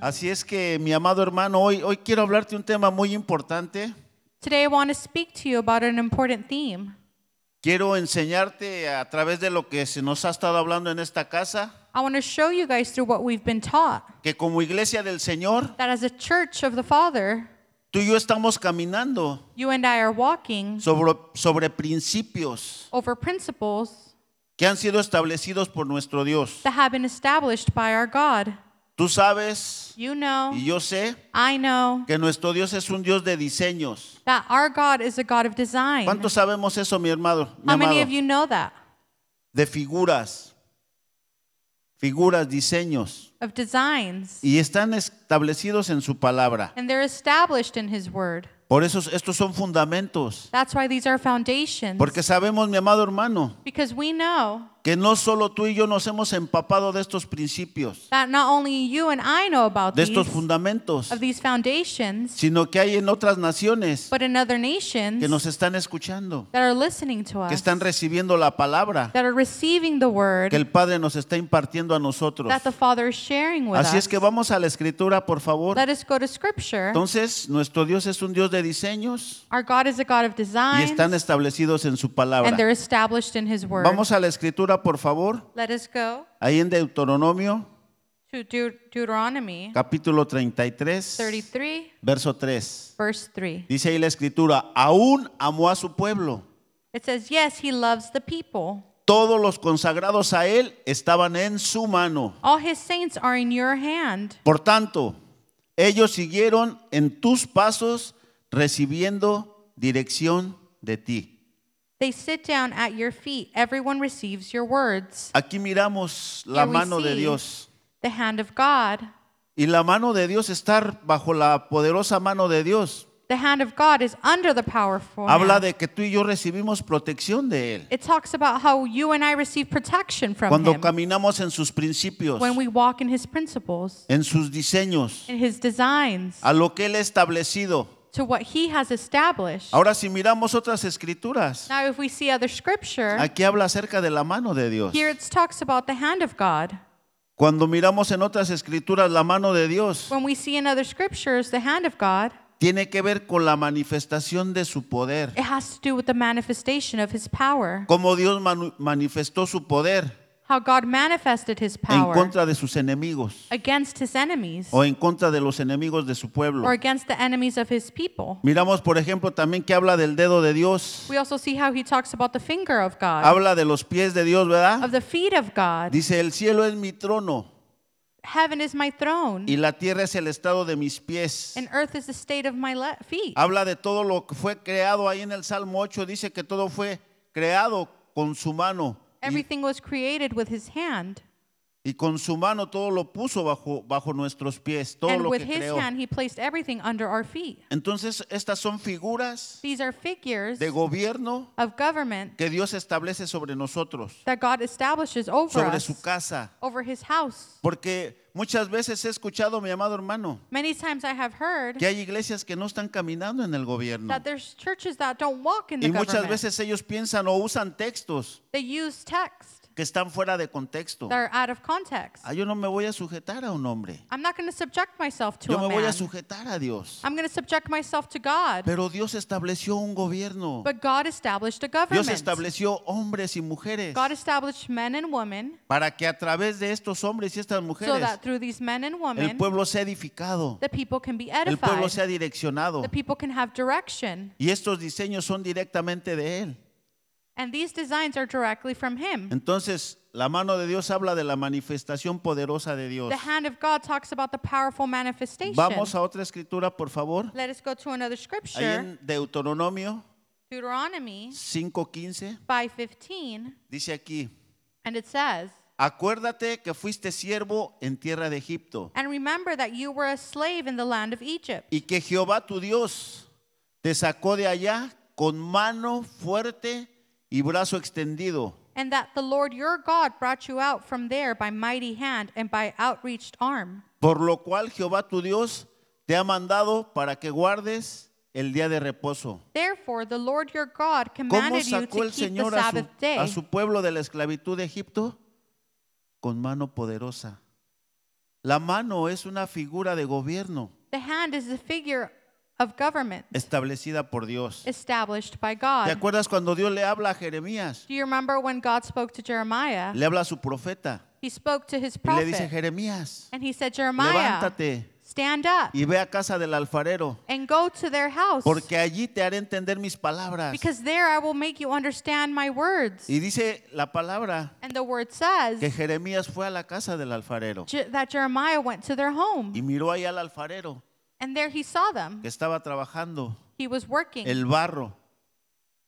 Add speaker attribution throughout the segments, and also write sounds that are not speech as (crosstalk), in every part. Speaker 1: Así es que, mi amado hermano, hoy, hoy quiero hablarte un tema muy importante.
Speaker 2: Today, I want to speak to you about an important theme.
Speaker 1: Quiero enseñarte a través de lo que se nos ha estado hablando en esta casa,
Speaker 2: I want to show you guys through what we've been taught
Speaker 1: que como iglesia del Señor,
Speaker 2: that as a church of the Father,
Speaker 1: tú y yo estamos caminando
Speaker 2: you and I are walking
Speaker 1: sobre, sobre principios
Speaker 2: over principles
Speaker 1: que han sido establecidos por nuestro Dios.
Speaker 2: that have been established by our God.
Speaker 1: Tú sabes
Speaker 2: You know,
Speaker 1: y yo sé
Speaker 2: I know
Speaker 1: que nuestro Dios es un Dios de diseños.
Speaker 2: that our God is a God of design.
Speaker 1: ¿Cuántos sabemos eso, mi hermano? Mi
Speaker 2: How many
Speaker 1: amado?
Speaker 2: of you know that?
Speaker 1: De figuras, figuras, diseños.
Speaker 2: Of designs.
Speaker 1: Y están establecidos en su palabra.
Speaker 2: And they're established in His Word.
Speaker 1: Por eso estos son fundamentos.
Speaker 2: That's why these are foundations.
Speaker 1: Porque sabemos, mi amado hermano,
Speaker 2: because we know
Speaker 1: que no solo tú y yo nos hemos empapado de estos principios,
Speaker 2: that not only you and I know about
Speaker 1: de
Speaker 2: these,
Speaker 1: estos fundamentos,
Speaker 2: of these foundations,
Speaker 1: sino que hay en otras naciones
Speaker 2: but in other nations
Speaker 1: que nos están escuchando,
Speaker 2: that are listening to us,
Speaker 1: que están recibiendo la palabra
Speaker 2: that are receiving the word
Speaker 1: que el Padre nos está impartiendo a nosotros.
Speaker 2: that the Father is sharing with
Speaker 1: Así
Speaker 2: us.
Speaker 1: es que vamos a la escritura, por favor.
Speaker 2: Let us go to Scripture.
Speaker 1: Entonces, nuestro Dios es un Dios de diseños
Speaker 2: Our God is a God of
Speaker 1: y
Speaker 2: design,
Speaker 1: están establecidos en su
Speaker 2: and
Speaker 1: palabra.
Speaker 2: they're established in His word.
Speaker 1: Vamos a la escritura, por favor.
Speaker 2: Let us go
Speaker 1: Ahí en Deuteronomio,
Speaker 2: to Deut- Deuteronomy
Speaker 1: capítulo 33,
Speaker 2: 33,
Speaker 1: verso 3.
Speaker 2: verse 3.
Speaker 1: Dice ahí la escritura, aún amó a su pueblo.
Speaker 2: It says, Yes, He loves the people.
Speaker 1: Todos los consagrados a él estaban en su mano.
Speaker 2: All His saints are in your hand.
Speaker 1: Por tanto, ellos siguieron en tus pasos recibiendo dirección de ti.
Speaker 2: They sit down at your feet. Everyone receives your words.
Speaker 1: Aquí miramos la
Speaker 2: Here we
Speaker 1: mano de
Speaker 2: see.
Speaker 1: Dios.
Speaker 2: The hand of God.
Speaker 1: Y la mano de Dios estar bajo la poderosa mano de Dios.
Speaker 2: The hand of God is under the powerful.
Speaker 1: Habla
Speaker 2: hand.
Speaker 1: de que tú y yo recibimos protección de Él.
Speaker 2: It talks about how you and I receive protection from
Speaker 1: Cuando
Speaker 2: him
Speaker 1: caminamos en sus principios,
Speaker 2: when we walk in his principles,
Speaker 1: en sus diseños,
Speaker 2: in his designs,
Speaker 1: a lo que Él ha establecido.
Speaker 2: to what he has established.
Speaker 1: Ahora si miramos otras escrituras,
Speaker 2: Now, if we see other scripture,
Speaker 1: aquí habla acerca de la mano de Dios.
Speaker 2: here it talks about the hand of God.
Speaker 1: Cuando miramos en otras escrituras la mano de Dios,
Speaker 2: When we see in other scriptures the hand of God,
Speaker 1: tiene que ver con la manifestación de su poder.
Speaker 2: it has to do with the manifestation of his power,
Speaker 1: Cómo Dios manu- manifestó su poder
Speaker 2: how God manifested his
Speaker 1: en
Speaker 2: power
Speaker 1: contra de sus enemigos
Speaker 2: against his enemies
Speaker 1: o en contra de los enemigos de su pueblo.
Speaker 2: or against the enemies of his people.
Speaker 1: Miramos, por ejemplo, también que habla del dedo de Dios,
Speaker 2: We also see how he talks about the finger of God,
Speaker 1: habla de los pies de Dios, ¿verdad?
Speaker 2: of the feet of God.
Speaker 1: Dice, el cielo es mi trono
Speaker 2: Heaven is my throne.
Speaker 1: y la tierra es el estado de mis pies.
Speaker 2: And earth is the state of my le- feet.
Speaker 1: Habla de todo lo que fue creado ahí en el Salmo 8. Dice que todo fue creado con su mano. Y,
Speaker 2: Everything was created with his hand.
Speaker 1: y con su mano todo lo puso bajo, bajo nuestros pies, todo
Speaker 2: And
Speaker 1: lo
Speaker 2: with
Speaker 1: que
Speaker 2: his
Speaker 1: creó.
Speaker 2: hand, he placed everything under our feet.
Speaker 1: Entonces, estas son figuras
Speaker 2: These are figures
Speaker 1: de gobierno
Speaker 2: of government
Speaker 1: que Dios establece sobre nosotros,
Speaker 2: that God establishes over
Speaker 1: sobre
Speaker 2: us,
Speaker 1: su casa.
Speaker 2: over his house.
Speaker 1: Porque muchas veces he escuchado, mi amado hermano,
Speaker 2: Many times I have heard
Speaker 1: que hay iglesias que no están caminando en el gobierno.
Speaker 2: that there's churches that don't walk in the
Speaker 1: Y muchas
Speaker 2: government.
Speaker 1: veces ellos piensan o usan textos
Speaker 2: they use text
Speaker 1: que están fuera de contexto.
Speaker 2: that are out of context.
Speaker 1: Ah, yo no me voy a sujetar a un hombre.
Speaker 2: I'm not going to subject myself to
Speaker 1: Yo
Speaker 2: a
Speaker 1: me voy a
Speaker 2: man.
Speaker 1: sujetar a Dios.
Speaker 2: I'm going to subject myself to God.
Speaker 1: Pero Dios estableció un gobierno.
Speaker 2: But God established a government.
Speaker 1: Dios estableció hombres y mujeres
Speaker 2: God established men and women
Speaker 1: para que a través de estos hombres y estas
Speaker 2: so
Speaker 1: mujeres
Speaker 2: that through these men and
Speaker 1: el
Speaker 2: women,
Speaker 1: pueblo sea edificado,
Speaker 2: the people can be
Speaker 1: el pueblo
Speaker 2: edified,
Speaker 1: sea direccionado.
Speaker 2: the people can have direction.
Speaker 1: Y estos diseños son directamente de Él.
Speaker 2: And these designs are directly from Him.
Speaker 1: Entonces, la mano de Dios habla de la manifestación poderosa de Dios.
Speaker 2: The hand of God talks about the powerful manifestation.
Speaker 1: Vamos a otra escritura, por favor.
Speaker 2: Let us go to another
Speaker 1: Ahí
Speaker 2: scripture,
Speaker 1: en Deuteronomio
Speaker 2: Deuteronomy
Speaker 1: 5:15
Speaker 2: 5:15,
Speaker 1: dice aquí,
Speaker 2: and it says,
Speaker 1: acuérdate que fuiste siervo en tierra de Egipto.
Speaker 2: "And remember that you were a slave in the land of Egypt,
Speaker 1: y que Jehová tu Dios te sacó de allá con mano fuerte y brazo extendido.
Speaker 2: and that the Lord your God brought you out from there by mighty hand and by outreached arm."
Speaker 1: Por lo cual Jehová tu Dios te ha mandado para que guardes el día de reposo.
Speaker 2: Therefore, the Lord your God
Speaker 1: ¿Cómo
Speaker 2: commanded you
Speaker 1: sacó
Speaker 2: to
Speaker 1: el
Speaker 2: keep the
Speaker 1: Señor a su,
Speaker 2: Sabbath day.
Speaker 1: a su pueblo de la esclavitud de Egipto? Con mano poderosa. La mano es una figura de gobierno
Speaker 2: The hand is the figure of government
Speaker 1: establecida por Dios.
Speaker 2: established by
Speaker 1: ¿Te
Speaker 2: God.
Speaker 1: acuerdas cuando Dios le habla a Jeremías?
Speaker 2: Do you remember when God spoke to Jeremiah?
Speaker 1: Le habla a su profeta
Speaker 2: He spoke to his
Speaker 1: y le dice,
Speaker 2: prophet
Speaker 1: Jeremías,
Speaker 2: and he said, Jeremiah,
Speaker 1: levántate
Speaker 2: stand up
Speaker 1: y ve a casa del alfarero,
Speaker 2: and go to their house
Speaker 1: porque allí te haré entender mis palabras.
Speaker 2: because there I will make you understand my words.
Speaker 1: Y dice la palabra
Speaker 2: And the word
Speaker 1: que
Speaker 2: says
Speaker 1: Jeremías fue a la casa del alfarero
Speaker 2: Je- that Jeremiah went to their
Speaker 1: y
Speaker 2: home
Speaker 1: miró ahí al alfarero
Speaker 2: and there he saw them.
Speaker 1: que estaba trabajando
Speaker 2: He was working
Speaker 1: el barro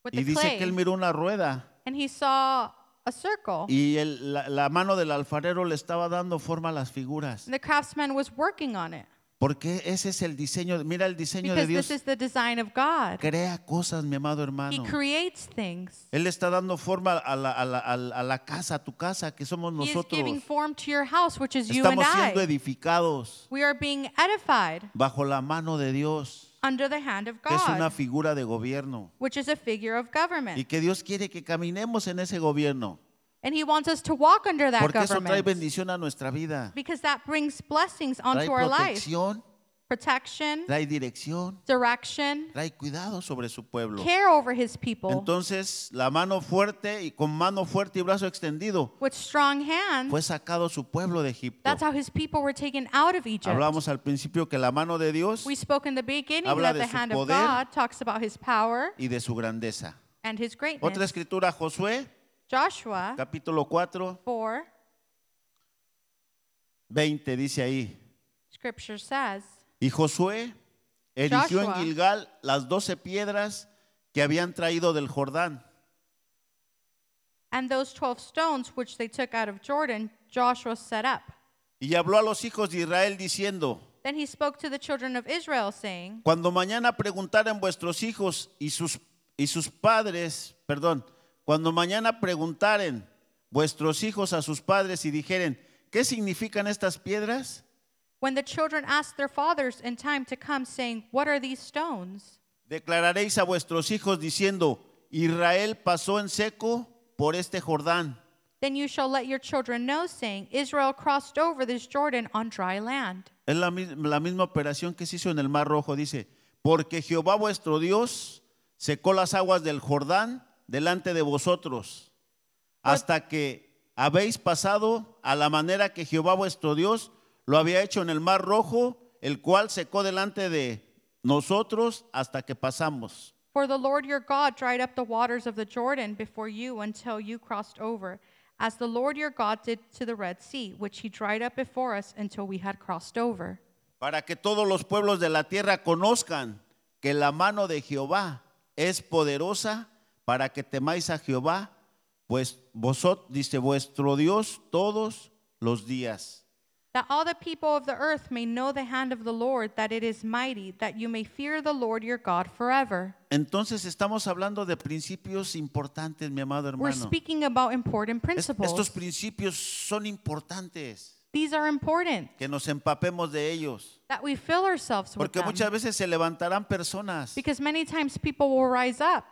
Speaker 2: with
Speaker 1: y
Speaker 2: the
Speaker 1: dice que él
Speaker 2: clay
Speaker 1: miró una rueda
Speaker 2: and he saw a circle.
Speaker 1: y el- la, la mano del alfarero le estaba dando forma a las figuras.
Speaker 2: And the craftsman was working on it
Speaker 1: Porque ese es el diseño, mira el diseño de
Speaker 2: because this
Speaker 1: Dios.
Speaker 2: is the design of God.
Speaker 1: Crea cosas, mi amado
Speaker 2: He
Speaker 1: hermano.
Speaker 2: creates things.
Speaker 1: Él le está dando forma a la, a la- a la- a la casa, a tu casa, que somos
Speaker 2: He is giving
Speaker 1: nosotros.
Speaker 2: form to your house, which is you and
Speaker 1: Estamos siendo
Speaker 2: I.
Speaker 1: edificados
Speaker 2: We are being edified
Speaker 1: bajo la mano de Dios,
Speaker 2: under the hand of
Speaker 1: que es una
Speaker 2: God,
Speaker 1: figura de gobierno.
Speaker 2: which is a figure of
Speaker 1: Y
Speaker 2: government.
Speaker 1: que Dios quiere que caminemos en ese gobierno.
Speaker 2: And He wants us to walk under that
Speaker 1: Porque eso trae
Speaker 2: government
Speaker 1: bendición a nuestra vida.
Speaker 2: because that brings blessings
Speaker 1: Trae
Speaker 2: onto our life
Speaker 1: protección,
Speaker 2: protection,
Speaker 1: trae dirección,
Speaker 2: direction,
Speaker 1: trae cuidado sobre su pueblo.
Speaker 2: care over His people
Speaker 1: Entonces, la mano fuerte y con mano fuerte y brazo extendido
Speaker 2: with strong hands.
Speaker 1: fue sacado su pueblo de Egipto.
Speaker 2: That's how His people were taken out of Egypt.
Speaker 1: Hablamos al principio que la mano de Dios
Speaker 2: We spoke in the beginning
Speaker 1: Habla
Speaker 2: that
Speaker 1: de
Speaker 2: the
Speaker 1: su
Speaker 2: hand
Speaker 1: poder.
Speaker 2: of God talks about his power
Speaker 1: y de su grandeza.
Speaker 2: and his
Speaker 1: Otra
Speaker 2: greatness.
Speaker 1: escritura, Josué,
Speaker 2: Joshua
Speaker 1: capítulo 4,
Speaker 2: 4,
Speaker 1: 20, dice ahí.
Speaker 2: scripture says,
Speaker 1: Y Josué erigió en
Speaker 2: Joshua.
Speaker 1: Gilgal las doce piedras que habían traído del Jordán,
Speaker 2: And those 12 stones which they took out of Jordan, Joshua set up.
Speaker 1: y habló a los hijos de Israel diciendo,
Speaker 2: Then he spoke to the children of Israel, saying,
Speaker 1: Cuando mañana preguntaren vuestros hijos y sus, y sus padres, perdón, cuando mañana preguntaren vuestros hijos a sus padres y dijeren, ¿qué significan estas piedras?
Speaker 2: When the children asked their fathers in time to come, saying, What are these stones?
Speaker 1: Declararéis a vuestros hijos diciendo, Israel pasó en seco por este Jordán.
Speaker 2: Then you shall let your children know, saying, Israel crossed over this Jordan on dry land.
Speaker 1: Es la, mi- la misma operación que se hizo en el Mar Rojo, dice, porque Jehová vuestro Dios secó las aguas del Jordán delante de vosotros, hasta que habéis pasado a la manera que Jehová vuestro Dios lo había hecho en el Mar Rojo, el cual secó delante de nosotros hasta que pasamos.
Speaker 2: For the Lord your God dried up the waters of the Jordan before you until you crossed over, as the Lord your God did to the Red Sea, which he dried up before us until we had crossed over.
Speaker 1: para que todos los pueblos de la tierra conozcan que la mano de Jehová es poderosa para que temáis a Jehová, pues vosotros, dice vuestro Dios, todos los días.
Speaker 2: That all the people of the earth may know the hand of the Lord, that it is mighty, that you may fear the Lord your God forever.
Speaker 1: Entonces estamos hablando de principios importantes, mi amado
Speaker 2: We're
Speaker 1: hermano.
Speaker 2: speaking about important
Speaker 1: Es- estos
Speaker 2: principles.
Speaker 1: principios son importantes,
Speaker 2: These are important
Speaker 1: que nos empapemos de ellos,
Speaker 2: that we fill ourselves with
Speaker 1: porque muchas
Speaker 2: them.
Speaker 1: veces se levantarán personas
Speaker 2: Because many times people will rise up.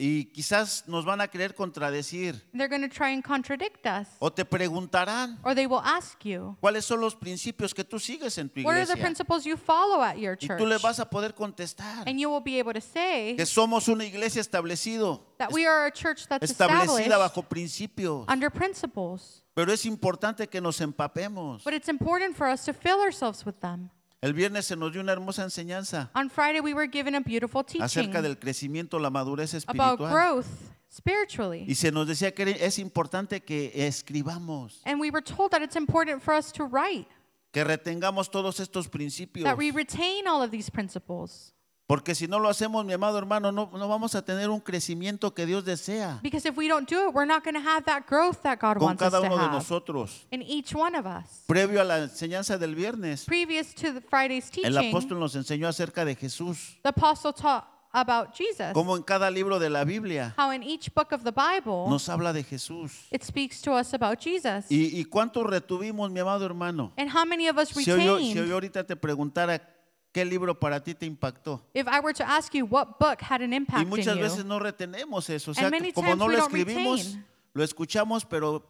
Speaker 1: y quizás nos van a querer contradecir
Speaker 2: They're going to try and contradict us,
Speaker 1: o te preguntarán.
Speaker 2: or they will ask you,
Speaker 1: ¿Cuáles son los principios que tú sigues en tu
Speaker 2: What are the
Speaker 1: iglesia?
Speaker 2: principles you follow at your
Speaker 1: Y
Speaker 2: church?
Speaker 1: tú le vas a poder contestar
Speaker 2: And you will be able to say
Speaker 1: que somos una iglesia establecido,
Speaker 2: that we are a church that's established
Speaker 1: establecida bajo principios.
Speaker 2: under principles.
Speaker 1: Pero es importante que nos empapemos.
Speaker 2: But it's important for us to fill ourselves with them.
Speaker 1: El viernes se nos dio una hermosa enseñanza
Speaker 2: On Friday, we were given a beautiful
Speaker 1: acerca
Speaker 2: teaching
Speaker 1: del crecimiento, la madurez
Speaker 2: about
Speaker 1: espiritual.
Speaker 2: growth spiritually.
Speaker 1: Y se nos decía que es importante que escribamos,
Speaker 2: And we were told that it's important for us to write,
Speaker 1: que retengamos todos estos principios.
Speaker 2: that we retain all of these principles.
Speaker 1: Porque si no lo hacemos, mi amado hermano, no, no vamos a tener un crecimiento que Dios desea
Speaker 2: Because if we don't do it, we're not going to have that growth that God
Speaker 1: con
Speaker 2: wants us
Speaker 1: cada
Speaker 2: to
Speaker 1: uno de
Speaker 2: have
Speaker 1: nosotros.
Speaker 2: in each one of us.
Speaker 1: Previo a la enseñanza del viernes,
Speaker 2: Previous to the Friday's
Speaker 1: el
Speaker 2: teaching,
Speaker 1: apóstol nos enseñó acerca de Jesús,
Speaker 2: the apostle taught about Jesus.
Speaker 1: cómo en cada libro de la Biblia
Speaker 2: how in each book of the Bible
Speaker 1: nos habla de Jesús.
Speaker 2: it speaks to us about Jesus.
Speaker 1: ¿Y, y cuánto retuvimos, mi amado hermano?
Speaker 2: and how many of us
Speaker 1: Si hoy,
Speaker 2: retained?
Speaker 1: si hoy ahorita te preguntara qué libro para ti te impactó,
Speaker 2: if I were to ask you what book had an
Speaker 1: y
Speaker 2: impact
Speaker 1: muchas
Speaker 2: in you,
Speaker 1: veces no retenemos eso, o sea,
Speaker 2: And
Speaker 1: que
Speaker 2: many
Speaker 1: como
Speaker 2: times
Speaker 1: no
Speaker 2: we
Speaker 1: lo
Speaker 2: don't
Speaker 1: escribimos,
Speaker 2: retain.
Speaker 1: lo escuchamos, pero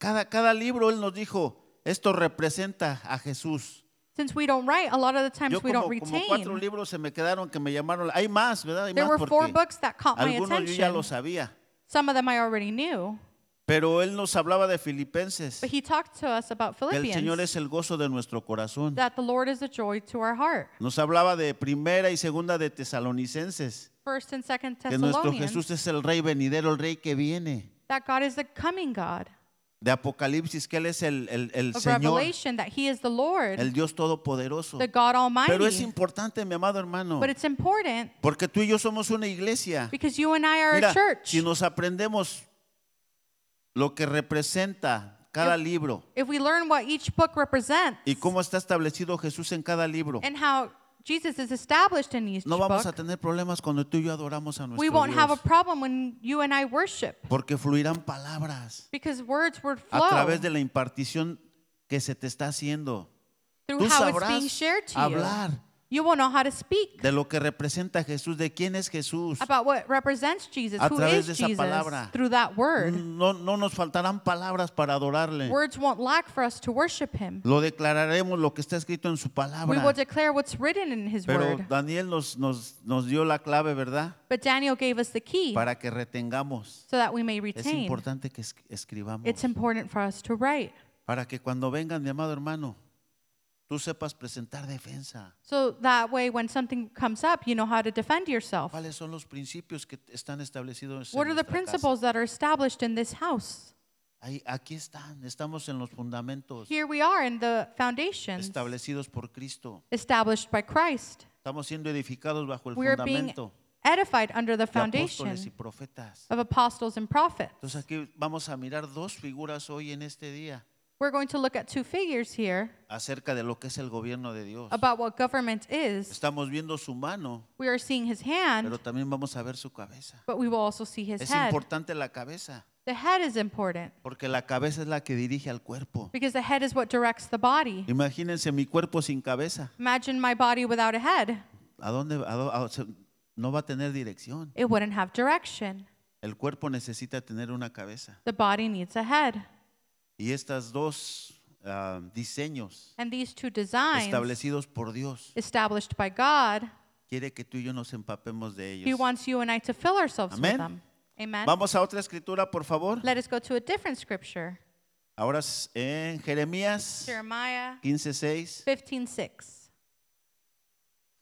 Speaker 1: cada, cada libro él nos dijo, Esto representa a Jesús.
Speaker 2: Since we don't write, a lot of the times
Speaker 1: Yo
Speaker 2: we
Speaker 1: como,
Speaker 2: don't
Speaker 1: como cuatro
Speaker 2: retain.
Speaker 1: libros se me quedaron que me llamaron. Hay más, ¿verdad? Hay
Speaker 2: There
Speaker 1: más
Speaker 2: were four
Speaker 1: porque
Speaker 2: books that caught my
Speaker 1: algunos yo ya
Speaker 2: attention.
Speaker 1: lo sabía.
Speaker 2: Some of them I already knew,
Speaker 1: Pero él nos hablaba de Filipenses.
Speaker 2: but he talked to us about
Speaker 1: que el Señor
Speaker 2: Philippians
Speaker 1: es el gozo de nuestro corazón.
Speaker 2: that the Lord is a joy to our heart.
Speaker 1: Nos hablaba de primera y segunda de Tesalonicenses.
Speaker 2: First and second
Speaker 1: Que nuestro
Speaker 2: Thessalonians
Speaker 1: Jesús es el rey venidero, el rey que viene.
Speaker 2: that God is the coming God
Speaker 1: De Apocalipsis, que Él es el, el- el
Speaker 2: of
Speaker 1: Señor,
Speaker 2: Revelation that he is the Lord,
Speaker 1: el Dios Todopoderoso.
Speaker 2: the God
Speaker 1: Pero es
Speaker 2: Almighty.
Speaker 1: importante, mi amado hermano,
Speaker 2: But it's important
Speaker 1: porque tú y yo somos una iglesia.
Speaker 2: because you and I are a
Speaker 1: Mira,
Speaker 2: church.
Speaker 1: si nos aprendemos lo que representa cada libro
Speaker 2: If we learn what each book represents
Speaker 1: y cómo está establecido Jesús en cada libro,
Speaker 2: and how Jesus is established in each
Speaker 1: no vamos a
Speaker 2: book,
Speaker 1: tener problemas cuando tú y yo adoramos a
Speaker 2: we
Speaker 1: nuestro
Speaker 2: won't have a
Speaker 1: Dios,
Speaker 2: problem when you and I worship
Speaker 1: porque fluirán palabras
Speaker 2: because words would
Speaker 1: a
Speaker 2: flow
Speaker 1: través de la impartición que se te está haciendo.
Speaker 2: through
Speaker 1: Tú
Speaker 2: how it's being
Speaker 1: sabrás
Speaker 2: shared to you.
Speaker 1: hablar
Speaker 2: You will know how to speak
Speaker 1: de lo que representa Jesús, de quién es Jesús.
Speaker 2: about what represents Jesus,
Speaker 1: A
Speaker 2: who
Speaker 1: través
Speaker 2: is
Speaker 1: de esa
Speaker 2: Jesus,
Speaker 1: palabra.
Speaker 2: through that word.
Speaker 1: No, no nos faltarán palabras para adorarle.
Speaker 2: Words won't lack for us to worship him.
Speaker 1: Lo declararemos lo que está escrito en su
Speaker 2: We will
Speaker 1: palabra.
Speaker 2: declare what's written in his
Speaker 1: Pero
Speaker 2: word.
Speaker 1: Daniel nos, nos, nos dio la clave, ¿verdad?
Speaker 2: But Daniel gave us the key
Speaker 1: Para que retengamos.
Speaker 2: so that we may
Speaker 1: Es
Speaker 2: retain.
Speaker 1: importante que es- escribamos.
Speaker 2: It's important for us to write
Speaker 1: Para que cuando vengan, mi amado hermano, tú sepas presentar defensa.
Speaker 2: so that way when something comes up, you know how to defend yourself.
Speaker 1: ¿Cuáles son los principios que están establecidos en
Speaker 2: What are the
Speaker 1: nuestra casa?
Speaker 2: principles that are established in this house?
Speaker 1: Ahí- aquí están, estamos en los fundamentos
Speaker 2: Here we are in the foundations
Speaker 1: establecidos por Cristo.
Speaker 2: established by Christ.
Speaker 1: Estamos siendo edificados bajo el
Speaker 2: We are being
Speaker 1: fundamento
Speaker 2: edified under the
Speaker 1: de apóstoles y
Speaker 2: foundation
Speaker 1: profetas.
Speaker 2: of apostles and prophets.
Speaker 1: Entonces aquí vamos a mirar dos figuras hoy en este día
Speaker 2: We're going to look at two figures here
Speaker 1: acerca de lo que es el gobierno de Dios.
Speaker 2: about what government is.
Speaker 1: Estamos viendo su mano,
Speaker 2: We are seeing his hand,
Speaker 1: pero también vamos a ver su cabeza.
Speaker 2: but we will also see his
Speaker 1: Es
Speaker 2: head.
Speaker 1: importante la cabeza,
Speaker 2: The head is important
Speaker 1: porque la cabeza es la que dirige al cuerpo.
Speaker 2: because the head is what directs the body.
Speaker 1: Imagínense mi cuerpo sin cabeza.
Speaker 2: Imagine my body without a head,
Speaker 1: ¿A dónde? a dó- a- se- no va a tener dirección.
Speaker 2: it wouldn't have direction.
Speaker 1: El cuerpo necesita tener una cabeza.
Speaker 2: The body needs a head.
Speaker 1: Y estas dos ah, diseños
Speaker 2: And these two designs,
Speaker 1: establecidos por Dios,
Speaker 2: established by God,
Speaker 1: quiere que tú y yo nos empapemos de
Speaker 2: He
Speaker 1: ellos.
Speaker 2: wants you and I to fill ourselves
Speaker 1: Amén.
Speaker 2: with them. Amen.
Speaker 1: Vamos a otra escritura, por favor.
Speaker 2: Let us go to a different scripture.
Speaker 1: Ahora es en Jeremías
Speaker 2: Jeremiah
Speaker 1: 15:6
Speaker 2: 15:6.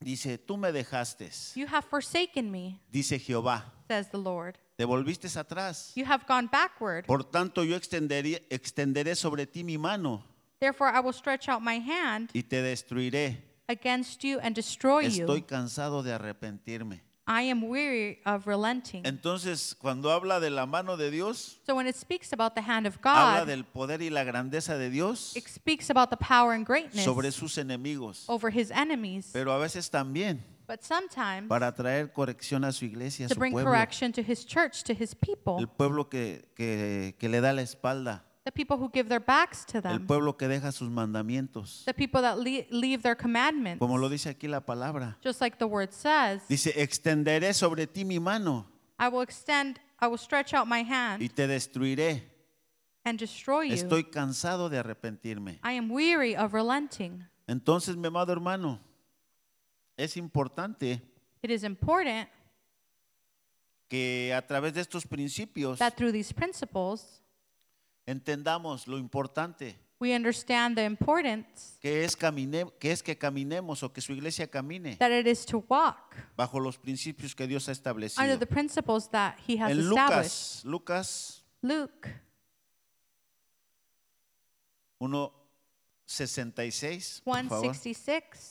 Speaker 1: dice, "Tú me dejaste",
Speaker 2: You have forsaken me,
Speaker 1: dice Jehová,
Speaker 2: says the Lord.
Speaker 1: "te volviste atrás.
Speaker 2: You have gone backward.
Speaker 1: Por tanto yo extenderé, extenderé sobre ti mi mano
Speaker 2: Therefore I will stretch out my hand
Speaker 1: y te destruiré.
Speaker 2: against you and destroy
Speaker 1: Estoy
Speaker 2: you.
Speaker 1: cansado de arrepentirme."
Speaker 2: I am weary of relenting.
Speaker 1: Entonces, cuando habla de la mano de Dios,
Speaker 2: So when it speaks about the hand of
Speaker 1: habla
Speaker 2: God,
Speaker 1: del poder y la grandeza de Dios
Speaker 2: it speaks about the power and
Speaker 1: sobre
Speaker 2: greatness
Speaker 1: sus enemigos,
Speaker 2: over his enemies.
Speaker 1: pero a veces también
Speaker 2: But sometimes
Speaker 1: para traer corrección a su iglesia, a
Speaker 2: to
Speaker 1: su
Speaker 2: bring
Speaker 1: pueblo.
Speaker 2: correction to his church, to his
Speaker 1: El
Speaker 2: people,
Speaker 1: pueblo que, que- que le da la espalda.
Speaker 2: the people who give their backs to
Speaker 1: El
Speaker 2: them,
Speaker 1: pueblo que deja sus mandamientos.
Speaker 2: the people that le- leave their commandments,
Speaker 1: Como lo dice aquí la palabra.
Speaker 2: just like the word says,
Speaker 1: Dice, extenderé sobre ti mi mano
Speaker 2: I will extend, I will stretch out my
Speaker 1: y
Speaker 2: hand
Speaker 1: te destruiré.
Speaker 2: and destroy you.
Speaker 1: Estoy cansado de arrepentirme.
Speaker 2: I am weary of relenting.
Speaker 1: Entonces, mi amado hermano, es importante
Speaker 2: It is important
Speaker 1: que a través de estos principios
Speaker 2: that through these principles,
Speaker 1: entendamos lo importante
Speaker 2: we understand the importance
Speaker 1: que es, camine- que es que caminemos o que su iglesia camine
Speaker 2: that it is to walk
Speaker 1: bajo los principios que Dios ha
Speaker 2: under
Speaker 1: establecido.
Speaker 2: the principles that he has
Speaker 1: En
Speaker 2: established.
Speaker 1: Lucas, Lucas
Speaker 2: Luke
Speaker 1: 1.66, por favor.
Speaker 2: 166.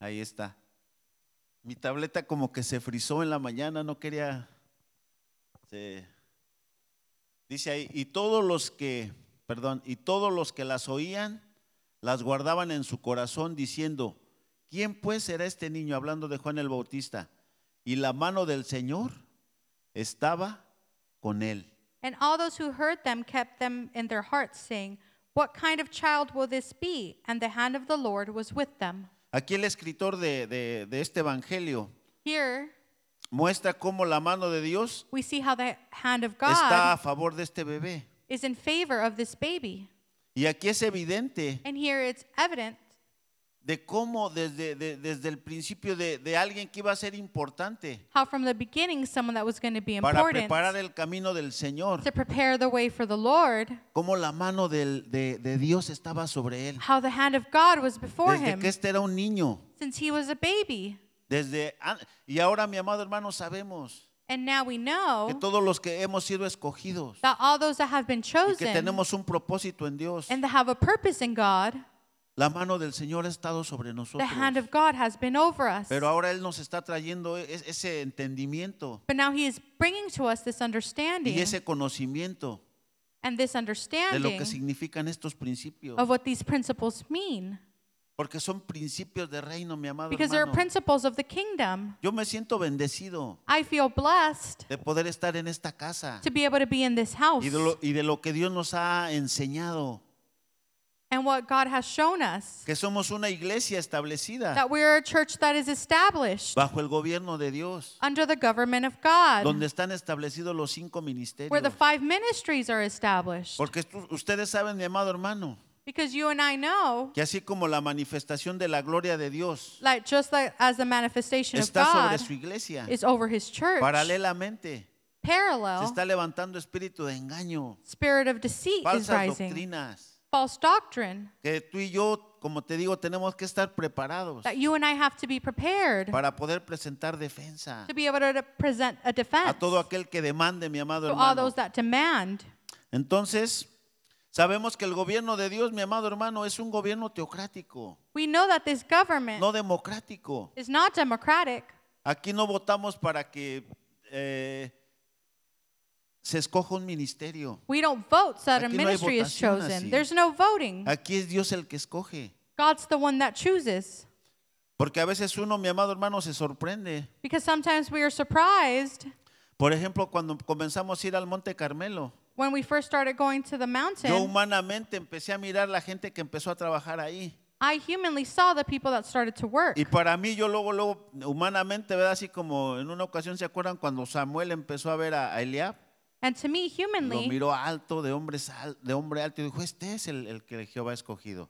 Speaker 1: Ahí está. Mi tableta como que se frizó en la mañana, no quería... se- Dice ahí, y todos los que, perdón, y todos los que las oían, las guardaban en su corazón diciendo, ¿quién pues será este niño? Hablando de Juan el Bautista. Y la mano del Señor estaba con él.
Speaker 2: And all those who heard them kept them in their hearts, saying, What kind of child will this be? And the hand of the Lord was with them.
Speaker 1: Aquí el escritor de, de- de este evangelio
Speaker 2: Here,
Speaker 1: muestra cómo la mano de Dios
Speaker 2: we see how the hand of
Speaker 1: está a
Speaker 2: God
Speaker 1: favor de este bebé.
Speaker 2: is in favor of this baby.
Speaker 1: Y aquí es evidente
Speaker 2: And here it's evident
Speaker 1: de cómo desde, de- desde el principio de, de alguien que iba a ser importante
Speaker 2: how from the beginning someone that was going to be
Speaker 1: para
Speaker 2: important
Speaker 1: preparar el camino del Señor,
Speaker 2: to prepare the way for the Lord,
Speaker 1: cómo la mano del- de, de Dios estaba sobre él.
Speaker 2: how the hand of God was before
Speaker 1: Desde
Speaker 2: him
Speaker 1: que este era un niño.
Speaker 2: since he was a baby.
Speaker 1: Desde, an- y ahora, mi amado hermano, sabemos
Speaker 2: And now we
Speaker 1: que
Speaker 2: know
Speaker 1: todos los que hemos sido escogidos
Speaker 2: that all those that have been
Speaker 1: y que
Speaker 2: chosen
Speaker 1: tenemos un propósito en Dios,
Speaker 2: and that have a purpose in God,
Speaker 1: la mano del Señor ha estado sobre
Speaker 2: the
Speaker 1: nosotros.
Speaker 2: hand of God has been over us.
Speaker 1: Pero ahora Él nos está trayendo e- es- ese entendimiento
Speaker 2: But now he is bringing to us this
Speaker 1: y
Speaker 2: understanding
Speaker 1: ese conocimiento
Speaker 2: and this
Speaker 1: de lo que
Speaker 2: understanding
Speaker 1: significan estos principios.
Speaker 2: of what these principles mean.
Speaker 1: Porque son principios de reino, mi amado
Speaker 2: Because there are
Speaker 1: hermano.
Speaker 2: principles of the kingdom.
Speaker 1: Yo me siento bendecido
Speaker 2: I feel blessed
Speaker 1: de poder estar en esta casa
Speaker 2: to be able to be in this house
Speaker 1: y de lo, y de lo que Dios nos ha enseñado,
Speaker 2: and what God has shown us.
Speaker 1: que somos una iglesia establecida
Speaker 2: That we're a church that is established
Speaker 1: bajo el gobierno de Dios,
Speaker 2: under the government of God,
Speaker 1: donde están establecidos los cinco
Speaker 2: where the
Speaker 1: ministerios.
Speaker 2: five ministries are established.
Speaker 1: Porque estu- ustedes saben, mi amado hermano,
Speaker 2: Because you and I know
Speaker 1: que así como la manifestación de la gloria de Dios
Speaker 2: like just like as the manifestation of
Speaker 1: está sobre
Speaker 2: God
Speaker 1: su iglesia,
Speaker 2: is over his church,
Speaker 1: paralelamente se
Speaker 2: parallel
Speaker 1: está levantando espíritu de engaño,
Speaker 2: spirit of deceit is
Speaker 1: falsas
Speaker 2: rising,
Speaker 1: doctrinas,
Speaker 2: false doctrine
Speaker 1: que tú y yo, como te digo, tenemos que estar preparados
Speaker 2: that you and I have to be prepared
Speaker 1: para poder presentar defensa
Speaker 2: to be able to present a defense
Speaker 1: a todo aquel que demande, mi amado
Speaker 2: to all
Speaker 1: hermano.
Speaker 2: those that demand.
Speaker 1: Entonces, sabemos que el gobierno de Dios, mi amado hermano, es un gobierno teocrático,
Speaker 2: We know that this government
Speaker 1: no democrático.
Speaker 2: is not democratic.
Speaker 1: Aquí no votamos para que eh, se escoja un ministerio.
Speaker 2: We don't vote so that a
Speaker 1: Aquí no hay
Speaker 2: ministry is
Speaker 1: votación
Speaker 2: chosen.
Speaker 1: así.
Speaker 2: There's no voting.
Speaker 1: Aquí es Dios el que escoge.
Speaker 2: God's the one that chooses.
Speaker 1: Porque a veces uno, mi amado hermano, se sorprende.
Speaker 2: Because sometimes we are surprised
Speaker 1: Por ejemplo, cuando comenzamos a ir al Monte Carmelo,
Speaker 2: when we first started going to the
Speaker 1: yo
Speaker 2: mountain.
Speaker 1: humanamente empecé a mirar la gente que empezó a trabajar ahí.
Speaker 2: I humanly saw the people that started to work.
Speaker 1: Y para mí, yo luego, luego, humanamente, ¿verdad? Así como en una ocasión, ¿se acuerdan cuando Samuel empezó a ver a, a Eliab?
Speaker 2: And to me,
Speaker 1: Lo
Speaker 2: humanly,
Speaker 1: miró alto, de hombre, sal- de hombre alto, y dijo, este es el, el que Jehová ha escogido.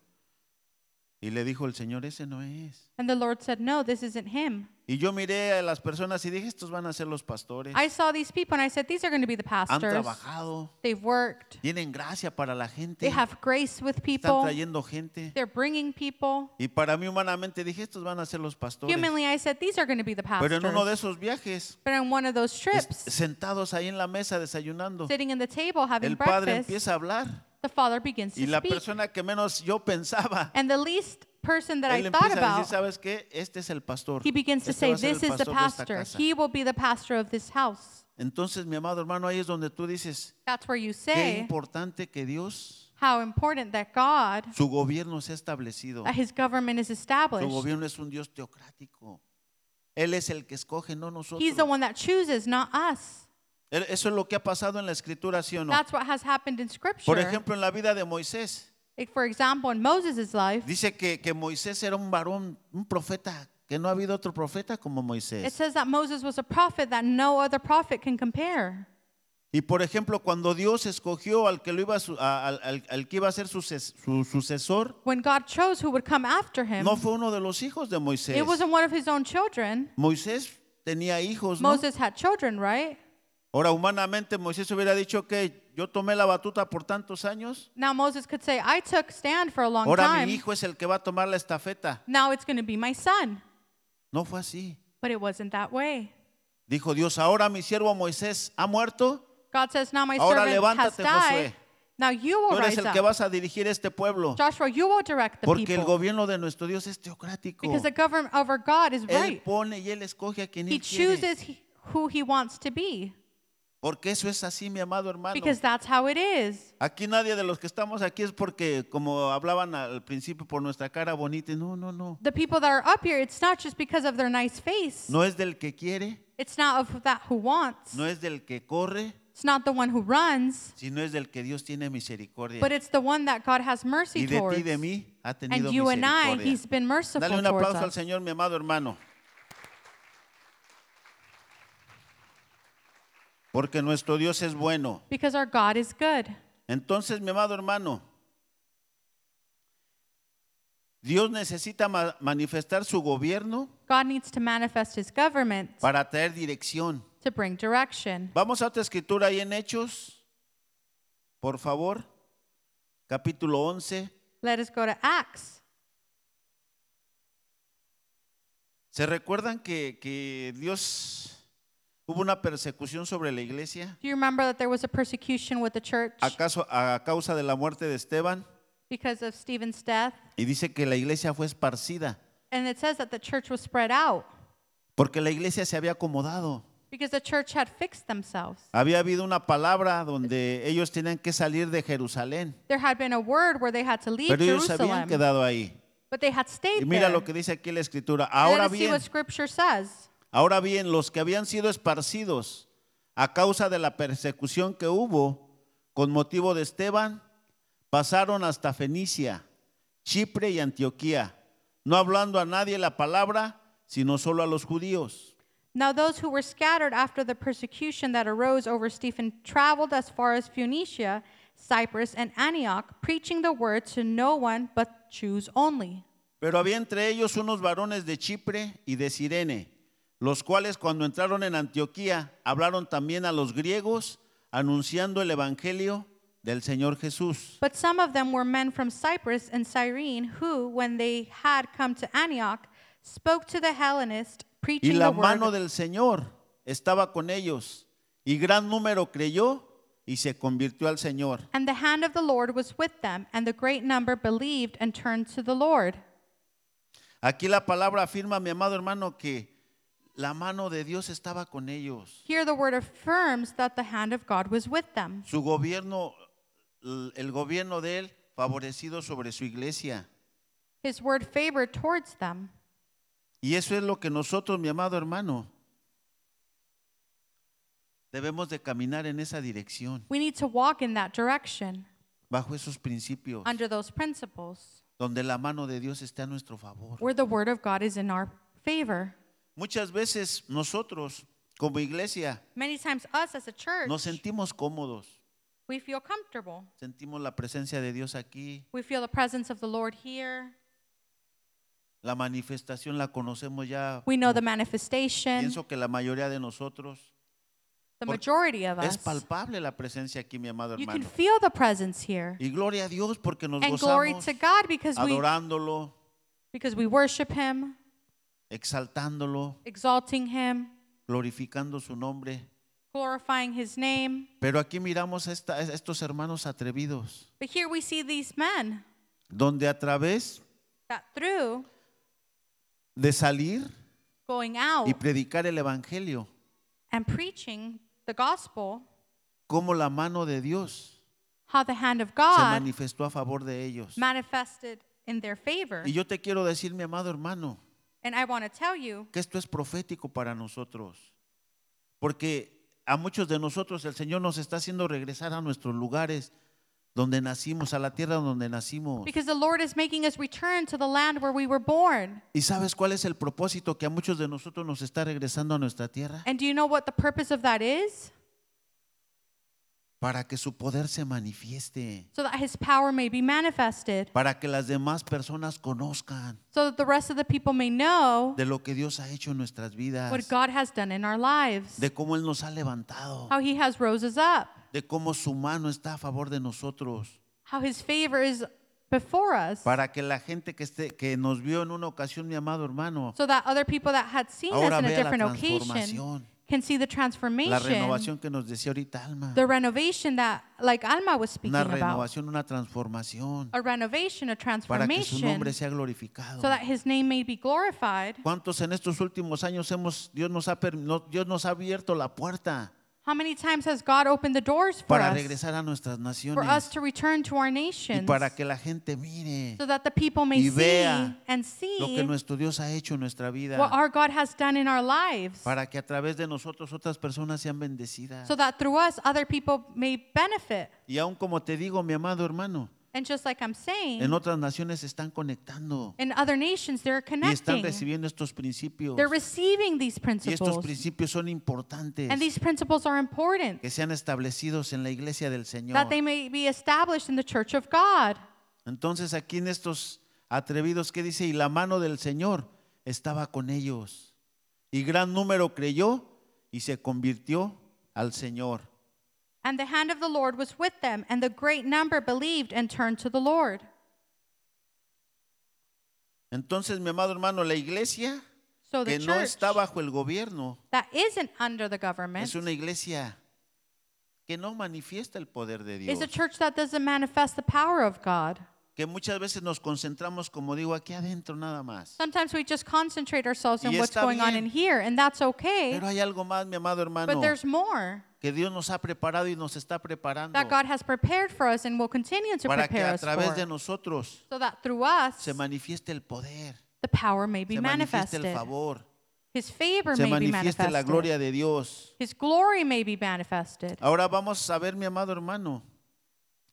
Speaker 1: Y le dijo el Señor, ese no es.
Speaker 2: and the Lord said, No, this isn't him.
Speaker 1: Y yo miré a las personas y dije, estos van a ser los pastores.
Speaker 2: I saw these people and I said, These are going to be the
Speaker 1: Han
Speaker 2: pastors.
Speaker 1: trabajado,
Speaker 2: They've worked,
Speaker 1: tienen gracia para la gente,
Speaker 2: they have grace with
Speaker 1: están
Speaker 2: people,
Speaker 1: trayendo gente.
Speaker 2: they're bringing people.
Speaker 1: Y para mí humanamente dije, estos van a ser los pastores.
Speaker 2: Humanly, I said, These are going to be the
Speaker 1: Pero
Speaker 2: pastors.
Speaker 1: en uno de esos viajes,
Speaker 2: But on one of those
Speaker 1: es-
Speaker 2: trips,
Speaker 1: sentados ahí en la mesa desayunando,
Speaker 2: sitting in the table having
Speaker 1: el padre
Speaker 2: breakfast,
Speaker 1: empieza a hablar
Speaker 2: the father begins
Speaker 1: y
Speaker 2: to
Speaker 1: la
Speaker 2: speak.
Speaker 1: persona que menos yo pensaba,
Speaker 2: And the least person that
Speaker 1: él
Speaker 2: I thought
Speaker 1: empieza a decir,
Speaker 2: about,
Speaker 1: ¿sabes qué? Este es el pastor.
Speaker 2: he begins to
Speaker 1: Este
Speaker 2: say,
Speaker 1: va a ser el
Speaker 2: This is the
Speaker 1: pastor de esta
Speaker 2: pastor.
Speaker 1: casa".
Speaker 2: He will be the pastor of this house.
Speaker 1: Entonces, mi amado hermano, ahí es donde tú dices,
Speaker 2: That's where you
Speaker 1: qué
Speaker 2: say,
Speaker 1: importante que Dios,
Speaker 2: how important that God,
Speaker 1: su gobierno se ha establecido.
Speaker 2: that his government is
Speaker 1: Su
Speaker 2: established.
Speaker 1: gobierno es un Dios teocrático. Él es el que escoge, no nosotros.
Speaker 2: He's the one that chooses, not us.
Speaker 1: Él- Eso es lo que ha pasado en la escritura, ¿sí o no?
Speaker 2: That's what has happened in
Speaker 1: Por
Speaker 2: Scripture.
Speaker 1: ejemplo, en la vida de Moisés,
Speaker 2: Like, For example, in Moses' life,
Speaker 1: dice que, que Moisés era un varón, un profeta, que no ha habido otro profeta como
Speaker 2: it
Speaker 1: Moisés.
Speaker 2: says that Moses was a prophet that no other prophet can compare.
Speaker 1: Y por ejemplo, cuando Dios escogió al que, lo iba a su- a- al, al- al que iba a ser su, ses- su sucesor,
Speaker 2: When God chose who would come after him,
Speaker 1: no fue uno de los hijos de Moisés.
Speaker 2: Em. it wasn't one of his own children.
Speaker 1: Moisés tenía hijos, ¿no?
Speaker 2: Moses had children, right?
Speaker 1: Ahora, humanamente, Moisés hubiera dicho que yo tomé la batuta por tantos años,
Speaker 2: Now Moses could say, I took stand for a long
Speaker 1: ahora mi
Speaker 2: time.
Speaker 1: hijo es el que va a tomar la estafeta.
Speaker 2: Now it's going to be my son.
Speaker 1: No fue así.
Speaker 2: But it wasn't that way.
Speaker 1: Dijo Dios, ahora mi siervo Moisés ha muerto,
Speaker 2: God says, Now my
Speaker 1: Ahora
Speaker 2: servant has
Speaker 1: levántate, Josué.
Speaker 2: died. Now you
Speaker 1: tú
Speaker 2: will
Speaker 1: eres
Speaker 2: rise
Speaker 1: el que
Speaker 2: up.
Speaker 1: vas a dirigir este pueblo.
Speaker 2: Joshua, you will direct the
Speaker 1: Porque el
Speaker 2: people.
Speaker 1: gobierno de nuestro Dios es teocrático.
Speaker 2: Because the government over God is
Speaker 1: Él
Speaker 2: right.
Speaker 1: pone y él escoge a quien
Speaker 2: He
Speaker 1: él quiere.
Speaker 2: chooses he- who he wants to be.
Speaker 1: Porque eso es así, mi amado hermano.
Speaker 2: Because that's how it is.
Speaker 1: Aquí nadie de los que estamos aquí es porque, como hablaban al principio, por nuestra cara bonita. No, no, no.
Speaker 2: The people that are up here, it's not just because of their nice face.
Speaker 1: No es del que quiere,
Speaker 2: It's not of that who wants.
Speaker 1: no es del que corre,
Speaker 2: It's not the one who runs,
Speaker 1: sino es del que Dios tiene misericordia.
Speaker 2: but it's the one that God has mercy
Speaker 1: Y de ti
Speaker 2: towards.
Speaker 1: y de mí ha tenido
Speaker 2: And you and I,
Speaker 1: misericordia.
Speaker 2: he's been merciful
Speaker 1: Dale un
Speaker 2: towards
Speaker 1: aplauso al
Speaker 2: us.
Speaker 1: Señor, mi amado hermano. porque nuestro Dios es bueno.
Speaker 2: because our God is good.
Speaker 1: Entonces, mi amado hermano, Dios necesita ma- manifestar su gobierno
Speaker 2: God needs to manifest his government
Speaker 1: para traer dirección.
Speaker 2: to bring direction.
Speaker 1: Vamos a otra escritura ahí en Hechos, por favor, capítulo 11.
Speaker 2: Let us go to Acts.
Speaker 1: ¿Se recuerdan que, que Dios hubo una persecución sobre la iglesia?
Speaker 2: Do you remember that there was a persecution with the church
Speaker 1: ¿Acaso a causa de la muerte de Esteban?
Speaker 2: because of Stephen's death?
Speaker 1: Y dice que la iglesia fue esparcida,
Speaker 2: And it says that the church was spread out
Speaker 1: porque la iglesia se había acomodado.
Speaker 2: because the church had fixed themselves.
Speaker 1: Había habido una palabra donde ellos tenían que salir de Jerusalén,
Speaker 2: There had been a word where they had to leave
Speaker 1: pero ellos se habían
Speaker 2: Jerusalem,
Speaker 1: quedado ahí.
Speaker 2: but they had
Speaker 1: Y
Speaker 2: stayed
Speaker 1: mira
Speaker 2: there.
Speaker 1: lo que dice aquí la escritura.
Speaker 2: And
Speaker 1: Ahora
Speaker 2: let us see
Speaker 1: bien,
Speaker 2: what Scripture says.
Speaker 1: Ahora bien, los que habían sido esparcidos a causa de la persecución que hubo con motivo de Esteban, pasaron hasta Fenicia, Chipre y Antioquía, no hablando a nadie la palabra, sino solo a los judíos.
Speaker 2: Now those who were scattered after the persecution that arose over Stephen traveled as far as Phoenicia, Cyprus, and Antioch, preaching the word to no one but Jews only.
Speaker 1: Pero había entre ellos unos varones de Chipre y de Sirene, los cuales cuando entraron en Antioquía hablaron también a los griegos, anunciando el Evangelio del Señor Jesús.
Speaker 2: But some of them were men from Cyprus and Cyrene, who, when they had come to Antioch, spoke to the Hellenists,
Speaker 1: Y
Speaker 2: preaching
Speaker 1: la
Speaker 2: the word.
Speaker 1: mano del Señor estaba con ellos, y gran número creyó y se convirtió al Señor.
Speaker 2: And the hand of the Lord was with them, and the great number believed and turned to the Lord.
Speaker 1: Aquí la palabra afirma, mi amado hermano, que la mano de Dios estaba con ellos.
Speaker 2: Here the word affirms that the hand of God was with them.
Speaker 1: Su gobierno, l- el gobierno de él, favorecido sobre su iglesia.
Speaker 2: His word favored towards them.
Speaker 1: Y eso es lo que nosotros, mi amado hermano, debemos de caminar en esa dirección,
Speaker 2: We need to walk in that direction
Speaker 1: bajo esos principios,
Speaker 2: under those principles
Speaker 1: donde la mano de Dios está a nuestro favor.
Speaker 2: where the word of God is in our favor.
Speaker 1: Muchas veces nosotros como iglesia
Speaker 2: Many times, us as a church,
Speaker 1: nos sentimos cómodos,
Speaker 2: we feel comfortable.
Speaker 1: sentimos la presencia de Dios aquí,
Speaker 2: We feel the presence of the Lord here.
Speaker 1: la manifestación la conocemos ya,
Speaker 2: We know the manifestation,
Speaker 1: pienso que la mayoría de nosotros.
Speaker 2: the
Speaker 1: por-
Speaker 2: majority of
Speaker 1: Es
Speaker 2: us.
Speaker 1: palpable la presencia aquí, mi amado
Speaker 2: You can
Speaker 1: hermano.
Speaker 2: feel the presence here.
Speaker 1: Y gloria a Dios porque nos
Speaker 2: And glory
Speaker 1: gozamos
Speaker 2: to God because we
Speaker 1: adorándolo,
Speaker 2: because we worship him,
Speaker 1: exaltándolo,
Speaker 2: exalting him,
Speaker 1: glorificando su nombre.
Speaker 2: glorifying his name.
Speaker 1: Pero aquí miramos a, esta- a estos hermanos atrevidos,
Speaker 2: But here we see these men
Speaker 1: donde a través
Speaker 2: that through
Speaker 1: de salir
Speaker 2: going out
Speaker 1: y predicar el Evangelio,
Speaker 2: and preaching the gospel,
Speaker 1: como la mano de Dios
Speaker 2: how the hand of
Speaker 1: se
Speaker 2: God
Speaker 1: manifestó a favor de ellos.
Speaker 2: manifested in their favor.
Speaker 1: Y yo te quiero decir, mi amado hermano,
Speaker 2: And I want to tell you
Speaker 1: que esto es profético para nosotros. Porque a muchos de nosotros el Señor nos está haciendo regresar a nuestros lugares donde nacimos, a la tierra donde nacimos.
Speaker 2: because the Lord is making us return to the land where we were born.
Speaker 1: ¿Y sabes cuál es el propósito que a muchos de nosotros nos está regresando a nuestra tierra?
Speaker 2: And do you know what the purpose of that is?
Speaker 1: Para que su poder se manifieste,
Speaker 2: So that his power may be manifested,
Speaker 1: para que las demás personas conozcan
Speaker 2: so that the rest of the people may know
Speaker 1: de lo que Dios ha hecho en nuestras vidas,
Speaker 2: what God has done in our lives,
Speaker 1: de cómo Él nos ha levantado,
Speaker 2: how he has rose us up,
Speaker 1: de cómo su mano está a favor de nosotros.
Speaker 2: how his favor is before us,
Speaker 1: para que la gente que, esté, que nos vio en una ocasión, mi amado hermano,
Speaker 2: so that other people that had seen us
Speaker 1: Ahora
Speaker 2: in a
Speaker 1: vea la
Speaker 2: different occasion
Speaker 1: transformación.
Speaker 2: can see the
Speaker 1: la
Speaker 2: transformation
Speaker 1: renovación que nos decía ahorita Alma,
Speaker 2: the renovation that like Alma was speaking
Speaker 1: una
Speaker 2: about
Speaker 1: renovación, una transformación,
Speaker 2: a renovation a
Speaker 1: para que su nombre
Speaker 2: transformation
Speaker 1: sea glorificado.
Speaker 2: so that his name may be glorified
Speaker 1: ¿Cuántos en estos últimos años hemos, Dios nos ha, per- no- Dios nos ha abierto la puerta
Speaker 2: how many times has God opened the doors for
Speaker 1: para
Speaker 2: us
Speaker 1: regresar a nuestras
Speaker 2: for
Speaker 1: naciones
Speaker 2: us to return to our
Speaker 1: y
Speaker 2: nations
Speaker 1: para que la gente mire
Speaker 2: so that the people may
Speaker 1: y
Speaker 2: see
Speaker 1: vea
Speaker 2: and
Speaker 1: lo que
Speaker 2: see
Speaker 1: nuestro Dios ha hecho en nuestra
Speaker 2: what
Speaker 1: vida,
Speaker 2: our God has done in our lives
Speaker 1: para que a través de nosotros otras personas sean bendecidas.
Speaker 2: so that through us other people may benefit
Speaker 1: Y aún como te digo, mi amado hermano,
Speaker 2: And just like I'm saying,
Speaker 1: En otras naciones se están conectando
Speaker 2: in other nations, they're
Speaker 1: y están
Speaker 2: connecting.
Speaker 1: recibiendo estos principios.
Speaker 2: They're receiving
Speaker 1: Y
Speaker 2: these
Speaker 1: estos
Speaker 2: principles.
Speaker 1: principios son importantes
Speaker 2: And these principles are important
Speaker 1: que sean establecidos en la iglesia del Señor.
Speaker 2: that they may be established in the church of God.
Speaker 1: Entonces aquí en estos atrevidos, ¿qué dice? Y la mano del Señor estaba con ellos. Y gran número creyó y se convirtió al Señor.
Speaker 2: And the hand of the Lord was with them, and the great number believed and turned to the Lord.
Speaker 1: Entonces, mi amado hermano, la iglesia
Speaker 2: So Oh, the
Speaker 1: que no
Speaker 2: church
Speaker 1: está bajo el gobierno
Speaker 2: that isn't under the government
Speaker 1: es una iglesia que no manifiesta el poder de Dios.
Speaker 2: is a church that doesn't manifest the power of God.
Speaker 1: Que muchas veces nos concentramos, como digo, aquí adentro nada más.
Speaker 2: Sometimes we just concentrate ourselves on
Speaker 1: Y
Speaker 2: what's
Speaker 1: está
Speaker 2: going on
Speaker 1: bien.
Speaker 2: in here, and that's okay.
Speaker 1: Pero hay algo más, mi amado hermano,
Speaker 2: But there's more
Speaker 1: que Dios nos ha preparado y nos está preparando
Speaker 2: that God has prepared for us and will continue to
Speaker 1: para que
Speaker 2: prepare
Speaker 1: a
Speaker 2: us
Speaker 1: través de
Speaker 2: for.
Speaker 1: nosotros
Speaker 2: So that through us,
Speaker 1: se manifieste el poder,
Speaker 2: the power may be
Speaker 1: se manifieste el
Speaker 2: manifested.
Speaker 1: favor,
Speaker 2: His favor
Speaker 1: se
Speaker 2: may be
Speaker 1: manifieste la
Speaker 2: manifested.
Speaker 1: gloria de Dios.
Speaker 2: His glory may be manifested.
Speaker 1: Ahora vamos a ver, mi amado hermano,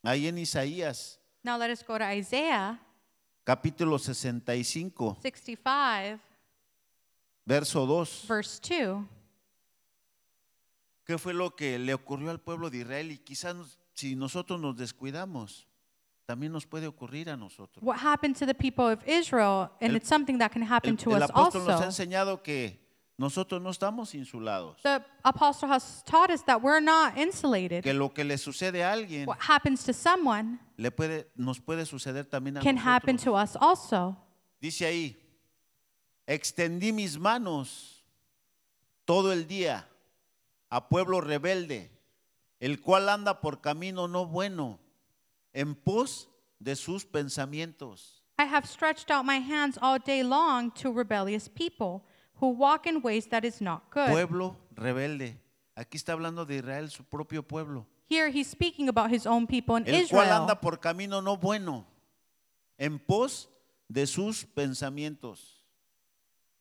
Speaker 1: ahí en Isaías,
Speaker 2: Now let us go to Isaiah
Speaker 1: capítulo 65,
Speaker 2: 65,
Speaker 1: verso 2.
Speaker 2: verse 2.
Speaker 1: ¿Qué fue lo que le ocurrió al pueblo de Israel? Y quizás nos- si nosotros nos descuidamos, también nos puede ocurrir a nosotros.
Speaker 2: What happened to the people of Israel, and
Speaker 1: El-
Speaker 2: it's something that can happen
Speaker 1: El,
Speaker 2: to
Speaker 1: el
Speaker 2: us
Speaker 1: apóstol nos ha
Speaker 2: also.
Speaker 1: enseñado que nosotros no estamos insulados,
Speaker 2: The apostle has taught us that we're not insulated.
Speaker 1: que lo que le sucede a alguien
Speaker 2: What happens to someone
Speaker 1: le puede, nos puede suceder también a
Speaker 2: can happen
Speaker 1: nosotros.
Speaker 2: to us also.
Speaker 1: Dice ahí, extendí mis manos todo el día a pueblo rebelde, el cual anda por camino no bueno, en pos de sus pensamientos.
Speaker 2: I have stretched out my hands all day long to rebellious people who walk in ways that is not good.
Speaker 1: Pueblo rebelde. Aquí está hablando de Israel, su propio pueblo,
Speaker 2: Here he's speaking about his own people in
Speaker 1: el cual
Speaker 2: Israel
Speaker 1: anda por camino no bueno, en pos de sus pensamientos.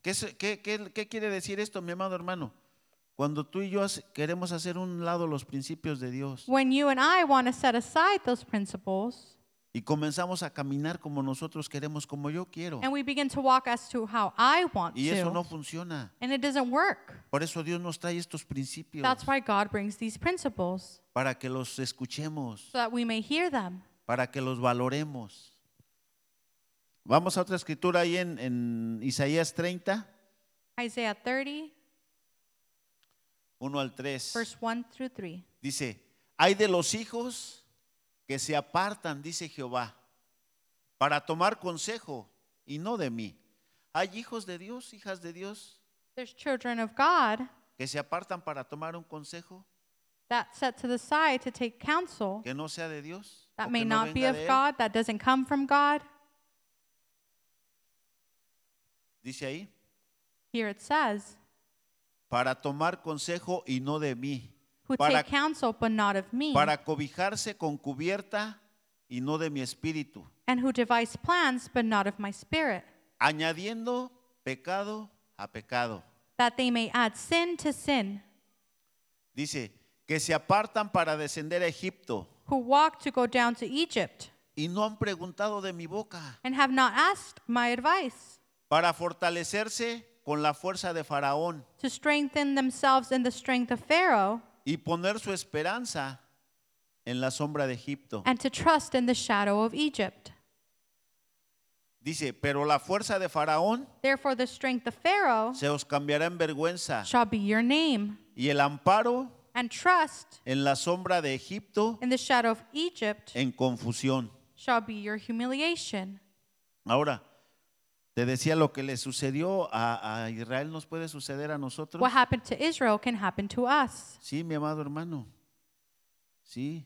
Speaker 1: ¿Qué, se- qué- qué- qué quiere decir esto, mi amado hermano? Cuando tú y yo hace- queremos hacer un lado los principios de Dios
Speaker 2: when you and I want to set aside those principles
Speaker 1: y comenzamos a caminar como nosotros queremos, como yo quiero,
Speaker 2: and we begin to walk as to how I want
Speaker 1: y eso no
Speaker 2: to,
Speaker 1: funciona.
Speaker 2: and it doesn't work.
Speaker 1: Por eso Dios nos trae estos principios
Speaker 2: That's why God brings these principles
Speaker 1: para que los escuchemos.
Speaker 2: so that we may hear them.
Speaker 1: para que los valoremos. Vamos a otra escritura ahí en, en Isaías 30,
Speaker 2: Isaiah 30,
Speaker 1: 1 al 3.
Speaker 2: verse 1 through 3.
Speaker 1: Dice, hay de los hijos que se apartan, dice Jehová, para tomar consejo y no de mí. Hay hijos de Dios, hijas de Dios,
Speaker 2: There's children of God
Speaker 1: que se apartan para tomar un consejo
Speaker 2: that set to the side to take counsel
Speaker 1: que no sea de Dios. o
Speaker 2: that
Speaker 1: que
Speaker 2: may
Speaker 1: no
Speaker 2: not be
Speaker 1: venga
Speaker 2: of
Speaker 1: de Él.
Speaker 2: God, that doesn't come from God.
Speaker 1: Dice ahí,
Speaker 2: Here it says,
Speaker 1: para tomar consejo y no de mí.
Speaker 2: who
Speaker 1: Para
Speaker 2: take counsel but not of me,
Speaker 1: para cobijarse con cubierta y no de mi espíritu,
Speaker 2: and who devise plans but not of my spirit,
Speaker 1: añadiendo pecado a pecado.
Speaker 2: that they may add sin to sin,
Speaker 1: Dice, que se apartan para descender a Egipto
Speaker 2: who walk to go down to Egypt,
Speaker 1: y no han preguntado de mi boca,
Speaker 2: and have not asked my advice,
Speaker 1: para fortalecerse con la fuerza de Faraón
Speaker 2: to strengthen themselves in the strength of Pharaoh,
Speaker 1: y poner su esperanza en la sombra de Egipto.
Speaker 2: and to trust in the shadow of Egypt.
Speaker 1: Dice, pero la fuerza de Faraón
Speaker 2: Therefore, the strength of Pharaoh
Speaker 1: se os cambiará en vergüenza
Speaker 2: shall be your name,
Speaker 1: y el amparo
Speaker 2: and trust
Speaker 1: en la sombra de Egipto
Speaker 2: in the shadow of Egypt
Speaker 1: en confusión.
Speaker 2: shall be your humiliation.
Speaker 1: Ahora, te decía lo que le sucedió a, a Israel nos puede suceder a nosotros.
Speaker 2: What happened to Israel can happen to us.
Speaker 1: Sí, mi amado hermano. Sí.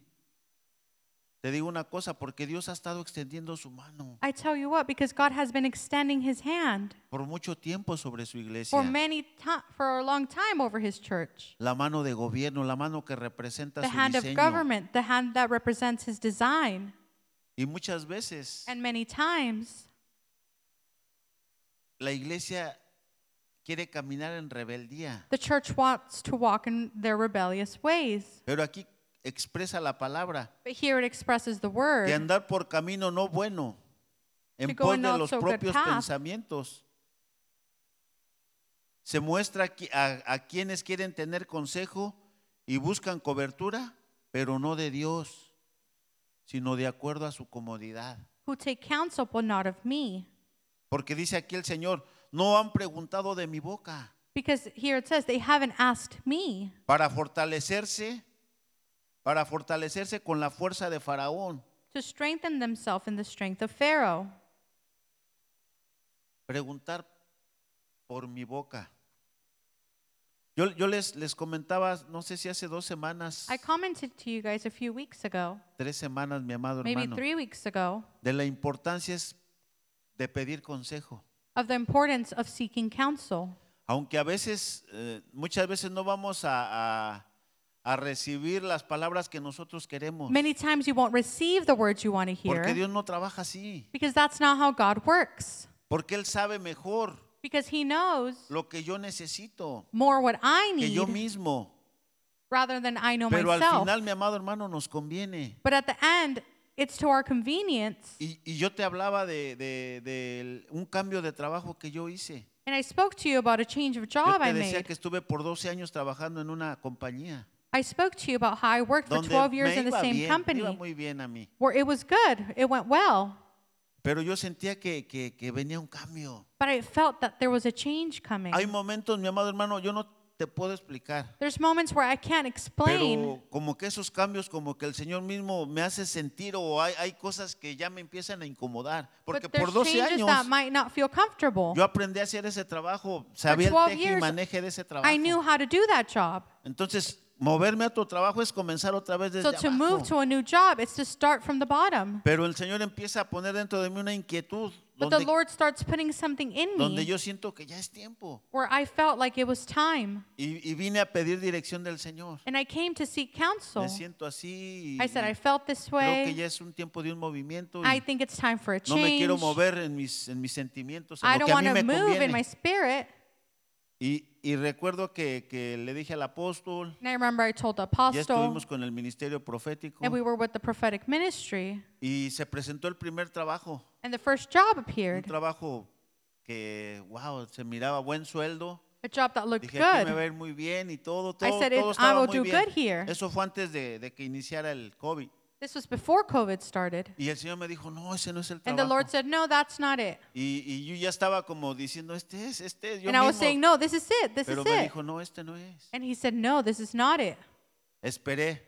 Speaker 1: Te digo una cosa, porque Dios ha estado extendiendo su mano
Speaker 2: I tell you what, because God has been extending his hand
Speaker 1: por mucho tiempo sobre su iglesia.
Speaker 2: for many ti- for a long time over his church.
Speaker 1: La mano de gobierno, la mano que representa
Speaker 2: The
Speaker 1: su
Speaker 2: hand of
Speaker 1: diseño.
Speaker 2: government, the hand that represents his design.
Speaker 1: Y muchas veces
Speaker 2: And many times
Speaker 1: la iglesia quiere caminar en rebeldía.
Speaker 2: the church wants to walk in their rebellious ways.
Speaker 1: Pero aquí expresa la palabra
Speaker 2: But here it expresses the
Speaker 1: de
Speaker 2: word
Speaker 1: andar por camino no bueno en
Speaker 2: To go
Speaker 1: pos
Speaker 2: in
Speaker 1: de
Speaker 2: not
Speaker 1: los
Speaker 2: so good
Speaker 1: propios
Speaker 2: path.
Speaker 1: pensamientos. Se muestra aquí- a, a quienes quieren tener consejo y buscan cobertura, pero no de Dios, sino de acuerdo a su comodidad.
Speaker 2: who take counsel but not of me.
Speaker 1: Porque dice aquí el Señor, no han preguntado de mi boca.
Speaker 2: Because here it says they haven't asked me
Speaker 1: para fortalecerse, para fortalecerse con la fuerza de Faraón.
Speaker 2: to strengthen themselves in the strength of Pharaoh.
Speaker 1: Preguntar por mi boca. Yo, yo les, les comentaba, no sé si hace dos semanas,
Speaker 2: I commented to you guys a few weeks ago,
Speaker 1: tres semanas, mi amado
Speaker 2: maybe
Speaker 1: hermano,
Speaker 2: three weeks ago,
Speaker 1: de la importancia es de pedir consejo.
Speaker 2: of the importance of seeking counsel.
Speaker 1: Aunque a veces, eh, muchas veces no vamos a, a- a recibir las palabras que nosotros queremos.
Speaker 2: Many times you won't receive the words you want to
Speaker 1: Porque
Speaker 2: hear
Speaker 1: Dios no trabaja así.
Speaker 2: because that's not how God works.
Speaker 1: Porque Él sabe mejor
Speaker 2: Because He knows
Speaker 1: lo que yo necesito.
Speaker 2: more what I
Speaker 1: que yo
Speaker 2: need
Speaker 1: mismo.
Speaker 2: rather than I know
Speaker 1: Pero al
Speaker 2: myself.
Speaker 1: final, mi amado hermano, nos conviene.
Speaker 2: But at the end, it's to our convenience.
Speaker 1: Y, y yo te hablaba de, de- del- un cambio de trabajo que yo hice.
Speaker 2: And I spoke to you about a change of
Speaker 1: Yo
Speaker 2: job I
Speaker 1: te decía
Speaker 2: made.
Speaker 1: que estuve por 12 años trabajando en una compañía.
Speaker 2: I spoke to you about how I worked for
Speaker 1: Donde
Speaker 2: 12
Speaker 1: me
Speaker 2: years in the
Speaker 1: iba
Speaker 2: same
Speaker 1: bien, me iba
Speaker 2: company
Speaker 1: muy bien a mí.
Speaker 2: where it was good, it went well,
Speaker 1: Pero yo sentía que, que- que venía un cambio.
Speaker 2: but I felt that there was a change coming.
Speaker 1: Hay momentos, mi amado hermano, yo no te puedo explicar.
Speaker 2: There's moments where I can't explain,
Speaker 1: Pero como que esos cambios, como que el Señor mismo me hace sentir o hay, hay cosas que ya me empiezan a incomodar. Porque
Speaker 2: but
Speaker 1: por 12
Speaker 2: there's changes
Speaker 1: años
Speaker 2: that might not feel comfortable.
Speaker 1: Yo aprendí a hacer ese trabajo, sabía el
Speaker 2: 12
Speaker 1: teje y
Speaker 2: years,
Speaker 1: maneje de ese trabajo.
Speaker 2: I knew how to do that job.
Speaker 1: Entonces, moverme a otro trabajo es comenzar otra vez desde
Speaker 2: So to
Speaker 1: abajo.
Speaker 2: move to a new job, it's to start from the bottom.
Speaker 1: Pero el Señor empieza a poner dentro de mí una inquietud
Speaker 2: But the
Speaker 1: donde,
Speaker 2: Lord starts putting something in
Speaker 1: donde
Speaker 2: me
Speaker 1: yo siento que ya es tiempo.
Speaker 2: where I felt like it was time.
Speaker 1: Y, y vine a pedir dirección del Señor.
Speaker 2: And I came to seek counsel.
Speaker 1: Me siento así. y-
Speaker 2: I said,
Speaker 1: y
Speaker 2: I felt this
Speaker 1: creo que
Speaker 2: way.
Speaker 1: ya es un tiempo de un movimiento.
Speaker 2: I
Speaker 1: Y
Speaker 2: think it's time for a
Speaker 1: no me
Speaker 2: change.
Speaker 1: quiero mover en mis, en mis sentimientos, en
Speaker 2: I
Speaker 1: lo
Speaker 2: don't
Speaker 1: que a
Speaker 2: want
Speaker 1: mí
Speaker 2: to
Speaker 1: me
Speaker 2: move in my
Speaker 1: conviene.
Speaker 2: spirit.
Speaker 1: Y, y recuerdo que, que le dije al apóstol,
Speaker 2: And I remember I told the
Speaker 1: ya
Speaker 2: apostle,
Speaker 1: estuvimos con el ministerio profético.
Speaker 2: and we were with the prophetic ministry,
Speaker 1: Y se presentó el primer trabajo,
Speaker 2: and the first job
Speaker 1: un
Speaker 2: appeared
Speaker 1: trabajo que, wow, se miraba buen sueldo.
Speaker 2: a job that looked
Speaker 1: Dije, aquí me va
Speaker 2: good.
Speaker 1: a ir muy bien y todo, todo,
Speaker 2: said,
Speaker 1: todo
Speaker 2: "It- I
Speaker 1: estaba
Speaker 2: will
Speaker 1: muy
Speaker 2: do
Speaker 1: bien.
Speaker 2: good here.
Speaker 1: Eso fue antes de, de que iniciara el COVID.
Speaker 2: This was before COVID started.
Speaker 1: Y el Señor me dijo, no, ese no es el
Speaker 2: And the Lord
Speaker 1: trabajo.
Speaker 2: said, No, that's not it.
Speaker 1: Y, y yo ya estaba como diciendo, este es, este es, yo
Speaker 2: And I was
Speaker 1: mismo.
Speaker 2: saying, No, this is it. This is
Speaker 1: Pero me
Speaker 2: it.
Speaker 1: dijo, no, este no es.
Speaker 2: And he said, No, this is not it.
Speaker 1: Esperé.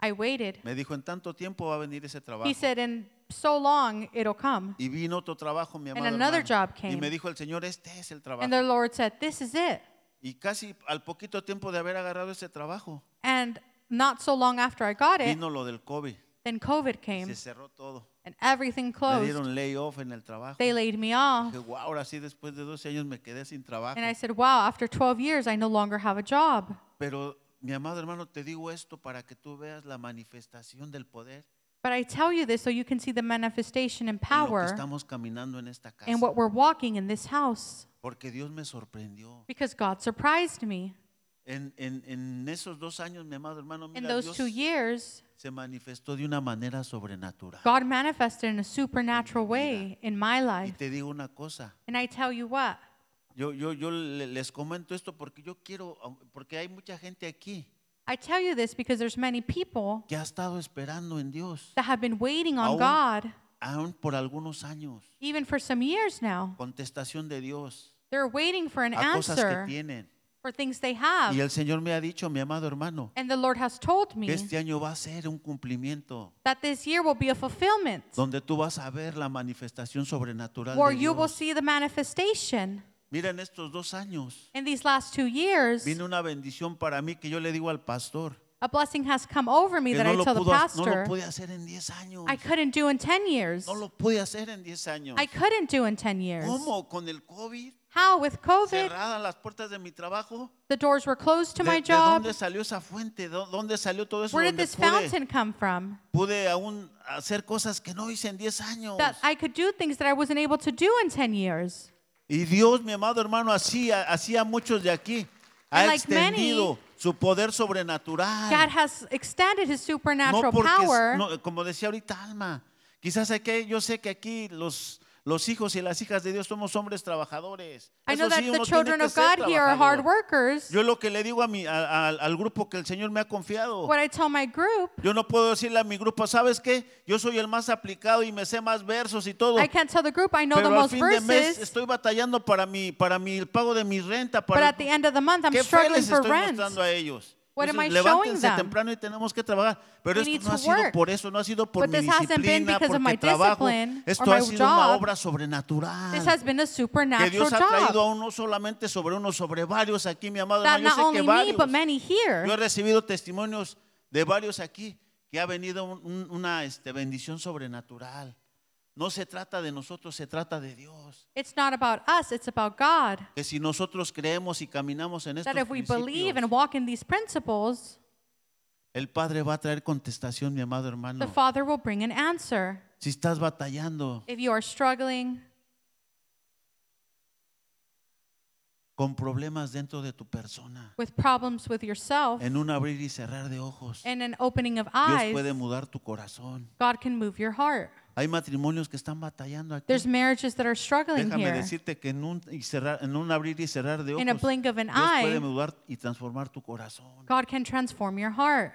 Speaker 2: I waited.
Speaker 1: Me dijo, en tanto tiempo va a venir ese trabajo.
Speaker 2: He said, In so long, it'll come.
Speaker 1: y vino otro trabajo, mi amado
Speaker 2: another
Speaker 1: hermano.
Speaker 2: job
Speaker 1: Y
Speaker 2: came.
Speaker 1: me dijo el Señor, este es el trabajo.
Speaker 2: And the Lord said, This is it.
Speaker 1: y casi al poquito tiempo de haber agarrado ese trabajo,
Speaker 2: And not so long after I got it,
Speaker 1: Vino lo del COVID,
Speaker 2: then COVID
Speaker 1: se
Speaker 2: came
Speaker 1: cerró todo.
Speaker 2: and everything
Speaker 1: Me
Speaker 2: closed.
Speaker 1: dieron layoff en el trabajo.
Speaker 2: They laid me off.
Speaker 1: Dije, wow, ahora sí, después de 12 años me quedé sin trabajo.
Speaker 2: And I said, Wow, after 12 years, I no longer have a job.
Speaker 1: Pero, mi amado hermano, te digo esto para que tú veas la manifestación del poder
Speaker 2: But I tell you this so you can see the manifestation and
Speaker 1: en lo que
Speaker 2: power
Speaker 1: estamos caminando en esta casa.
Speaker 2: and what we're walking in this house
Speaker 1: Porque Dios me sorprendió.
Speaker 2: because God surprised me.
Speaker 1: En, en- en esos dos años, mi amado hermano,
Speaker 2: In
Speaker 1: mira,
Speaker 2: those
Speaker 1: Dios
Speaker 2: two years,
Speaker 1: se manifestó de una manera sobrenatural.
Speaker 2: God manifested in a supernatural way in my
Speaker 1: Y
Speaker 2: life.
Speaker 1: te digo una cosa,
Speaker 2: And I tell you what,
Speaker 1: yo, yo, yo le- les comento esto porque yo quiero, porque hay mucha gente aquí
Speaker 2: I tell you this because there's many people
Speaker 1: que ha estado esperando en Dios.
Speaker 2: that have been waiting
Speaker 1: Aún-
Speaker 2: on God
Speaker 1: aún por algunos años,
Speaker 2: even for some years now.
Speaker 1: contestación de Dios
Speaker 2: They're waiting for an
Speaker 1: a cosas que
Speaker 2: answer Ah.
Speaker 1: tienen.
Speaker 2: for things they have.
Speaker 1: Y el Señor me ha dicho, mi amado hermano,
Speaker 2: And the Lord has told
Speaker 1: que
Speaker 2: me
Speaker 1: este año va a ser un cumplimiento
Speaker 2: that this year will be a fulfillment
Speaker 1: donde tú vas a ver la manifestación sobrenatural
Speaker 2: where
Speaker 1: de
Speaker 2: you will
Speaker 1: Dios.
Speaker 2: see the manifestation.
Speaker 1: Mira, en estos dos años
Speaker 2: In these last two years,
Speaker 1: vino una bendición para mí que yo le digo al pastor
Speaker 2: a blessing has come over me
Speaker 1: que
Speaker 2: that
Speaker 1: no
Speaker 2: I
Speaker 1: lo,
Speaker 2: tell the
Speaker 1: pudo ha- no lo
Speaker 2: pastor
Speaker 1: pude hacer en 10 años.
Speaker 2: I couldn't do in 10 years.
Speaker 1: No lo pude hacer en 10 años.
Speaker 2: I couldn't do in 10 years.
Speaker 1: ¿Cómo? Con el COVID,
Speaker 2: How? With COVID,
Speaker 1: cerradas las puertas de mi trabajo.
Speaker 2: the doors were closed to
Speaker 1: ¿De,
Speaker 2: my
Speaker 1: de dónde
Speaker 2: job.
Speaker 1: salió esa fuente? ¿Dó- ¿Dónde salió todo eso?
Speaker 2: Where did
Speaker 1: donde
Speaker 2: this
Speaker 1: pude-
Speaker 2: fountain come from?
Speaker 1: pude aún hacer cosas que no hice en 10 años.
Speaker 2: That I could do things that I wasn't able to do in 10 years.
Speaker 1: Y Dios, mi amado hermano, hacía, hacía a muchos de aquí Ha
Speaker 2: And like many,
Speaker 1: extendido su poder sobrenatural.
Speaker 2: God has extended his
Speaker 1: no
Speaker 2: supernatural
Speaker 1: porque,
Speaker 2: power.
Speaker 1: no, como decía ahorita Alma, quizás aquí, yo sé que aquí los, los hijos y las hijas de Dios somos hombres trabajadores.
Speaker 2: I know
Speaker 1: Eso
Speaker 2: that
Speaker 1: sí,
Speaker 2: the
Speaker 1: uno tiene
Speaker 2: children
Speaker 1: que
Speaker 2: of
Speaker 1: ser
Speaker 2: God here are
Speaker 1: trabajador.
Speaker 2: hard workers.
Speaker 1: Yo lo que le digo a mi, a- a- al grupo que el Señor me ha confiado,
Speaker 2: What I tell my group,
Speaker 1: yo no puedo decirle a mi grupo, ¿sabes qué? Yo soy el más aplicado y me sé más versos y todo.
Speaker 2: I can't tell the group I know the
Speaker 1: Pero al
Speaker 2: most
Speaker 1: fin de mes
Speaker 2: verses,
Speaker 1: estoy batallando para mi, para mi el pago de mi renta.
Speaker 2: but
Speaker 1: Para
Speaker 2: at the end of the month I'm
Speaker 1: ¿Qué fe
Speaker 2: struggling
Speaker 1: les
Speaker 2: for
Speaker 1: estoy
Speaker 2: rent.
Speaker 1: mostrando a ellos?
Speaker 2: What am I
Speaker 1: Entonces, levántense
Speaker 2: showing them?
Speaker 1: temprano y tenemos que trabajar. Pero
Speaker 2: We need
Speaker 1: esto no
Speaker 2: to
Speaker 1: ha sido
Speaker 2: work.
Speaker 1: por eso, no ha sido por
Speaker 2: But
Speaker 1: mi
Speaker 2: this hasn't been
Speaker 1: disciplina,
Speaker 2: because of
Speaker 1: porque
Speaker 2: my
Speaker 1: trabajo.
Speaker 2: discipline or
Speaker 1: Esto ha
Speaker 2: my
Speaker 1: sido una
Speaker 2: job.
Speaker 1: obra
Speaker 2: This
Speaker 1: sobrenatural.
Speaker 2: has been a
Speaker 1: Que
Speaker 2: supernatural
Speaker 1: Dios ha traído
Speaker 2: job
Speaker 1: a uno solamente sobre uno, sobre varios aquí, mi amado
Speaker 2: that
Speaker 1: hermano. Yo
Speaker 2: not
Speaker 1: sé que
Speaker 2: only me
Speaker 1: varios.
Speaker 2: but many here.
Speaker 1: Yo he recibido testimonios de varios aquí que ha venido un- un- una este, bendición sobrenatural. No se trata de nosotros, se trata de Dios.
Speaker 2: It's not about us, it's about God.
Speaker 1: Que si nosotros creemos y caminamos en estos
Speaker 2: That if we believe
Speaker 1: principios,
Speaker 2: and walk in these principles,
Speaker 1: el Padre va a traer contestación, mi amado hermano.
Speaker 2: the Father will bring an answer.
Speaker 1: Si estás batallando
Speaker 2: If you are struggling
Speaker 1: con problemas dentro de tu persona,
Speaker 2: with problems with yourself
Speaker 1: en un abrir y cerrar de ojos,
Speaker 2: and an opening of
Speaker 1: Dios
Speaker 2: eyes,
Speaker 1: puede mudar tu corazón.
Speaker 2: God can move your heart.
Speaker 1: Hay matrimonios que están batallando aquí.
Speaker 2: There's marriages that are struggling
Speaker 1: Déjame
Speaker 2: here.
Speaker 1: decirte que en un, y cerrar- en un abrir y cerrar de ojos,
Speaker 2: In a blink of an
Speaker 1: Dios puede
Speaker 2: eye.
Speaker 1: mudar y transformar tu corazón
Speaker 2: God can transform your heart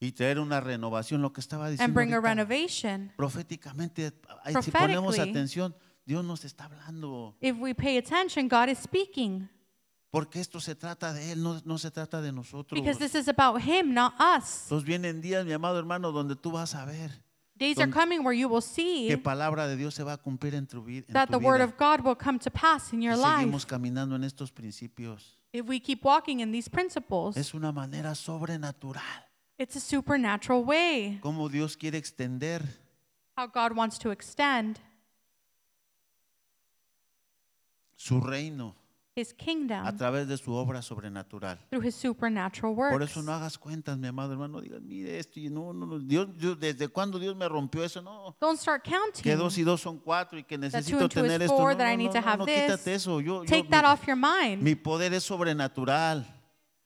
Speaker 1: y traer una renovación, lo que estaba
Speaker 2: and
Speaker 1: diciendo
Speaker 2: bring a
Speaker 1: ahorita.
Speaker 2: renovation.
Speaker 1: proféticamente. ay, Si ponemos
Speaker 2: Prophetically.
Speaker 1: atención, Dios nos está hablando,
Speaker 2: If we pay attention, God is speaking
Speaker 1: porque esto se trata de Él, no, no se trata de nosotros.
Speaker 2: because this is about Him, not us.
Speaker 1: Entonces vienen días, mi amado hermano, donde tú vas a ver
Speaker 2: Days are
Speaker 1: Donde-
Speaker 2: coming where you will
Speaker 1: qué
Speaker 2: see
Speaker 1: palabra de Dios se va a cumplir en tu, vi- en
Speaker 2: that
Speaker 1: tu
Speaker 2: the Word
Speaker 1: vida.
Speaker 2: of God will come to pass in
Speaker 1: Y
Speaker 2: your life
Speaker 1: seguimos caminando en estos principios.
Speaker 2: if we keep walking in these principles.
Speaker 1: Es una manera sobrenatural.
Speaker 2: It's a supernatural way
Speaker 1: Cómo Dios quiere extender
Speaker 2: how God wants to extend
Speaker 1: su reino
Speaker 2: His
Speaker 1: a
Speaker 2: kingdom
Speaker 1: través de su obra sobrenatural.
Speaker 2: through His supernatural
Speaker 1: Por
Speaker 2: works.
Speaker 1: eso no hagas cuentas, mi amado hermano. No digas, mire esto. Y no, no, no. Dios, Dios- ¿Desde cuándo Dios me rompió eso? No.
Speaker 2: Don't start
Speaker 1: Que dos
Speaker 2: counting.
Speaker 1: y dos son cuatro y que necesito
Speaker 2: and two is
Speaker 1: tener esto.
Speaker 2: four,
Speaker 1: No,
Speaker 2: that
Speaker 1: no,
Speaker 2: I need
Speaker 1: no,
Speaker 2: to
Speaker 1: no,
Speaker 2: have
Speaker 1: no,
Speaker 2: this.
Speaker 1: quítate eso. Yo, yo-
Speaker 2: Take
Speaker 1: mi-
Speaker 2: that off your mind.
Speaker 1: mi poder es sobrenatural.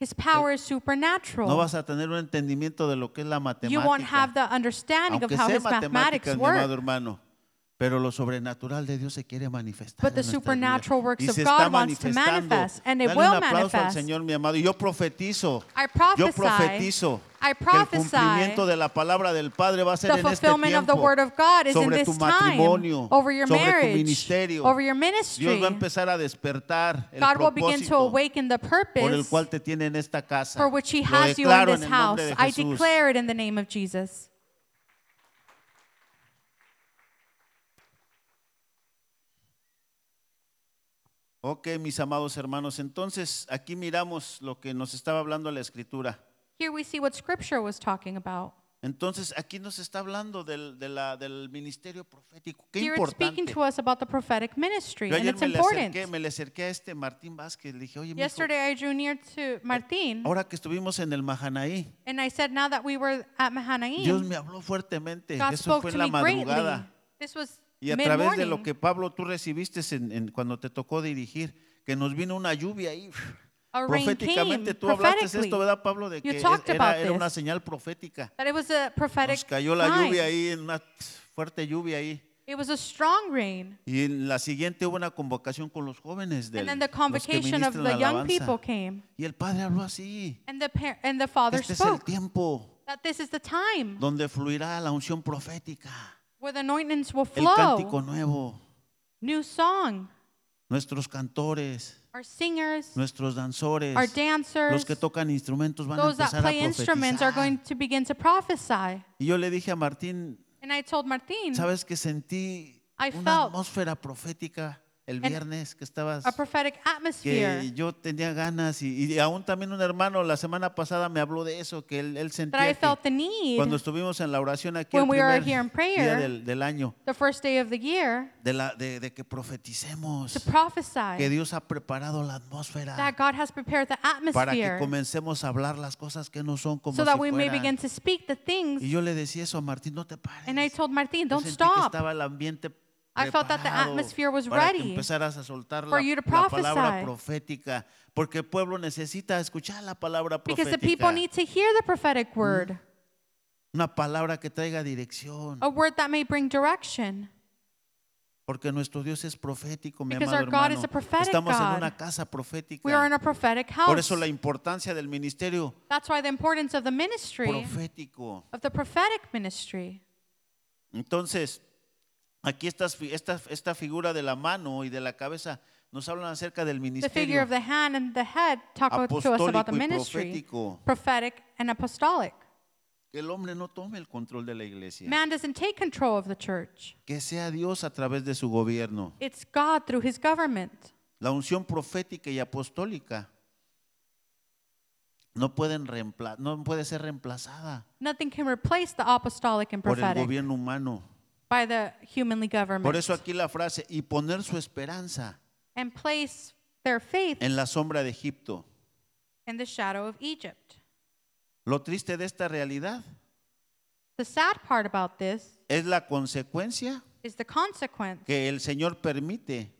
Speaker 2: His power is
Speaker 1: Eh, No
Speaker 2: supernatural.
Speaker 1: vas a tener un entendimiento de lo que es la
Speaker 2: You
Speaker 1: matemática.
Speaker 2: won't have the understanding of
Speaker 1: aunque
Speaker 2: how
Speaker 1: sea
Speaker 2: His
Speaker 1: matemáticas,
Speaker 2: mathematics
Speaker 1: mi amado
Speaker 2: work.
Speaker 1: hermano. Pero lo sobrenatural de Dios se quiere manifestar.
Speaker 2: But
Speaker 1: en
Speaker 2: the
Speaker 1: nuestras
Speaker 2: supernatural
Speaker 1: vidas.
Speaker 2: works
Speaker 1: y
Speaker 2: of
Speaker 1: se
Speaker 2: God
Speaker 1: está
Speaker 2: wants to
Speaker 1: manifestando.
Speaker 2: manifest, and it
Speaker 1: Dale
Speaker 2: will
Speaker 1: un aplauso al
Speaker 2: manifest.
Speaker 1: Señor, mi amado. Yo profetizo.
Speaker 2: I
Speaker 1: yo
Speaker 2: prophesy
Speaker 1: profetizo.
Speaker 2: I
Speaker 1: que el
Speaker 2: prophesy
Speaker 1: cumplimiento de la palabra del Padre va a ser
Speaker 2: the
Speaker 1: en este tiempo.
Speaker 2: fulfillment of the Word of God is in
Speaker 1: sobre
Speaker 2: this
Speaker 1: tu
Speaker 2: time
Speaker 1: matrimonio,
Speaker 2: over your
Speaker 1: sobre tu
Speaker 2: marriage,
Speaker 1: ministerio.
Speaker 2: over your
Speaker 1: Dios
Speaker 2: ministry.
Speaker 1: va a empezar a despertar el
Speaker 2: God will begin to
Speaker 1: propósito
Speaker 2: awaken the
Speaker 1: por el
Speaker 2: purpose
Speaker 1: cual te tiene en esta casa.
Speaker 2: for which He
Speaker 1: Lo
Speaker 2: has you in
Speaker 1: declaro
Speaker 2: this
Speaker 1: el
Speaker 2: house.
Speaker 1: nombre de
Speaker 2: I
Speaker 1: Jesús.
Speaker 2: declare it in the name of Jesus.
Speaker 1: Ok, mis amados hermanos, entonces aquí miramos lo que nos estaba hablando la escritura.
Speaker 2: Here we see what Scripture was talking about.
Speaker 1: Entonces aquí nos está hablando del, de la- del ministerio profético. Qué
Speaker 2: Here it's speaking
Speaker 1: importante.
Speaker 2: to us about the prophetic ministry,
Speaker 1: Yo
Speaker 2: and
Speaker 1: ayer
Speaker 2: it's
Speaker 1: me le, acerqué,
Speaker 2: important.
Speaker 1: me le acerqué a este Martín Vázquez, le dije, oye, mijo,
Speaker 2: Yesterday I drew near
Speaker 1: "Eh,
Speaker 2: to Martin,
Speaker 1: ahora que estuvimos en el Mahanaí,
Speaker 2: and I said, now that we were at
Speaker 1: Dios
Speaker 2: Mahanaim,
Speaker 1: me habló fuertemente.
Speaker 2: God
Speaker 1: Eso
Speaker 2: spoke
Speaker 1: fue
Speaker 2: to
Speaker 1: en la
Speaker 2: me greatly.
Speaker 1: madrugada.
Speaker 2: This was
Speaker 1: Y a través de lo
Speaker 2: mid-morning.
Speaker 1: que Pablo tú recibiste en- en- cuando te tocó dirigir, que nos vino una lluvia ahí.
Speaker 2: A rain
Speaker 1: Proféticamente
Speaker 2: came,
Speaker 1: tú hablaste
Speaker 2: prophetically.
Speaker 1: esto, ¿verdad, Pablo? De
Speaker 2: You
Speaker 1: que es-
Speaker 2: talked
Speaker 1: era,
Speaker 2: about
Speaker 1: era una
Speaker 2: this.
Speaker 1: señal profética.
Speaker 2: That it was a prophetic
Speaker 1: Nos cayó la
Speaker 2: sign.
Speaker 1: lluvia ahí, en una fuerte lluvia ahí.
Speaker 2: It was a strong rain.
Speaker 1: Y en la siguiente hubo una convocación con los jóvenes de
Speaker 2: and then the convocation of the young people came.
Speaker 1: Y el padre habló así.
Speaker 2: And the, par- and the father
Speaker 1: Este es el
Speaker 2: spoke
Speaker 1: tiempo
Speaker 2: that this is the time
Speaker 1: donde fluirá la unción profética,
Speaker 2: where the anointings will
Speaker 1: el cántico
Speaker 2: flow.
Speaker 1: nuevo,
Speaker 2: New song.
Speaker 1: nuestros cantores,
Speaker 2: Our singers,
Speaker 1: nuestros danzores,
Speaker 2: our
Speaker 1: los
Speaker 2: dancers,
Speaker 1: que tocan instrumentos van a
Speaker 2: those that
Speaker 1: empezar a
Speaker 2: play instruments are going
Speaker 1: profetizar.
Speaker 2: to begin to prophesy.
Speaker 1: Y yo le dije a Martín,
Speaker 2: And I told Martin,
Speaker 1: sabes que sentí
Speaker 2: Mm. I
Speaker 1: una
Speaker 2: felt
Speaker 1: atmósfera profética el
Speaker 2: an-
Speaker 1: viernes que estabas
Speaker 2: a prophetic atmosphere.
Speaker 1: que yo tenía ganas y, y aún también un hermano la semana pasada me habló de eso que él, él
Speaker 2: That I
Speaker 1: sentía
Speaker 2: felt
Speaker 1: que
Speaker 2: the need
Speaker 1: cuando estuvimos en la oración aquí el
Speaker 2: when we were
Speaker 1: primer
Speaker 2: here in
Speaker 1: día
Speaker 2: prayer,
Speaker 1: del, del año
Speaker 2: the first day of the year
Speaker 1: de, la, de, de que
Speaker 2: to
Speaker 1: profeticemos que
Speaker 2: prophesy
Speaker 1: Dios ha preparado la atmósfera
Speaker 2: that God has prepared the
Speaker 1: para que
Speaker 2: atmosphere
Speaker 1: comencemos a hablar las cosas que no son como
Speaker 2: so
Speaker 1: si
Speaker 2: that we may
Speaker 1: fueran
Speaker 2: begin to speak the things.
Speaker 1: y yo le decía eso a Martín no te pares
Speaker 2: And I told Martin,
Speaker 1: Yo
Speaker 2: don't
Speaker 1: sentí que
Speaker 2: stop.
Speaker 1: estaba el ambiente
Speaker 2: I felt that the
Speaker 1: preparado
Speaker 2: atmosphere was
Speaker 1: para que
Speaker 2: ready
Speaker 1: empezaras a soltar la,
Speaker 2: for you to
Speaker 1: la palabra
Speaker 2: prophesy.
Speaker 1: profética, porque el pueblo necesita escuchar la palabra
Speaker 2: because the people
Speaker 1: profética, Mm.
Speaker 2: need to hear the prophetic word,
Speaker 1: una palabra que traiga dirección,
Speaker 2: a word that may bring direction.
Speaker 1: porque nuestro Dios es profético, mi
Speaker 2: Because
Speaker 1: amado
Speaker 2: our God
Speaker 1: hermano.
Speaker 2: is a prophetic
Speaker 1: Estamos en
Speaker 2: God.
Speaker 1: una casa profética.
Speaker 2: We are in a prophetic
Speaker 1: Por
Speaker 2: house.
Speaker 1: eso la importancia del ministerio
Speaker 2: That's why the importance of the ministry,
Speaker 1: profético.
Speaker 2: of the prophetic ministry.
Speaker 1: Entonces, aquí estas fi- esta, esta figura de la mano y de la cabeza nos hablan acerca del
Speaker 2: The figure
Speaker 1: ministerio
Speaker 2: of the hand and the head talk o- to us about
Speaker 1: apostólico
Speaker 2: the
Speaker 1: y
Speaker 2: ministry,
Speaker 1: profético.
Speaker 2: prophetic and apostolic.
Speaker 1: Que el hombre no tome el control de la iglesia.
Speaker 2: Man doesn't take control of the church.
Speaker 1: Que sea Dios a través de su gobierno.
Speaker 2: It's God through his government.
Speaker 1: La unción profética y apostólica no, pueden reempla- no puede ser reemplazada
Speaker 2: Nothing can replace the apostolic and
Speaker 1: por el
Speaker 2: prophetic
Speaker 1: gobierno humano.
Speaker 2: by the humanly
Speaker 1: Por eso
Speaker 2: government
Speaker 1: aquí la frase, y poner su esperanza
Speaker 2: and place their faith
Speaker 1: en la sombra de Egipto.
Speaker 2: in the shadow of Egypt.
Speaker 1: Lo triste de esta realidad
Speaker 2: The sad part about this
Speaker 1: es la consecuencia
Speaker 2: is the consequence
Speaker 1: que el Señor permite,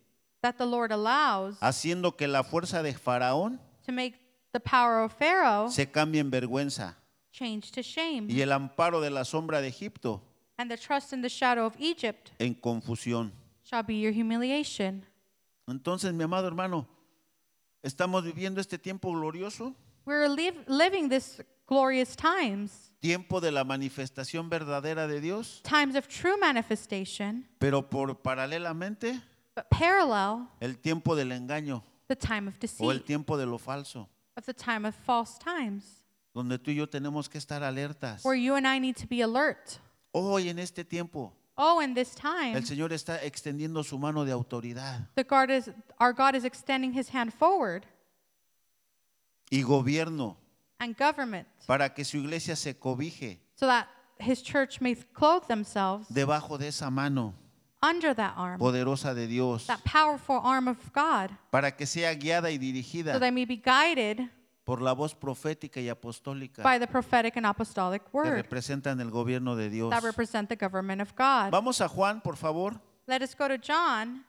Speaker 2: that the Lord allows
Speaker 1: Ah. haciendo que la fuerza de Faraón
Speaker 2: to make the power of Pharaoh
Speaker 1: se cambie en vergüenza
Speaker 2: change to shame
Speaker 1: y el amparo de la sombra de Egipto
Speaker 2: and the trust in the shadow of Egypt
Speaker 1: en confusión.
Speaker 2: shall be your humiliation.
Speaker 1: Entonces, mi amado hermano, estamos viviendo este tiempo glorioso,
Speaker 2: We're liv- living this glorious times,
Speaker 1: tiempo de la manifestación verdadera de Dios,
Speaker 2: times of true manifestation,
Speaker 1: pero por paralelamente
Speaker 2: but parallel
Speaker 1: el tiempo del engaño
Speaker 2: the time of
Speaker 1: o el
Speaker 2: deceit,
Speaker 1: tiempo de lo falso,
Speaker 2: of the time of false times,
Speaker 1: donde tú y yo tenemos que estar alertas.
Speaker 2: where you and I need to be alert.
Speaker 1: Hoy en este tiempo
Speaker 2: Oh, in this time,
Speaker 1: el Señor está extendiendo su mano de autoridad
Speaker 2: the God is, our God is extending his hand forward
Speaker 1: y gobierno
Speaker 2: and government
Speaker 1: para que su iglesia se cobije
Speaker 2: so that his church may clothe themselves
Speaker 1: debajo de esa mano
Speaker 2: under that arm,
Speaker 1: poderosa de Dios,
Speaker 2: that powerful arm of God,
Speaker 1: para que sea guiada y
Speaker 2: so
Speaker 1: dirigida
Speaker 2: they may be guided
Speaker 1: por la voz profética y apostólica.
Speaker 2: by the prophetic and apostolic
Speaker 1: que
Speaker 2: word
Speaker 1: representan el gobierno de Dios.
Speaker 2: that represent the government of God.
Speaker 1: Vamos a Juan, por favor,
Speaker 2: Let us go to John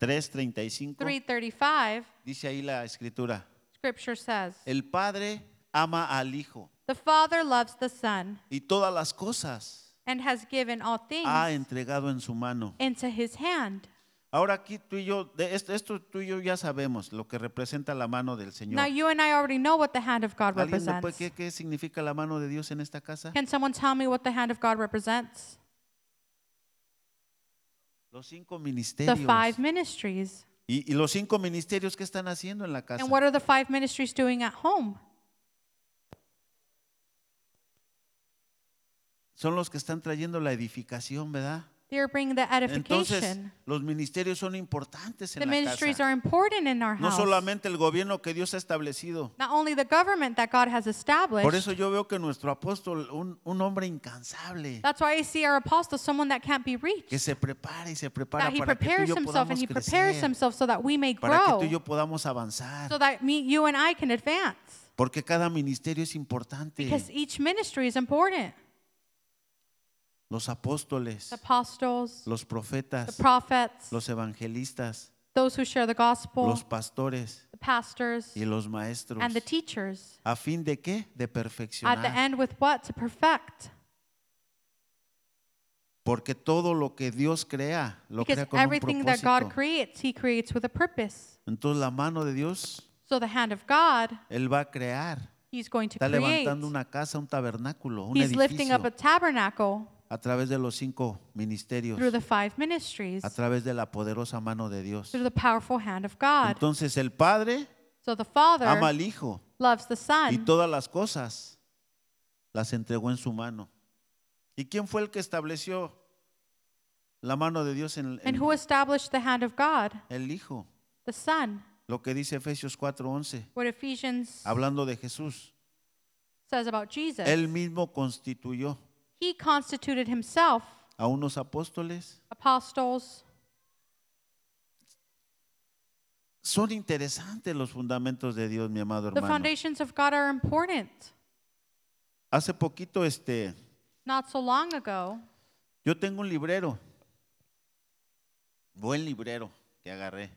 Speaker 1: 3:35.
Speaker 2: 3:35.
Speaker 1: Dice ahí la escritura.
Speaker 2: Scripture says,
Speaker 1: El Padre ama al Hijo
Speaker 2: "The Father loves the Son
Speaker 1: y todas las cosas
Speaker 2: and has given all
Speaker 1: ha
Speaker 2: things
Speaker 1: entregado en su mano.
Speaker 2: into his hand."
Speaker 1: Ahora aquí tú y yo, de esto, esto tú y yo ya sabemos lo que representa la mano del Señor.
Speaker 2: Now you and I already know what the hand of God
Speaker 1: ¿Alguien me puede-
Speaker 2: represents.
Speaker 1: qué, qué significa la mano de Dios en esta casa?
Speaker 2: Can someone tell me what the hand of God represents?
Speaker 1: Los cinco
Speaker 2: The
Speaker 1: ministerios.
Speaker 2: five ministries.
Speaker 1: Y, y los cinco ministerios que están haciendo en la casa.
Speaker 2: And what are the five ministries doing at home?
Speaker 1: Son los que están trayendo la edificación, ¿verdad?
Speaker 2: They're bringing the
Speaker 1: Entonces,
Speaker 2: edification.
Speaker 1: los ministerios son importantes en
Speaker 2: The
Speaker 1: la
Speaker 2: ministries
Speaker 1: casa.
Speaker 2: are important in our
Speaker 1: No
Speaker 2: house.
Speaker 1: solamente el gobierno que Dios ha establecido.
Speaker 2: Not only the government that God has
Speaker 1: Por
Speaker 2: established.
Speaker 1: eso yo veo que nuestro apóstol, un, un hombre incansable,
Speaker 2: That's why I see our apostle someone that can't be reached.
Speaker 1: que se prepara y se prepara
Speaker 2: That he
Speaker 1: para que tú y
Speaker 2: prepares
Speaker 1: yo
Speaker 2: himself and
Speaker 1: podamos
Speaker 2: he prepares
Speaker 1: crecer,
Speaker 2: himself so that we may
Speaker 1: para que tú y
Speaker 2: grow,
Speaker 1: yo podamos avanzar,
Speaker 2: so that me, you and I can advance.
Speaker 1: porque cada ministerio es importante.
Speaker 2: Because each ministry is important.
Speaker 1: Los apóstoles,
Speaker 2: The apostles,
Speaker 1: los
Speaker 2: the
Speaker 1: profetas,
Speaker 2: prophets,
Speaker 1: los evangelistas,
Speaker 2: those who share the gospel,
Speaker 1: los pastores
Speaker 2: the pastors,
Speaker 1: y los maestros.
Speaker 2: and the teachers.
Speaker 1: ¿A fin de qué? De
Speaker 2: At the
Speaker 1: perfeccionar.
Speaker 2: end, with what? To perfect.
Speaker 1: Porque todo lo que Dios crea, lo
Speaker 2: Because
Speaker 1: crea con un
Speaker 2: everything that God
Speaker 1: propósito.
Speaker 2: creates, he creates with a purpose.
Speaker 1: Entonces la mano de Dios,
Speaker 2: So the hand of God,
Speaker 1: Él va a crear.
Speaker 2: he's going to
Speaker 1: Está
Speaker 2: create.
Speaker 1: levantando una casa, un tabernáculo, un
Speaker 2: He's lifting up a
Speaker 1: edificio
Speaker 2: tabernacle
Speaker 1: a través de los cinco ministerios,
Speaker 2: through the five ministries.
Speaker 1: a través de la poderosa mano de Dios.
Speaker 2: through the powerful hand of God.
Speaker 1: Entonces el Padre
Speaker 2: So the Father
Speaker 1: ama al Hijo
Speaker 2: loves the
Speaker 1: y
Speaker 2: Son,
Speaker 1: todas las cosas las entregó en su mano. ¿Y quién fue el que estableció la mano de Dios en,
Speaker 2: and
Speaker 1: en
Speaker 2: who established the hand of God,
Speaker 1: el Hijo?
Speaker 2: the Son.
Speaker 1: Lo que dice Efesios 4:11,
Speaker 2: What Ephesians
Speaker 1: hablando de Jesús.
Speaker 2: says about Jesus,
Speaker 1: Él mismo constituyó
Speaker 2: he constituted himself
Speaker 1: a unos apóstoles.
Speaker 2: apostles.
Speaker 1: Son interesantes los fundamentos de Dios, mi amado
Speaker 2: The
Speaker 1: hermano.
Speaker 2: foundations of God are important.
Speaker 1: Hace poquito, este,
Speaker 2: Not so long ago,
Speaker 1: yo tengo un librero Buen librero que agarré.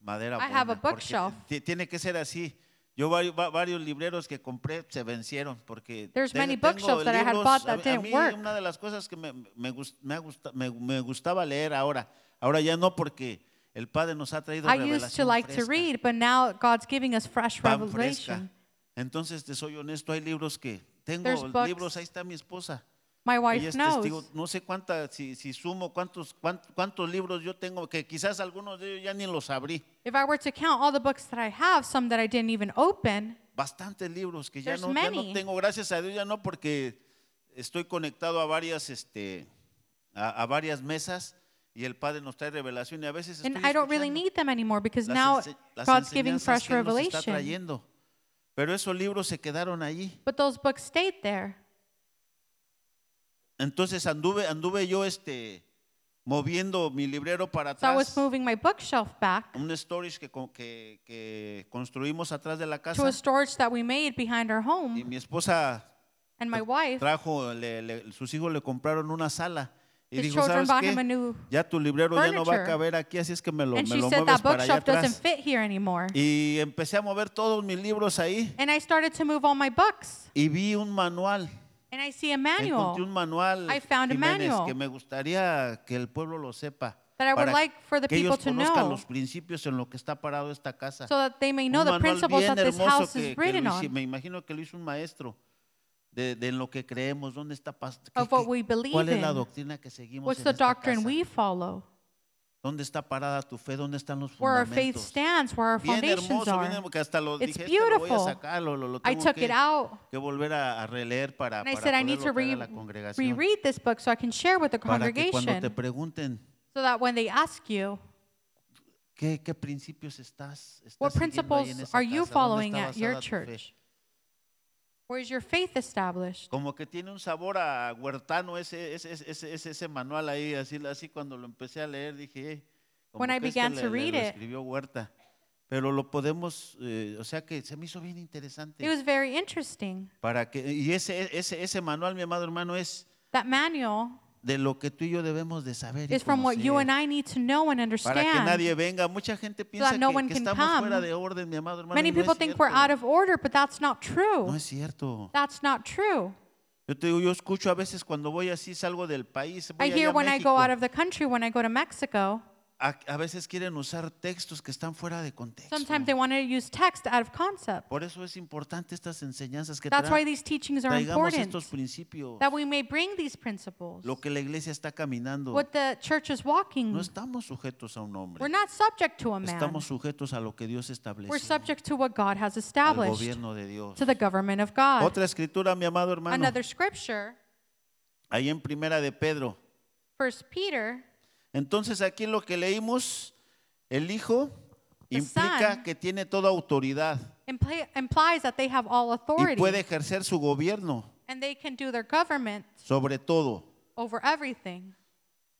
Speaker 1: Madera
Speaker 2: I
Speaker 1: buena,
Speaker 2: have a
Speaker 1: porque
Speaker 2: bookshelf.
Speaker 1: ti- Tiene que ser así. Yo vario- va- varios libreros que compré se vencieron porque
Speaker 2: There's
Speaker 1: te-
Speaker 2: many
Speaker 1: tengo
Speaker 2: bookshelves that I had
Speaker 1: libros-
Speaker 2: bought that
Speaker 1: a- a
Speaker 2: didn't
Speaker 1: mí
Speaker 2: work.
Speaker 1: una de las cosas que me, me gust- me ha gusta- me- me gustaba leer ahora, ahora ya no porque el Padre nos ha traído
Speaker 2: I
Speaker 1: revelación
Speaker 2: used to like to
Speaker 1: fresca,
Speaker 2: read, but now God's giving us fresh
Speaker 1: pan fresca.
Speaker 2: revelation.
Speaker 1: Entonces te soy honesto, hay libros que tengo
Speaker 2: There's books.
Speaker 1: libros, ahí está mi esposa.
Speaker 2: My
Speaker 1: Ella
Speaker 2: wife
Speaker 1: es
Speaker 2: knows.
Speaker 1: testigo, no sé cuántas, si, si sumo cuántos, cuán- cuántos, libros yo tengo, que quizás algunos de ellos ya ni los abrí.
Speaker 2: If I were to count all the books that I have, some that I didn't even open,
Speaker 1: Bastantes libros que ya
Speaker 2: There's
Speaker 1: no, ya no
Speaker 2: many.
Speaker 1: tengo, gracias a Dios ya no, porque estoy conectado a varias, este, a, a varias mesas y el Padre nos trae revelación y a veces
Speaker 2: and
Speaker 1: estoy
Speaker 2: I don't really
Speaker 1: escuchando
Speaker 2: need them anymore because
Speaker 1: las
Speaker 2: now
Speaker 1: ense- las
Speaker 2: God's giving
Speaker 1: enseñanzas
Speaker 2: fresh
Speaker 1: que Él nos está
Speaker 2: revelation.
Speaker 1: trayendo. Pero esos libros se quedaron allí.
Speaker 2: But those books stayed there.
Speaker 1: Entonces anduve, anduve yo este, moviendo mi librero para
Speaker 2: So I
Speaker 1: atrás.
Speaker 2: was moving my bookshelf back
Speaker 1: un storage que, co- que- que construimos atrás de la
Speaker 2: to
Speaker 1: casa
Speaker 2: a storage that we made behind our
Speaker 1: y
Speaker 2: home,
Speaker 1: mi esposa
Speaker 2: and my wife,
Speaker 1: trajo, le- le- sus hijos le compraron una sala y
Speaker 2: His
Speaker 1: dijo,
Speaker 2: children
Speaker 1: ¿sabes
Speaker 2: bought
Speaker 1: qué?
Speaker 2: him a new
Speaker 1: Ya tu librero ya no va a
Speaker 2: furniture."
Speaker 1: caber aquí, así es que me lo,
Speaker 2: and
Speaker 1: me
Speaker 2: she
Speaker 1: lo
Speaker 2: said
Speaker 1: mueves
Speaker 2: that
Speaker 1: para allá
Speaker 2: bookshelf doesn't
Speaker 1: atrás.
Speaker 2: fit here anymore.
Speaker 1: Y empecé a mover todos mis libros ahí
Speaker 2: And I started to move all my books,
Speaker 1: y vi un manual.
Speaker 2: and I see a
Speaker 1: Encontré
Speaker 2: manual
Speaker 1: un manual
Speaker 2: I found a
Speaker 1: Jiménez,
Speaker 2: manual.
Speaker 1: que me gustaría que el pueblo lo sepa.
Speaker 2: That I would
Speaker 1: para
Speaker 2: like for the
Speaker 1: que ellos
Speaker 2: people to
Speaker 1: conozcan
Speaker 2: know.
Speaker 1: los principios en lo que está parado esta casa.
Speaker 2: so that they may
Speaker 1: un
Speaker 2: know the
Speaker 1: manual
Speaker 2: principles
Speaker 1: bien
Speaker 2: that this
Speaker 1: hermoso
Speaker 2: house
Speaker 1: que- que
Speaker 2: is
Speaker 1: lo
Speaker 2: written
Speaker 1: hici-
Speaker 2: on.
Speaker 1: Me imagino que lo hizo un maestro de, de en lo que creemos, dónde está pas- qué-
Speaker 2: Of what
Speaker 1: qué-
Speaker 2: we believe
Speaker 1: cuál es la
Speaker 2: in.
Speaker 1: doctrina que seguimos
Speaker 2: What's
Speaker 1: en
Speaker 2: the
Speaker 1: esta
Speaker 2: doctrine
Speaker 1: casa?
Speaker 2: we follow?
Speaker 1: dónde está parada tu fe, dónde están los
Speaker 2: Where our
Speaker 1: fundamentos.
Speaker 2: faith stands, where our
Speaker 1: bien
Speaker 2: foundations
Speaker 1: hermoso, bien
Speaker 2: are.
Speaker 1: hermoso, que hasta lo
Speaker 2: It's
Speaker 1: dije, "Este lo voy a
Speaker 2: beautiful.
Speaker 1: sacar, lo, lo- lo
Speaker 2: I
Speaker 1: tengo
Speaker 2: took
Speaker 1: que,
Speaker 2: it out
Speaker 1: que volver a, a releer para,
Speaker 2: and I
Speaker 1: para
Speaker 2: said I need
Speaker 1: poderlo
Speaker 2: to
Speaker 1: traer
Speaker 2: re-
Speaker 1: a la congregación.
Speaker 2: reread this book so I can share with the
Speaker 1: para que cuando te
Speaker 2: congregation
Speaker 1: pregunten
Speaker 2: so that when they ask you,
Speaker 1: qué, qué principios estás, estás
Speaker 2: what
Speaker 1: siguiendo ahí en
Speaker 2: principles
Speaker 1: esa
Speaker 2: are you
Speaker 1: casa? ¿Dónde
Speaker 2: following
Speaker 1: está
Speaker 2: at your
Speaker 1: basada tu fe?"
Speaker 2: church? Where is your faith established?
Speaker 1: Como que tiene un sabor a huertano ese, ese, ese, ese- ese- ese manual ahí, así, así cuando lo empecé a leer dije, "Eh, como
Speaker 2: When I
Speaker 1: que este
Speaker 2: began
Speaker 1: le-
Speaker 2: to
Speaker 1: le-
Speaker 2: read
Speaker 1: lo
Speaker 2: it.
Speaker 1: escribió Huerta. Pero lo podemos, eh, o sea que se me hizo bien interesante.
Speaker 2: It was very interesting.
Speaker 1: para que, y ese, ese, ese manual, mi amado hermano, es
Speaker 2: That manual
Speaker 1: de lo que tú y yo debemos de saber. y
Speaker 2: is from what you
Speaker 1: conocer,
Speaker 2: and I need to know
Speaker 1: para
Speaker 2: and
Speaker 1: que
Speaker 2: understand.
Speaker 1: nadie venga. Mucha gente piensa
Speaker 2: no
Speaker 1: que,
Speaker 2: one
Speaker 1: que
Speaker 2: can
Speaker 1: estamos fuera
Speaker 2: come.
Speaker 1: de orden, mi amado hermano. y
Speaker 2: Many
Speaker 1: no es
Speaker 2: people think we're
Speaker 1: cierto.
Speaker 2: out of order, but that's not
Speaker 1: No
Speaker 2: true.
Speaker 1: es cierto.
Speaker 2: That's not true.
Speaker 1: Yo te digo, yo escucho a veces cuando voy así, salgo del país, voy
Speaker 2: I
Speaker 1: allá
Speaker 2: hear
Speaker 1: a
Speaker 2: when I go
Speaker 1: México,
Speaker 2: out of the country, when I go to Mexico,
Speaker 1: a, a veces quieren usar textos que están fuera de contexto.
Speaker 2: sometimes they want to use text out of concept.
Speaker 1: Por eso es importante estas enseñanzas que
Speaker 2: That's
Speaker 1: tra-
Speaker 2: why these teachings are
Speaker 1: traigamos
Speaker 2: important,
Speaker 1: estos principios,
Speaker 2: that we may bring these principles.
Speaker 1: lo que la iglesia está caminando.
Speaker 2: What the church is walking,
Speaker 1: No estamos sujetos a un hombre.
Speaker 2: we're not subject to a man.
Speaker 1: Estamos sujetos a lo que Dios estableció,
Speaker 2: We're subject to what God has
Speaker 1: al
Speaker 2: established,
Speaker 1: gobierno de Dios.
Speaker 2: to the government of God.
Speaker 1: Otra escritura, mi amado hermano,
Speaker 2: Another scripture,
Speaker 1: ahí en Primera de Pedro.
Speaker 2: First Peter,
Speaker 1: Entonces aquí lo que leímos, el Hijo
Speaker 2: The
Speaker 1: implica
Speaker 2: Son.
Speaker 1: que tiene toda autoridad
Speaker 2: impli- implies that they have all
Speaker 1: y puede
Speaker 2: authority
Speaker 1: ejercer su gobierno
Speaker 2: and they can do their government
Speaker 1: sobre todo.
Speaker 2: over everything.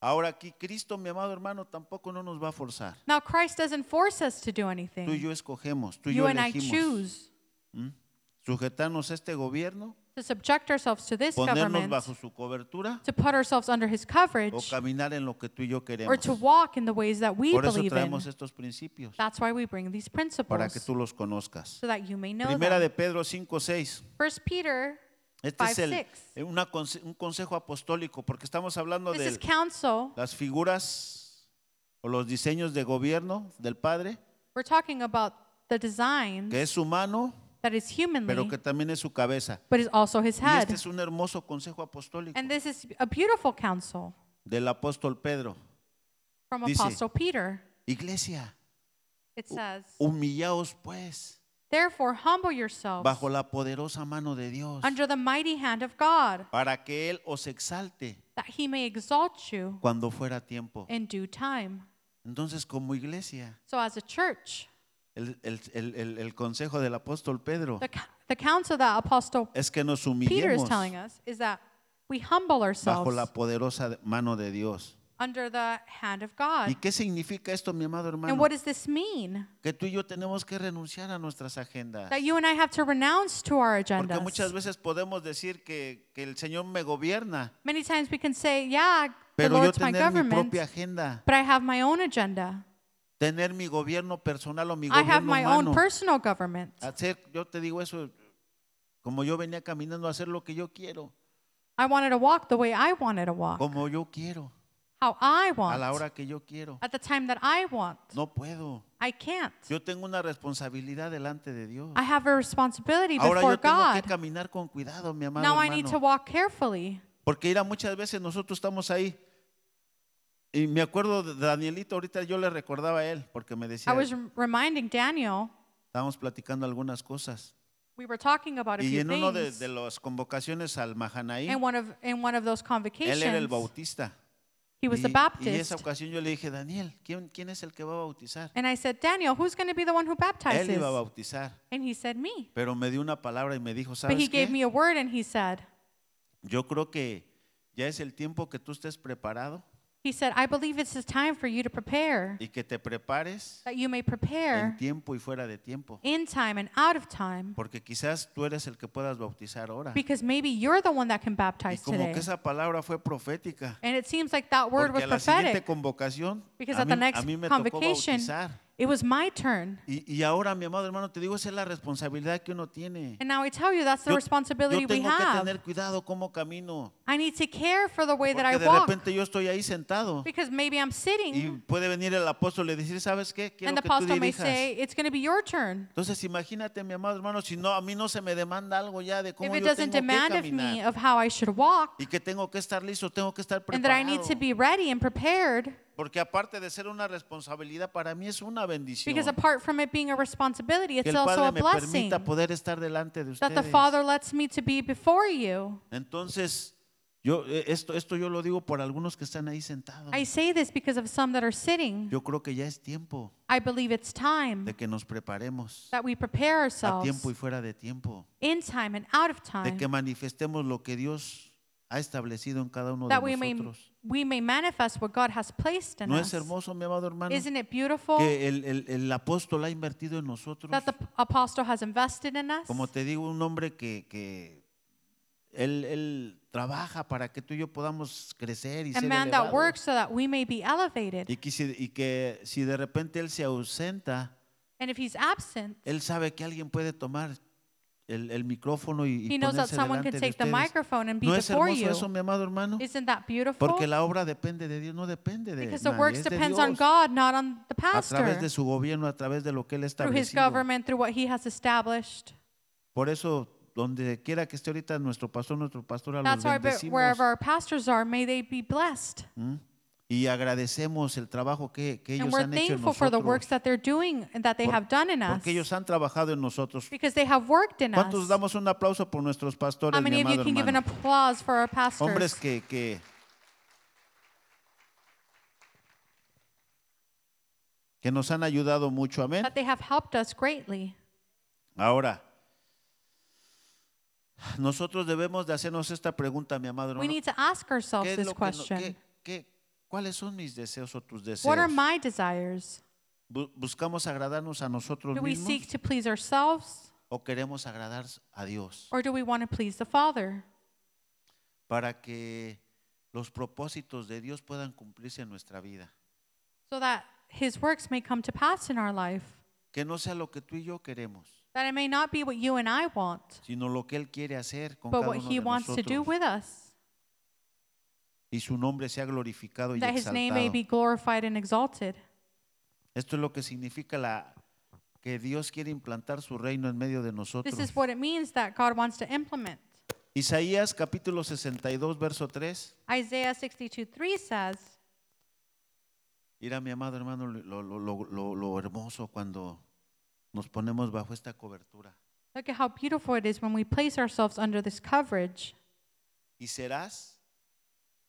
Speaker 1: Ahora aquí Cristo, mi amado hermano, tampoco no nos va a forzar.
Speaker 2: Now, Christ doesn't force us to do
Speaker 1: Tú y
Speaker 2: anything.
Speaker 1: yo escogemos, tú y
Speaker 2: You
Speaker 1: yo
Speaker 2: and I
Speaker 1: elegimos
Speaker 2: choose
Speaker 1: sujetarnos a este gobierno,
Speaker 2: to subject ourselves to this
Speaker 1: ponernos
Speaker 2: government,
Speaker 1: bajo su Oh, cobertura
Speaker 2: to put ourselves under his
Speaker 1: o
Speaker 2: coverage,
Speaker 1: caminar en lo que tú y yo
Speaker 2: or
Speaker 1: queremos.
Speaker 2: to walk in the ways that we
Speaker 1: Por eso
Speaker 2: believe in.
Speaker 1: traemos estos principios.
Speaker 2: That's why we bring these
Speaker 1: para
Speaker 2: principles
Speaker 1: que tú los conozcas.
Speaker 2: so that you may know
Speaker 1: Primera
Speaker 2: them.
Speaker 1: de Pedro 5, 6.
Speaker 2: First Peter
Speaker 1: Este
Speaker 2: Five,
Speaker 1: es el-
Speaker 2: six.
Speaker 1: eh, una conse- un consejo apostólico porque estamos hablando
Speaker 2: This is
Speaker 1: de
Speaker 2: counsel.
Speaker 1: las figuras o los diseños de gobierno del Padre,
Speaker 2: We're talking about the design
Speaker 1: que es su mano,
Speaker 2: that is
Speaker 1: pero
Speaker 2: humanly,
Speaker 1: que también es su cabeza.
Speaker 2: but is also his
Speaker 1: Y este
Speaker 2: head.
Speaker 1: es un hermoso consejo apostólico
Speaker 2: And this is a beautiful counsel
Speaker 1: del apóstol Pedro.
Speaker 2: from
Speaker 1: Dice,
Speaker 2: Apostle Peter.
Speaker 1: Iglesia,
Speaker 2: It says,
Speaker 1: humillaos pues
Speaker 2: Therefore, humble yourselves
Speaker 1: bajo la poderosa mano de Dios
Speaker 2: under the mighty hand of God,
Speaker 1: para que Él os exalte
Speaker 2: that he may exalt you
Speaker 1: cuando fuera tiempo.
Speaker 2: in due time.
Speaker 1: Entonces, como iglesia,
Speaker 2: So, as a church,
Speaker 1: El, el- el- el- el consejo del apóstol Pedro
Speaker 2: the, co- the counsel that Apostle
Speaker 1: es que nos
Speaker 2: Peter is
Speaker 1: humillemos
Speaker 2: telling us is that we humble
Speaker 1: bajo
Speaker 2: ourselves
Speaker 1: la poderosa de- mano de Dios.
Speaker 2: under the hand of God.
Speaker 1: ¿Y qué significa esto, mi amado
Speaker 2: And
Speaker 1: hermano?
Speaker 2: what does this mean?
Speaker 1: Que tú y yo tenemos que renunciar a nuestras agendas.
Speaker 2: That you and I have to renounce to our
Speaker 1: Porque muchas
Speaker 2: agendas.
Speaker 1: veces podemos decir que, que el Señor me gobierna,
Speaker 2: Many times we can say, Yeah,
Speaker 1: Pero yo
Speaker 2: Lord's my
Speaker 1: tener mi
Speaker 2: government.
Speaker 1: propia agenda,
Speaker 2: but I have my own agenda.
Speaker 1: tener mi gobierno personal o mi
Speaker 2: I have
Speaker 1: gobierno
Speaker 2: my own
Speaker 1: humano.
Speaker 2: personal government.
Speaker 1: Hacer, yo te digo eso, como yo venía caminando a hacer lo que yo quiero,
Speaker 2: I wanted to walk the way I wanted to walk,
Speaker 1: como yo quiero,
Speaker 2: how I
Speaker 1: a la
Speaker 2: want,
Speaker 1: hora que yo quiero.
Speaker 2: at the time that I want.
Speaker 1: No puedo.
Speaker 2: I can't.
Speaker 1: Yo tengo una responsabilidad delante de Dios.
Speaker 2: I have a responsibility
Speaker 1: Ahora yo
Speaker 2: before
Speaker 1: tengo que
Speaker 2: God.
Speaker 1: caminar con cuidado, mi amado
Speaker 2: Now I need to
Speaker 1: hermano.
Speaker 2: walk carefully.
Speaker 1: Porque mira, muchas veces nosotros estamos ahí. Y me acuerdo de Danielito, ahorita yo le recordaba a él, porque me
Speaker 2: I
Speaker 1: decía,
Speaker 2: was reminding Daniel,
Speaker 1: estábamos platicando algunas cosas.
Speaker 2: we were talking about a
Speaker 1: Y
Speaker 2: few
Speaker 1: en uno de,
Speaker 2: things.
Speaker 1: de las convocaciones al Mahanaí,
Speaker 2: in one of in one of those
Speaker 1: él era el
Speaker 2: convocations,
Speaker 1: bautista.
Speaker 2: he was the
Speaker 1: Y- Y, esa
Speaker 2: Baptist.
Speaker 1: ocasión yo le dije, Daniel, ¿quién, quién es el que va a bautizar?
Speaker 2: And I said, Daniel, who's going to be the one who
Speaker 1: Él
Speaker 2: baptizes?
Speaker 1: iba a bautizar,
Speaker 2: And he said, me.
Speaker 1: pero me dio una palabra y me dijo,
Speaker 2: But he
Speaker 1: ¿sabes
Speaker 2: gave
Speaker 1: qué?
Speaker 2: me a word, and he said,
Speaker 1: Yo creo que ya es el tiempo que tú estés preparado
Speaker 2: he said, I believe it's his time for you to prepare,
Speaker 1: y que te prepares
Speaker 2: that you may
Speaker 1: en
Speaker 2: prepare
Speaker 1: tiempo y fuera de tiempo.
Speaker 2: in time and out of time,
Speaker 1: Porque quizás tú eres el que puedas bautizar ahora.
Speaker 2: because maybe you're the one that can
Speaker 1: Y
Speaker 2: baptize
Speaker 1: como
Speaker 2: today.
Speaker 1: que esa palabra fue profética.
Speaker 2: And it seems like that word
Speaker 1: Porque
Speaker 2: was
Speaker 1: a la siguiente
Speaker 2: prophetic,
Speaker 1: convocación,
Speaker 2: because
Speaker 1: a
Speaker 2: at the
Speaker 1: mí, a
Speaker 2: next
Speaker 1: mí me tocó
Speaker 2: convocation,
Speaker 1: bautizar.
Speaker 2: it was my turn.
Speaker 1: Y, y ahora, mi amado hermano, te digo, esa es la responsabilidad que uno tiene.
Speaker 2: And now I tell you, that's the
Speaker 1: Yo-
Speaker 2: responsibility
Speaker 1: yo
Speaker 2: we
Speaker 1: tengo que
Speaker 2: have.
Speaker 1: tener cuidado cómo camino.
Speaker 2: I need to care for the way that I
Speaker 1: Porque de
Speaker 2: walk,
Speaker 1: repente yo estoy ahí sentado
Speaker 2: because maybe I'm
Speaker 1: y
Speaker 2: sitting,
Speaker 1: puede venir el apóstol y decir, ¿sabes qué? Quiero
Speaker 2: and the
Speaker 1: que tú
Speaker 2: apostle may
Speaker 1: dirijas.
Speaker 2: say, it's going to be your turn.
Speaker 1: Entonces imagínate, mi amado hermano, si no a mí no se me demanda algo ya de
Speaker 2: If
Speaker 1: cómo
Speaker 2: it
Speaker 1: yo
Speaker 2: doesn't
Speaker 1: tengo que
Speaker 2: demand of me
Speaker 1: caminar
Speaker 2: of how I should walk,
Speaker 1: y que tengo que estar listo, tengo que estar
Speaker 2: and that I need
Speaker 1: preparado.
Speaker 2: to be ready and prepared,
Speaker 1: Porque aparte de ser una responsabilidad, para mí es una bendición
Speaker 2: because apart from it being a responsibility,
Speaker 1: que
Speaker 2: it's
Speaker 1: el
Speaker 2: also
Speaker 1: Padre
Speaker 2: a
Speaker 1: me
Speaker 2: blessing
Speaker 1: permita poder estar delante de
Speaker 2: that the
Speaker 1: ustedes.
Speaker 2: Father lets me to be before you.
Speaker 1: Entonces, yo eh, esto esto yo lo digo por algunos que están ahí sentados.
Speaker 2: I say this because of some that are
Speaker 1: Ah.
Speaker 2: sitting.
Speaker 1: Yo creo que ya es tiempo
Speaker 2: I believe it's time
Speaker 1: de que nos preparemos
Speaker 2: that we prepare
Speaker 1: a
Speaker 2: ourselves
Speaker 1: tiempo y fuera de tiempo,
Speaker 2: in time and out of
Speaker 1: de
Speaker 2: time
Speaker 1: que manifestemos lo que Dios ha establecido en cada uno
Speaker 2: that
Speaker 1: de
Speaker 2: we may,
Speaker 1: nosotros.
Speaker 2: we may manifest what God has placed in
Speaker 1: ¿No es
Speaker 2: us.
Speaker 1: hermoso, mi amado hermano?
Speaker 2: Isn't it beautiful
Speaker 1: que el, el- el apóstol ha invertido en nosotros.
Speaker 2: that the p- apostle has invested in us?
Speaker 1: Como te digo, un hombre que, que él, él trabaja para que tú y yo podamos crecer y
Speaker 2: A
Speaker 1: ser
Speaker 2: man that
Speaker 1: elevados.
Speaker 2: works so that we may be elevated.
Speaker 1: Y que, si, y que si de repente él se ausenta,
Speaker 2: And if he's absent,
Speaker 1: él sabe que alguien puede tomar el, el micrófono y, y
Speaker 2: he knows that
Speaker 1: ponerse
Speaker 2: someone
Speaker 1: delante
Speaker 2: can
Speaker 1: de
Speaker 2: take the
Speaker 1: ustedes.
Speaker 2: microphone and be
Speaker 1: ¿No es
Speaker 2: before
Speaker 1: hermoso
Speaker 2: you.
Speaker 1: eso, mi amado hermano?
Speaker 2: Isn't that beautiful?
Speaker 1: Porque la obra depende de Dios, no depende de
Speaker 2: Because the
Speaker 1: nadie,
Speaker 2: works
Speaker 1: es de
Speaker 2: depends on
Speaker 1: Dios.
Speaker 2: God, not on the
Speaker 1: A través
Speaker 2: pastor.
Speaker 1: de su gobierno, a través de lo que él ha
Speaker 2: Through his
Speaker 1: establecido.
Speaker 2: government, through what he has established.
Speaker 1: Por eso, donde quiera que esté ahorita nuestro pastor, nuestro pastora, los
Speaker 2: That's why but
Speaker 1: bendecimos
Speaker 2: wherever our pastors are, may they be blessed.
Speaker 1: ¿m? y agradecemos el trabajo que, que
Speaker 2: And
Speaker 1: ellos
Speaker 2: we're
Speaker 1: han hecho en
Speaker 2: thankful for the
Speaker 1: nosotros.
Speaker 2: works that they're doing and that they
Speaker 1: Por-
Speaker 2: have done in us.
Speaker 1: porque ellos han trabajado en nosotros.
Speaker 2: Because they have worked in
Speaker 1: ¿Cuántos
Speaker 2: us.
Speaker 1: damos un aplauso por nuestros pastores,
Speaker 2: How
Speaker 1: mi
Speaker 2: many of you
Speaker 1: amado
Speaker 2: can give an
Speaker 1: hermano?
Speaker 2: applause for our pastors?
Speaker 1: Hombres que, que, que nos han ayudado mucho, amén.
Speaker 2: That they have helped us greatly.
Speaker 1: Ahora, nosotros debemos de hacernos esta pregunta, mi amado
Speaker 2: We
Speaker 1: hermano.
Speaker 2: need to ask ourselves
Speaker 1: ¿Qué es
Speaker 2: this
Speaker 1: lo que no-
Speaker 2: question.
Speaker 1: qué- qué- ¿Cuáles son mis deseos o tus deseos?
Speaker 2: What are my desires?
Speaker 1: Bu- ¿Buscamos agradarnos a nosotros
Speaker 2: Do we
Speaker 1: mismos
Speaker 2: seek to please ourselves
Speaker 1: o queremos agradar a Dios?
Speaker 2: or do we want to please the Father?
Speaker 1: Para que los propósitos de Dios puedan cumplirse en nuestra vida.
Speaker 2: So that his works may come to pass in our life.
Speaker 1: Que no sea lo que tú y yo queremos,
Speaker 2: That it may not be what you and I want,
Speaker 1: sino lo que Él quiere hacer con
Speaker 2: but
Speaker 1: cada
Speaker 2: what
Speaker 1: uno
Speaker 2: he
Speaker 1: de
Speaker 2: wants to do
Speaker 1: nosotros.
Speaker 2: with us.
Speaker 1: Y su nombre sea glorificado y
Speaker 2: That his name may
Speaker 1: exaltado.
Speaker 2: be glorified and exalted.
Speaker 1: Esto es lo que significa la que Dios quiere implantar su reino en medio de nosotros.
Speaker 2: This is what it means that God wants to implement.
Speaker 1: Isaías capítulo 62, verso 3.
Speaker 2: Isaiah 62 3 says,
Speaker 1: Mira, mi amado hermano, lo, lo- lo- lo- lo hermoso cuando nos ponemos bajo esta cobertura.
Speaker 2: Look at how beautiful it is when we place ourselves under this coverage.
Speaker 1: Y serás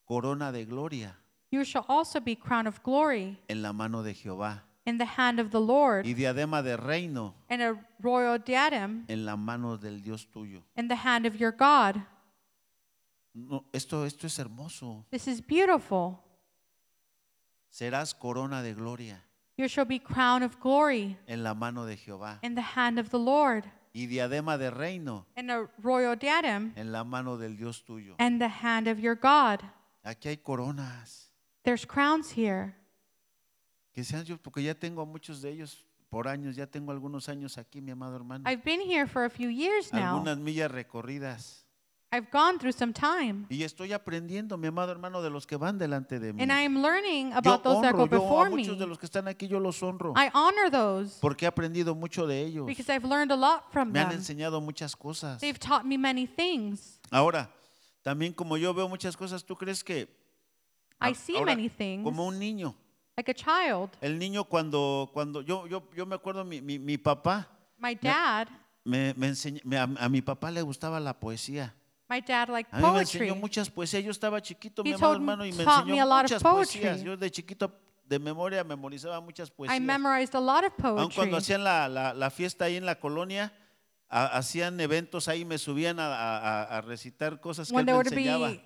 Speaker 1: corona de gloria
Speaker 2: You shall also be crown of glory
Speaker 1: en la mano de Jehová
Speaker 2: in the hand of the Lord,
Speaker 1: y diadema de reino
Speaker 2: and a royal diadem
Speaker 1: en la mano del Dios tuyo.
Speaker 2: in the hand of your God.
Speaker 1: No, esto, esto es hermoso.
Speaker 2: This is beautiful.
Speaker 1: Serás corona de gloria
Speaker 2: You shall be crown of glory
Speaker 1: en la mano de Jehová
Speaker 2: in the hand of the Lord,
Speaker 1: y diadema de reino
Speaker 2: and a royal diadem
Speaker 1: en la mano del Dios tuyo.
Speaker 2: in the hand of your God.
Speaker 1: Aquí hay coronas.
Speaker 2: There's crowns here.
Speaker 1: Que sean yo, porque ya tengo a muchos de ellos por años, ya tengo algunos años aquí, mi amado hermano.
Speaker 2: I've been here for a few years now.
Speaker 1: Algunas millas recorridas.
Speaker 2: I've gone through some time.
Speaker 1: Y estoy aprendiendo, mi amado hermano, de los que van delante de mí.
Speaker 2: And I am
Speaker 1: Mm.
Speaker 2: learning
Speaker 1: yo
Speaker 2: about those that go
Speaker 1: honro, yo a
Speaker 2: before
Speaker 1: muchos de
Speaker 2: me.
Speaker 1: los que están aquí, yo los honro.
Speaker 2: I honor those
Speaker 1: Porque he aprendido mucho de ellos.
Speaker 2: because I've learned a lot from
Speaker 1: Me han
Speaker 2: them.
Speaker 1: enseñado muchas cosas.
Speaker 2: They've taught me many things.
Speaker 1: Ahora, también como yo veo muchas cosas, ¿tú crees que
Speaker 2: I
Speaker 1: a-
Speaker 2: see
Speaker 1: ahora,
Speaker 2: many things
Speaker 1: como un niño?
Speaker 2: like a child.
Speaker 1: El niño cuando, cuando yo, yo, yo me acuerdo, mi, mi, mi papá,
Speaker 2: My dad,
Speaker 1: me, me enseñó- me- a, a mi papá le gustaba la poesía.
Speaker 2: my dad liked
Speaker 1: A mí me enseñó
Speaker 2: poetry.
Speaker 1: muchas poesías. Yo estaba chiquito, mi
Speaker 2: He
Speaker 1: amado
Speaker 2: told-
Speaker 1: hermano, y me
Speaker 2: taught me a
Speaker 1: enseñó
Speaker 2: lot of
Speaker 1: muchas
Speaker 2: poetry.
Speaker 1: poesías. Yo de chiquito de memoria memorizaba muchas
Speaker 2: I
Speaker 1: poesías.
Speaker 2: memorized a lot of
Speaker 1: Aun
Speaker 2: poetry.
Speaker 1: cuando hacían la, la- la fiesta ahí en la colonia, ha- hacían eventos ahí, me subían a, a- a- a recitar cosas que él
Speaker 2: When there
Speaker 1: me
Speaker 2: would
Speaker 1: enseñaba.
Speaker 2: be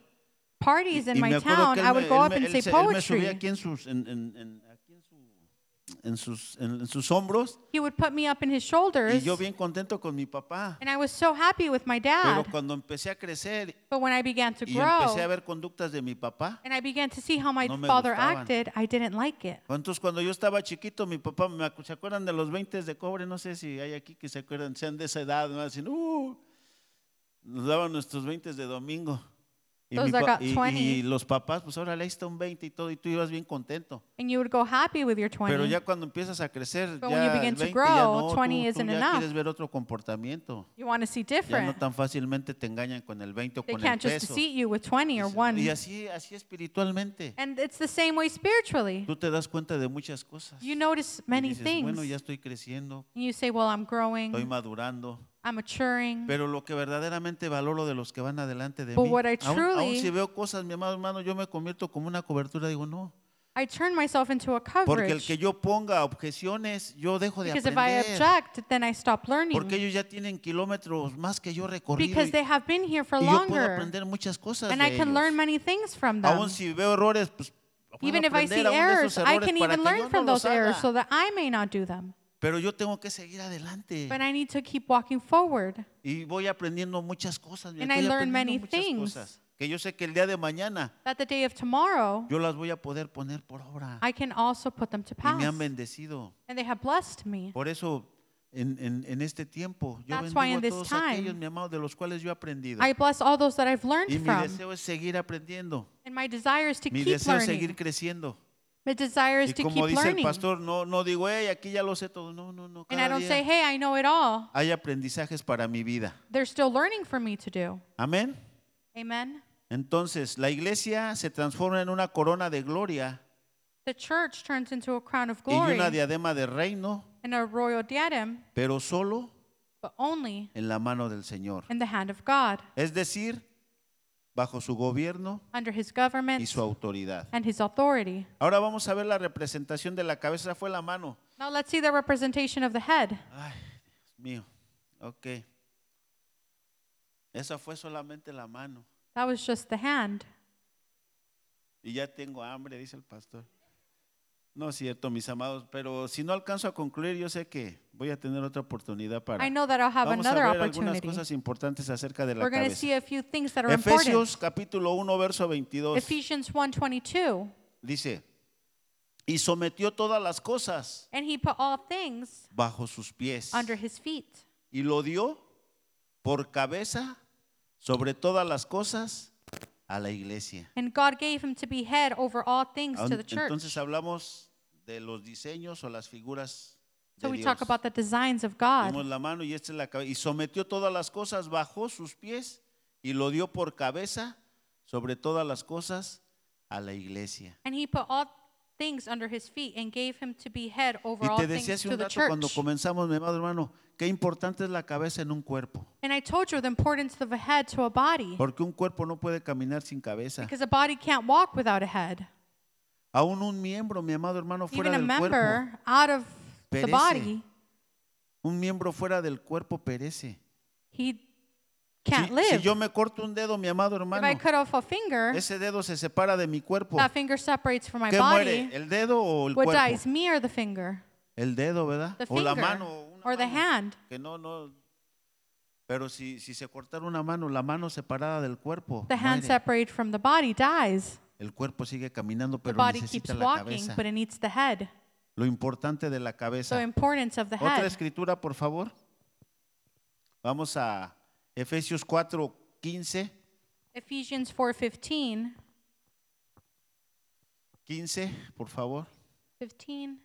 Speaker 2: parties in
Speaker 1: Y
Speaker 2: my
Speaker 1: me acuerdo
Speaker 2: town,
Speaker 1: que
Speaker 2: I
Speaker 1: él me-
Speaker 2: would go
Speaker 1: él
Speaker 2: up
Speaker 1: me-
Speaker 2: and
Speaker 1: él
Speaker 2: say
Speaker 1: se- él me subía
Speaker 2: poetry.
Speaker 1: aquí en sus, en, en- en- aquí en su- en sus, en- en sus hombros
Speaker 2: He would put me up in his
Speaker 1: y
Speaker 2: shoulders,
Speaker 1: yo bien contento con mi papá.
Speaker 2: and I was so happy with my
Speaker 1: Pero
Speaker 2: dad.
Speaker 1: cuando empecé a crecer
Speaker 2: But when I began to
Speaker 1: y empecé a
Speaker 2: grow
Speaker 1: ver conductas de mi papá,
Speaker 2: and I began to see how my
Speaker 1: no me
Speaker 2: father
Speaker 1: gustaban.
Speaker 2: acted, I didn't like it.
Speaker 1: entonces cuando yo estaba chiquito, mi papá, me acu- ¿se acuerdan de los 20 de cobre? No sé si hay aquí que se acuerdan, sean de esa edad, ¿no? Así, "Uh". nos daban nuestros 20 de domingo. Y,
Speaker 2: Those
Speaker 1: mi
Speaker 2: that
Speaker 1: pa-
Speaker 2: got
Speaker 1: y-
Speaker 2: 20.
Speaker 1: y los papás, pues ahora le está un 20 y todo, y tú ibas bien contento.
Speaker 2: And you would go happy with your
Speaker 1: Pero
Speaker 2: 20.
Speaker 1: ya cuando empiezas a crecer,
Speaker 2: But when
Speaker 1: ya
Speaker 2: you
Speaker 1: el
Speaker 2: begin to
Speaker 1: 20 ya
Speaker 2: grow,
Speaker 1: no, tú,
Speaker 2: 20
Speaker 1: tú
Speaker 2: isn't
Speaker 1: ya
Speaker 2: enough.
Speaker 1: quieres ver otro comportamiento.
Speaker 2: You want to see
Speaker 1: Ya no
Speaker 2: different.
Speaker 1: tan fácilmente te engañan con el 20 o
Speaker 2: They
Speaker 1: con el
Speaker 2: can't just
Speaker 1: peso.
Speaker 2: deceive you with 20 or
Speaker 1: Y
Speaker 2: 1.
Speaker 1: así, así espiritualmente,
Speaker 2: And it's the same way spiritually.
Speaker 1: tú te das cuenta de muchas cosas.
Speaker 2: You notice
Speaker 1: y
Speaker 2: many
Speaker 1: dices,
Speaker 2: things. Mm-hmm.
Speaker 1: bueno, ya
Speaker 2: And
Speaker 1: estoy creciendo,
Speaker 2: you say, well, I'm
Speaker 1: estoy
Speaker 2: growing,
Speaker 1: madurando.
Speaker 2: I'm maturing.
Speaker 1: Pero lo que verdaderamente valoro de los que van adelante de
Speaker 2: But
Speaker 1: mí,
Speaker 2: what I
Speaker 1: aún, aún
Speaker 2: truly-
Speaker 1: si veo cosas, mi amado hermano, yo me convierto como una cobertura, digo, no.
Speaker 2: I turn myself into a
Speaker 1: Porque el que
Speaker 2: coverage.
Speaker 1: yo ponga objeciones, yo dejo de
Speaker 2: Because if I
Speaker 1: aprender.
Speaker 2: object, then I stop
Speaker 1: Porque
Speaker 2: learning.
Speaker 1: ellos ya tienen kilómetros más que yo recorrido.
Speaker 2: Because
Speaker 1: Y,
Speaker 2: they have been here for
Speaker 1: y yo puedo
Speaker 2: longer.
Speaker 1: aprender muchas cosas
Speaker 2: And
Speaker 1: de
Speaker 2: I can learn
Speaker 1: ellos.
Speaker 2: many things from them.
Speaker 1: Aún si veo errores, pues puedo
Speaker 2: Even if I see
Speaker 1: aprender aún de esos
Speaker 2: errors, I
Speaker 1: errores
Speaker 2: can
Speaker 1: para
Speaker 2: even
Speaker 1: que yo
Speaker 2: learn
Speaker 1: no
Speaker 2: from
Speaker 1: los
Speaker 2: those errors so
Speaker 1: haga.
Speaker 2: that I may not do them.
Speaker 1: Pero yo tengo que seguir adelante.
Speaker 2: But I need to keep walking forward.
Speaker 1: Y voy aprendiendo muchas cosas. mira,
Speaker 2: And I
Speaker 1: estoy
Speaker 2: learn
Speaker 1: aprendiendo
Speaker 2: many
Speaker 1: muchas
Speaker 2: things.
Speaker 1: cosas que yo sé que el día de mañana
Speaker 2: That the day of tomorrow,
Speaker 1: yo las voy a poder poner por obra.
Speaker 2: I can also put them to
Speaker 1: Y me han
Speaker 2: pass.
Speaker 1: bendecido.
Speaker 2: And they have blessed me.
Speaker 1: Por eso en, en- en este tiempo yo
Speaker 2: That's
Speaker 1: bendigo
Speaker 2: why in
Speaker 1: a
Speaker 2: this
Speaker 1: todos
Speaker 2: time,
Speaker 1: aquellos, mi amado, de los cuales yo he aprendido.
Speaker 2: I bless all those that I've
Speaker 1: Y
Speaker 2: learned
Speaker 1: mi
Speaker 2: from.
Speaker 1: deseo es seguir aprendiendo.
Speaker 2: And my desire is to
Speaker 1: Mi
Speaker 2: keep
Speaker 1: deseo es seguir
Speaker 2: learning.
Speaker 1: creciendo.
Speaker 2: My desire is
Speaker 1: Y
Speaker 2: to
Speaker 1: como
Speaker 2: keep
Speaker 1: dice el
Speaker 2: learning.
Speaker 1: pastor, no, no digo, hey, aquí ya lo sé todo. No, no, no.
Speaker 2: And I
Speaker 1: Cada
Speaker 2: don't say,
Speaker 1: día
Speaker 2: hey, I know it all.
Speaker 1: hay aprendizajes para mi vida.
Speaker 2: There's still learning for me to do.
Speaker 1: Amén.
Speaker 2: Amen.
Speaker 1: Entonces, la iglesia se transforma en una corona de gloria
Speaker 2: The church turns into a crown of
Speaker 1: y
Speaker 2: glory
Speaker 1: una diadema de reino,
Speaker 2: and a royal diadem,
Speaker 1: pero solo
Speaker 2: but only
Speaker 1: en la mano del Señor.
Speaker 2: in the hand of God,
Speaker 1: Es decir, bajo su gobierno
Speaker 2: under his
Speaker 1: y
Speaker 2: government
Speaker 1: su autoridad.
Speaker 2: and his authority.
Speaker 1: Ahora vamos a ver la representación de la cabeza. Esa Fue la mano.
Speaker 2: Now let's see the representation of the head.
Speaker 1: Ay, Dios mío. Ok. Esa fue solamente la mano.
Speaker 2: That was just the hand.
Speaker 1: Y ya tengo hambre, dice el pastor. No es cierto, mis amados, pero si no alcanzo a concluir, yo sé que voy a tener otra oportunidad para...
Speaker 2: I know that I'll have
Speaker 1: Vamos
Speaker 2: another
Speaker 1: a ver algunas
Speaker 2: opportunity.
Speaker 1: cosas importantes acerca de la
Speaker 2: We're going to
Speaker 1: cabeza.
Speaker 2: see a few things that are important.
Speaker 1: Efesios capítulo 1, verso 22
Speaker 2: Ephesians 1:22,
Speaker 1: dice, y sometió todas las cosas
Speaker 2: and he put all things
Speaker 1: bajo sus pies
Speaker 2: under his feet,
Speaker 1: y lo dio por cabeza sobre todas las cosas a la iglesia.
Speaker 2: and God gave him to be head over all things to the
Speaker 1: Entonces
Speaker 2: church.
Speaker 1: hablamos de los diseños o las figuras de
Speaker 2: So we
Speaker 1: Dios.
Speaker 2: talk about the designs of God.
Speaker 1: Dimos la mano y esta es la cabeza. Y sometió todas las cosas bajo sus pies y lo dio por cabeza sobre todas las cosas a la iglesia.
Speaker 2: And he put all things under his feet and gave him to be head over
Speaker 1: Y
Speaker 2: all
Speaker 1: te decía
Speaker 2: things
Speaker 1: hace
Speaker 2: to
Speaker 1: un
Speaker 2: the
Speaker 1: rato cuando
Speaker 2: church.
Speaker 1: comenzamos, mi amado hermano, qué importante es la cabeza en un cuerpo.
Speaker 2: And I told you the importance of a head to a body
Speaker 1: Porque un cuerpo no puede caminar sin cabeza.
Speaker 2: because a body can't walk without a head.
Speaker 1: Aún un miembro, mi amado hermano, fuera
Speaker 2: Even a
Speaker 1: del cuerpo.
Speaker 2: member out of the
Speaker 1: Perece.
Speaker 2: body,
Speaker 1: Un miembro fuera del cuerpo perece.
Speaker 2: he
Speaker 1: Si,
Speaker 2: can't
Speaker 1: si
Speaker 2: live.
Speaker 1: yo me corto un dedo, mi amado
Speaker 2: if I
Speaker 1: hermano,
Speaker 2: cut off a finger,
Speaker 1: ese dedo se separa de mi cuerpo.
Speaker 2: that finger separates from my
Speaker 1: ¿Qué
Speaker 2: body.
Speaker 1: muere? ¿El dedo o el
Speaker 2: What
Speaker 1: cuerpo?
Speaker 2: dies, me or the finger?
Speaker 1: El dedo, ¿verdad?
Speaker 2: The
Speaker 1: o la
Speaker 2: finger
Speaker 1: mano. o una
Speaker 2: or the
Speaker 1: mano,
Speaker 2: hand.
Speaker 1: Que no, no. Pero si, si se cortara una mano, la mano separada del cuerpo.
Speaker 2: The hand
Speaker 1: muere.
Speaker 2: separated from the body dies.
Speaker 1: El cuerpo sigue caminando,
Speaker 2: The
Speaker 1: pero
Speaker 2: body keeps
Speaker 1: necesita la
Speaker 2: walking,
Speaker 1: cabeza.
Speaker 2: but it needs the head.
Speaker 1: Lo importante de la
Speaker 2: So
Speaker 1: cabeza.
Speaker 2: importance of the
Speaker 1: Otra
Speaker 2: head.
Speaker 1: escritura, por favor. Vamos a Efesios 4, 15,
Speaker 2: Ephesians 4:15,
Speaker 1: 15, por favor.
Speaker 2: 15,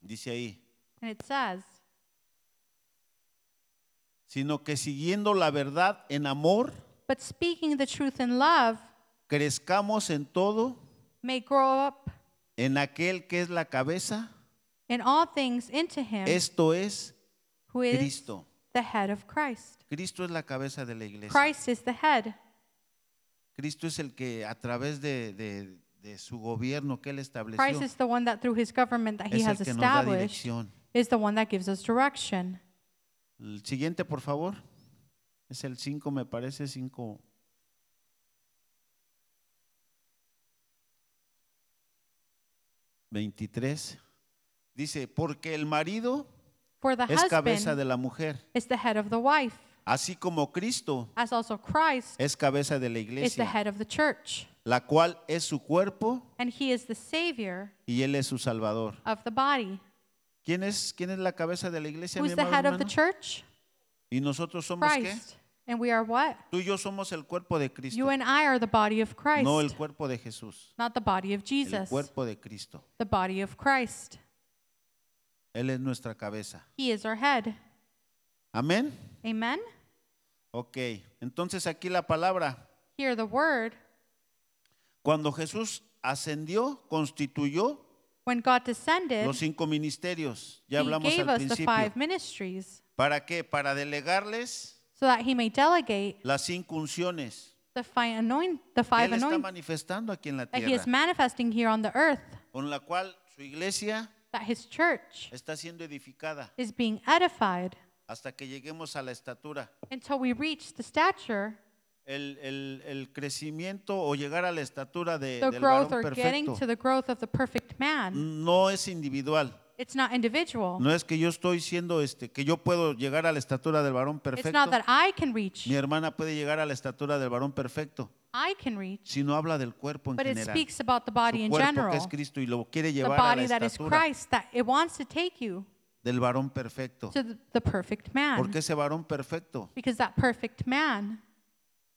Speaker 1: Dice ahí,
Speaker 2: and it says,
Speaker 1: sino que siguiendo la verdad en amor,
Speaker 2: "But speaking the truth in love
Speaker 1: crezcamos en todo,
Speaker 2: may grow up
Speaker 1: en aquel que es la cabeza,
Speaker 2: in all things into him
Speaker 1: esto es
Speaker 2: who is
Speaker 1: Cristo.
Speaker 2: the head of Christ."
Speaker 1: Cristo es la cabeza de la iglesia.
Speaker 2: Christ is the head.
Speaker 1: Cristo es el que a través de, de- de su gobierno que él estableció
Speaker 2: Christ is the one that through his government that he
Speaker 1: es el
Speaker 2: has
Speaker 1: que nos da
Speaker 2: established
Speaker 1: dirección.
Speaker 2: is the one that gives us direction.
Speaker 1: El siguiente, por favor. Es el 5, me parece 5. Veintitrés. Dice, porque el marido
Speaker 2: For the
Speaker 1: es cabeza
Speaker 2: husband
Speaker 1: de la mujer,
Speaker 2: is the head of the wife,
Speaker 1: así como Cristo
Speaker 2: as also Christ
Speaker 1: es cabeza de la
Speaker 2: is the
Speaker 1: iglesia,
Speaker 2: head of the church,
Speaker 1: la cual es su cuerpo
Speaker 2: and he is the savior
Speaker 1: y él es su salvador.
Speaker 2: of the body.
Speaker 1: ¿Quién es, quién es la cabeza de la iglesia, mi
Speaker 2: Who's the
Speaker 1: amado
Speaker 2: head of the
Speaker 1: hermano?
Speaker 2: church?
Speaker 1: Y nosotros somos qué?
Speaker 2: Christ. And we are what?
Speaker 1: Tú y yo somos el cuerpo de Cristo,
Speaker 2: You and I are the body of Christ,
Speaker 1: no el cuerpo de Jesús.
Speaker 2: not the body of
Speaker 1: El
Speaker 2: Jesus,
Speaker 1: cuerpo de Cristo.
Speaker 2: the body of Christ.
Speaker 1: Él es nuestra cabeza.
Speaker 2: He is our head.
Speaker 1: Amén.
Speaker 2: Amen?
Speaker 1: Ok. Entonces aquí la palabra.
Speaker 2: Hear the word.
Speaker 1: Cuando Jesús ascendió, constituyó
Speaker 2: When God descended,
Speaker 1: los cinco ministerios. Ya
Speaker 2: he
Speaker 1: hablamos
Speaker 2: gave
Speaker 1: al
Speaker 2: us the
Speaker 1: principio.
Speaker 2: five ministries
Speaker 1: ¿Para qué? Para delegarles
Speaker 2: so that he may delegate
Speaker 1: las cinco unciones.
Speaker 2: the five, anoint, the
Speaker 1: Que
Speaker 2: five
Speaker 1: Él está
Speaker 2: anoint
Speaker 1: manifestando aquí en la
Speaker 2: that he is
Speaker 1: tierra.
Speaker 2: manifesting here on the earth,
Speaker 1: Con la cual su iglesia
Speaker 2: that his church
Speaker 1: está siendo edificada
Speaker 2: is being edified
Speaker 1: hasta que lleguemos a la estatura.
Speaker 2: until we reach the stature,
Speaker 1: El, el- el crecimiento o llegar a la estatura de,
Speaker 2: the
Speaker 1: Eh, del varón
Speaker 2: growth or getting
Speaker 1: perfecto
Speaker 2: to the growth of the perfect man.
Speaker 1: no es individual.
Speaker 2: It's not individual.
Speaker 1: No es que yo estoy siendo este, que yo puedo llegar a la estatura del varón
Speaker 2: It's
Speaker 1: perfecto.
Speaker 2: not that I can reach.
Speaker 1: Mi hermana puede llegar a la estatura del varón perfecto,
Speaker 2: I can reach.
Speaker 1: si no habla del cuerpo en
Speaker 2: But it
Speaker 1: general.
Speaker 2: speaks about the
Speaker 1: Su
Speaker 2: body in
Speaker 1: cuerpo que es
Speaker 2: general.
Speaker 1: Cristo y lo quiere
Speaker 2: The
Speaker 1: llevar a la
Speaker 2: body that is
Speaker 1: estatura
Speaker 2: Christ that it wants to take you
Speaker 1: del varón perfecto.
Speaker 2: to the, the perfect man.
Speaker 1: Porque ese varón perfecto
Speaker 2: Because that perfect man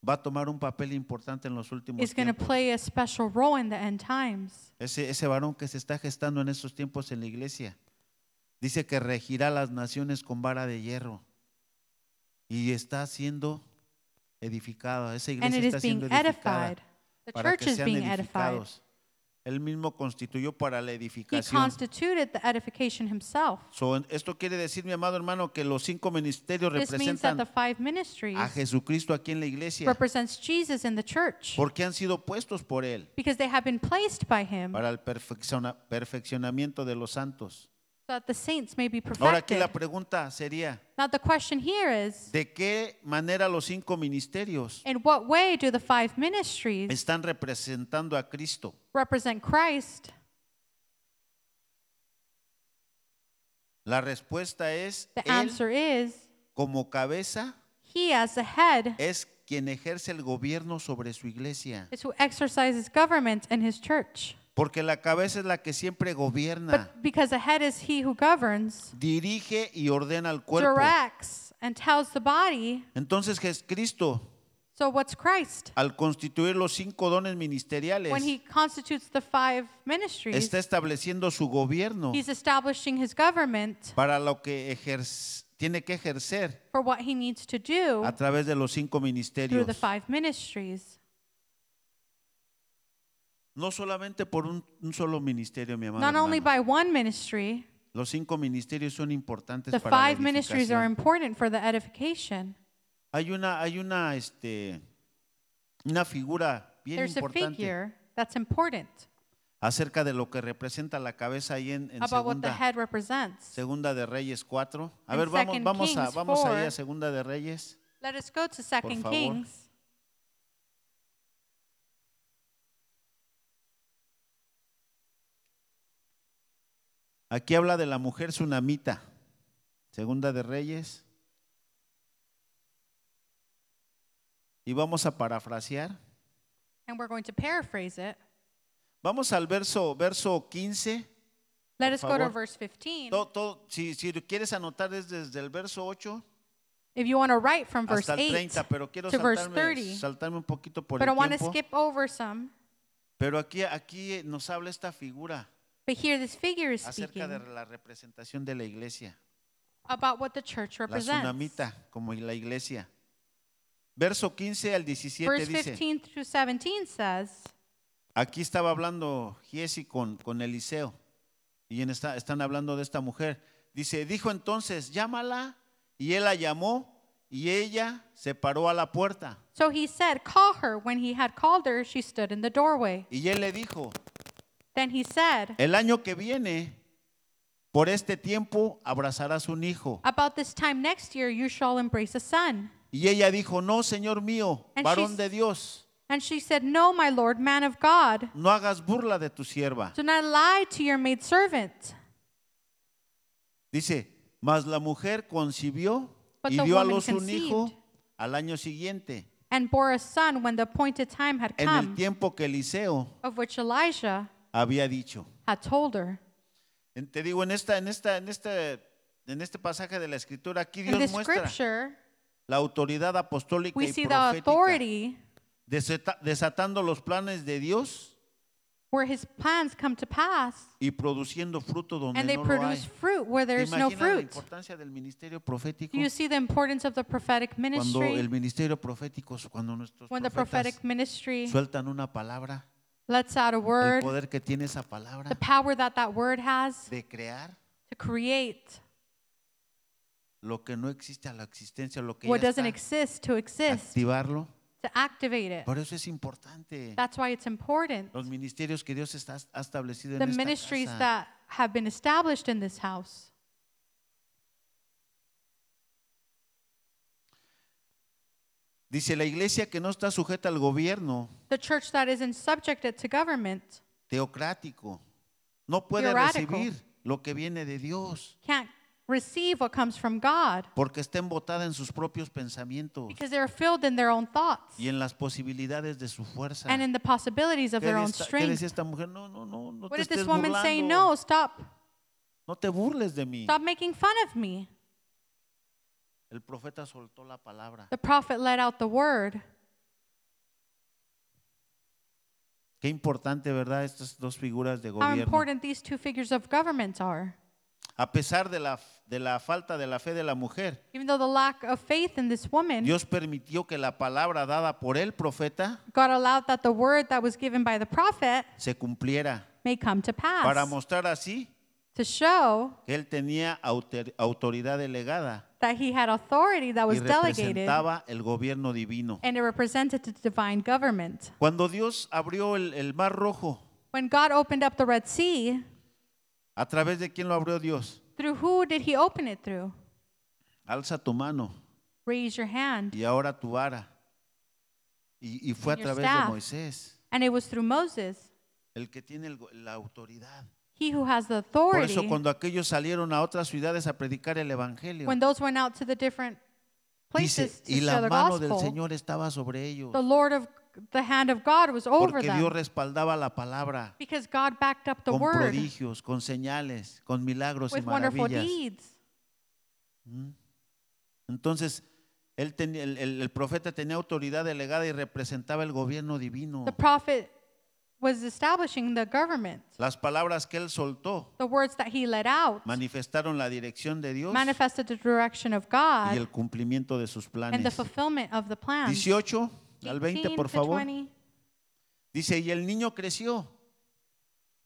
Speaker 1: va a tomar un papel importante en los últimos
Speaker 2: is going to
Speaker 1: tiempos.
Speaker 2: play a special role in the end times.
Speaker 1: Ese, ese varón que se está gestando en estos tiempos en la iglesia. Dice que regirá las naciones con vara de hierro. Y está siendo edificada. Esa
Speaker 2: And
Speaker 1: iglesia
Speaker 2: it
Speaker 1: está
Speaker 2: is
Speaker 1: siendo
Speaker 2: being
Speaker 1: edificada.
Speaker 2: edified. The
Speaker 1: para
Speaker 2: church
Speaker 1: que
Speaker 2: is
Speaker 1: sean
Speaker 2: being edified.
Speaker 1: edificados. Él mismo constituyó para la
Speaker 2: He
Speaker 1: edificación.
Speaker 2: constituted the edification himself.
Speaker 1: So, esto quiere decir, mi amado hermano, que los cinco ministerios
Speaker 2: This means that the
Speaker 1: representan
Speaker 2: five ministries
Speaker 1: a Jesucristo aquí en la iglesia,
Speaker 2: represents Jesus in the church
Speaker 1: porque han sido puestos por Él
Speaker 2: because they have been placed by him so
Speaker 1: para el perfecciona- perfeccionamiento de los santos.
Speaker 2: that the saints may be
Speaker 1: Ahora aquí
Speaker 2: perfected.
Speaker 1: la pregunta sería,
Speaker 2: Now the question here is
Speaker 1: ¿de qué manera los cinco ministerios
Speaker 2: In what way do the five ministries
Speaker 1: están representando a Cristo?
Speaker 2: represent Christ?
Speaker 1: La respuesta es,
Speaker 2: The
Speaker 1: Él
Speaker 2: answer is
Speaker 1: como cabeza
Speaker 2: He, as the head,
Speaker 1: es quien ejerce el gobierno sobre su iglesia.
Speaker 2: is who exercises government in His church.
Speaker 1: Porque la cabeza es la que siempre gobierna,
Speaker 2: But because the head is He who governs,
Speaker 1: dirige y ordena al cuerpo.
Speaker 2: directs, and tells the body.
Speaker 1: Entonces Jesucristo,
Speaker 2: So, what's Christ?
Speaker 1: al constituir los cinco dones ministeriales,
Speaker 2: When He constitutes the five ministries,
Speaker 1: está estableciendo su gobierno
Speaker 2: He's establishing His government
Speaker 1: para lo que ejerce- tiene que ejercer
Speaker 2: for what He needs to do
Speaker 1: a través de los cinco
Speaker 2: through
Speaker 1: ministerios.
Speaker 2: the five ministries.
Speaker 1: No solamente por un, un solo ministerio, mi amado.
Speaker 2: Not only
Speaker 1: hermano.
Speaker 2: by one ministry,
Speaker 1: los cinco ministerios son importantes
Speaker 2: the
Speaker 1: para la
Speaker 2: five ministries
Speaker 1: edificación.
Speaker 2: are important for the edification.
Speaker 1: Hay una, hay una, este, una figura bien
Speaker 2: There's a
Speaker 1: importante
Speaker 2: figure that's important
Speaker 1: acerca de lo que representa la cabeza ahí en, en
Speaker 2: about what the
Speaker 1: segunda,
Speaker 2: head represents.
Speaker 1: segunda de Reyes 4. A
Speaker 2: En
Speaker 1: ver, vamos,
Speaker 2: Second
Speaker 1: vamos a,
Speaker 2: Kings
Speaker 1: vamos ahí
Speaker 2: 4.
Speaker 1: a segunda de Reyes.
Speaker 2: Let us go to Second
Speaker 1: favor.
Speaker 2: Kings.
Speaker 1: Aquí habla de la mujer tsunamita. Segunda de Reyes. Y vamos a parafrasear
Speaker 2: And we're going to paraphrase it.
Speaker 1: Vamos al verso, verso 15.
Speaker 2: Let
Speaker 1: Por
Speaker 2: us go to
Speaker 1: favor.
Speaker 2: verse 15.
Speaker 1: To- to- si, si quieres anotar es desde el verso 8
Speaker 2: If you want to write from verse
Speaker 1: hasta el
Speaker 2: 8
Speaker 1: 30, pero quiero
Speaker 2: to verse
Speaker 1: saltarme,
Speaker 2: 30,
Speaker 1: saltarme un poquito por
Speaker 2: but I
Speaker 1: el
Speaker 2: want to
Speaker 1: tiempo.
Speaker 2: skip over some.
Speaker 1: Pero aquí, aquí nos habla esta figura
Speaker 2: But here this figure is
Speaker 1: acerca
Speaker 2: speaking
Speaker 1: de la representación de la iglesia,
Speaker 2: about what the church
Speaker 1: la
Speaker 2: represents.
Speaker 1: tsunamita como la iglesia. Verso 15 al 17
Speaker 2: Verse
Speaker 1: dice,
Speaker 2: 15 through 17 says,
Speaker 1: Aquí estaba hablando Giesi con, con Eliseo y en esta- están hablando de esta mujer. Dice, dijo entonces, llámala y él la llamó y ella se paró a la puerta
Speaker 2: So he said, Call her. When he had called her, she stood in the doorway.
Speaker 1: y él le dijo,
Speaker 2: Then he said,
Speaker 1: el año que viene, por este tiempo, abrazarás un hijo.
Speaker 2: About this time next year, you shall embrace a son.
Speaker 1: Y ella dijo, no, Señor mío,
Speaker 2: And
Speaker 1: varón
Speaker 2: she's-
Speaker 1: de Dios,
Speaker 2: And she said, No, my Lord, man of God,
Speaker 1: no hagas burla de tu sierva.
Speaker 2: do not lie to your maidservant.
Speaker 1: Dice, mas la mujer concibió
Speaker 2: But
Speaker 1: y
Speaker 2: the
Speaker 1: dio a
Speaker 2: woman
Speaker 1: luz un
Speaker 2: conceived.
Speaker 1: hijo al año siguiente,
Speaker 2: And bore a son when the appointed time had
Speaker 1: en el
Speaker 2: come,
Speaker 1: tiempo que Eliseo
Speaker 2: of which Elijah
Speaker 1: había dicho.
Speaker 2: had told her.
Speaker 1: En- Te digo, en esta, en esta, en este, en este pasaje de la escritura, aquí
Speaker 2: In
Speaker 1: Dios
Speaker 2: this
Speaker 1: muestra
Speaker 2: scripture,
Speaker 1: la autoridad apostólica
Speaker 2: we
Speaker 1: y
Speaker 2: see the
Speaker 1: profética,
Speaker 2: authority
Speaker 1: desata- desatando los planes de Dios
Speaker 2: where his plans come to pass,
Speaker 1: y produciendo fruto donde
Speaker 2: and they
Speaker 1: no lo
Speaker 2: produce
Speaker 1: hay.
Speaker 2: fruit where there
Speaker 1: ¿Te
Speaker 2: is no
Speaker 1: imaginas la
Speaker 2: fruit.
Speaker 1: importancia del ministerio profético?
Speaker 2: Do you see the importance of the prophetic
Speaker 1: Cuando el
Speaker 2: ministry?
Speaker 1: ministerio profético, cuando nuestros
Speaker 2: When the
Speaker 1: profetas
Speaker 2: prophetic ministry
Speaker 1: sueltan una palabra,
Speaker 2: lets out a
Speaker 1: el
Speaker 2: word,
Speaker 1: poder que tiene esa palabra
Speaker 2: the power that that word has
Speaker 1: de crear
Speaker 2: to create
Speaker 1: lo que no existe a la existencia, lo que
Speaker 2: what
Speaker 1: ya
Speaker 2: doesn't
Speaker 1: está,
Speaker 2: exist to exist,
Speaker 1: activarlo.
Speaker 2: to activate it.
Speaker 1: Por eso es importante
Speaker 2: That's why it's important.
Speaker 1: los ministerios que Dios está, ha establecido
Speaker 2: The
Speaker 1: en esta
Speaker 2: ministries
Speaker 1: casa.
Speaker 2: that have been established in this house.
Speaker 1: Dice la iglesia que no está sujeta al gobierno
Speaker 2: The church that isn't subjected to government
Speaker 1: teocrático no puede
Speaker 2: Theoratical.
Speaker 1: recibir lo que viene de Dios
Speaker 2: can't receive what comes from God
Speaker 1: porque está embotada en sus propios pensamientos
Speaker 2: because they're filled in their own thoughts
Speaker 1: y en las posibilidades de su fuerza.
Speaker 2: and in the possibilities of
Speaker 1: ¿Qué
Speaker 2: their own
Speaker 1: decía- qué decía
Speaker 2: strength.
Speaker 1: esta mujer? No, no, no, no
Speaker 2: What
Speaker 1: te
Speaker 2: did this
Speaker 1: estés
Speaker 2: woman say?
Speaker 1: burlando.
Speaker 2: No, stop.
Speaker 1: No te burles de mí.
Speaker 2: Stop making fun of me.
Speaker 1: El profeta soltó la palabra.
Speaker 2: The prophet let out the word.
Speaker 1: Qué importante, ¿verdad? Estas dos figuras de
Speaker 2: How
Speaker 1: gobierno.
Speaker 2: important these two figures of government are.
Speaker 1: A pesar de la, de la falta de la fe de la mujer,
Speaker 2: Even though the lack of faith in this woman,
Speaker 1: Dios permitió que la palabra dada por el profeta
Speaker 2: God allowed that the word that was given by the prophet
Speaker 1: se cumpliera
Speaker 2: may come to
Speaker 1: para
Speaker 2: pass
Speaker 1: mostrar así
Speaker 2: to show
Speaker 1: que él tenía auter- autoridad delegada
Speaker 2: that he had authority that
Speaker 1: y
Speaker 2: was delegated
Speaker 1: representaba el gobierno divino.
Speaker 2: and it represented the divine government.
Speaker 1: Cuando Dios abrió el, el mar rojo,
Speaker 2: When God opened up the Red Sea,
Speaker 1: ¿a través de quién lo abrió Dios?
Speaker 2: through who did he open it through?
Speaker 1: Alza tu mano
Speaker 2: Raise your hand.
Speaker 1: y ahora tu vara. Y, y fue a
Speaker 2: And your
Speaker 1: través de
Speaker 2: staff.
Speaker 1: Moisés,
Speaker 2: And it was through Moses,
Speaker 1: el que tiene el go- la autoridad.
Speaker 2: he who has the
Speaker 1: Por eso
Speaker 2: authority.
Speaker 1: cuando aquellos salieron a otras ciudades a predicar el Evangelio,
Speaker 2: When those went out to the different
Speaker 1: dice,
Speaker 2: places to
Speaker 1: y
Speaker 2: share
Speaker 1: la
Speaker 2: the
Speaker 1: mano del
Speaker 2: gospel,
Speaker 1: Señor estaba sobre ellos,
Speaker 2: the Lord of the hand of God was over
Speaker 1: porque Dios
Speaker 2: them
Speaker 1: respaldaba la palabra
Speaker 2: because God backed up the
Speaker 1: con
Speaker 2: word
Speaker 1: prodigios, con señales, con milagros y
Speaker 2: with wonderful
Speaker 1: maravillas.
Speaker 2: deeds.
Speaker 1: Entonces, él tenía- el, el- el profeta tenía autoridad delegada y representaba el gobierno divino.
Speaker 2: The prophet was establishing the government.
Speaker 1: Las palabras que él soltó
Speaker 2: The words that he let out
Speaker 1: manifestaron la dirección de Dios
Speaker 2: manifested the direction of
Speaker 1: y
Speaker 2: God
Speaker 1: el cumplimiento de sus
Speaker 2: and the
Speaker 1: planes.
Speaker 2: fulfillment of the plan.
Speaker 1: 18 al 20,
Speaker 2: 18
Speaker 1: por
Speaker 2: to
Speaker 1: favor.
Speaker 2: 20.
Speaker 1: Dice, y el niño creció,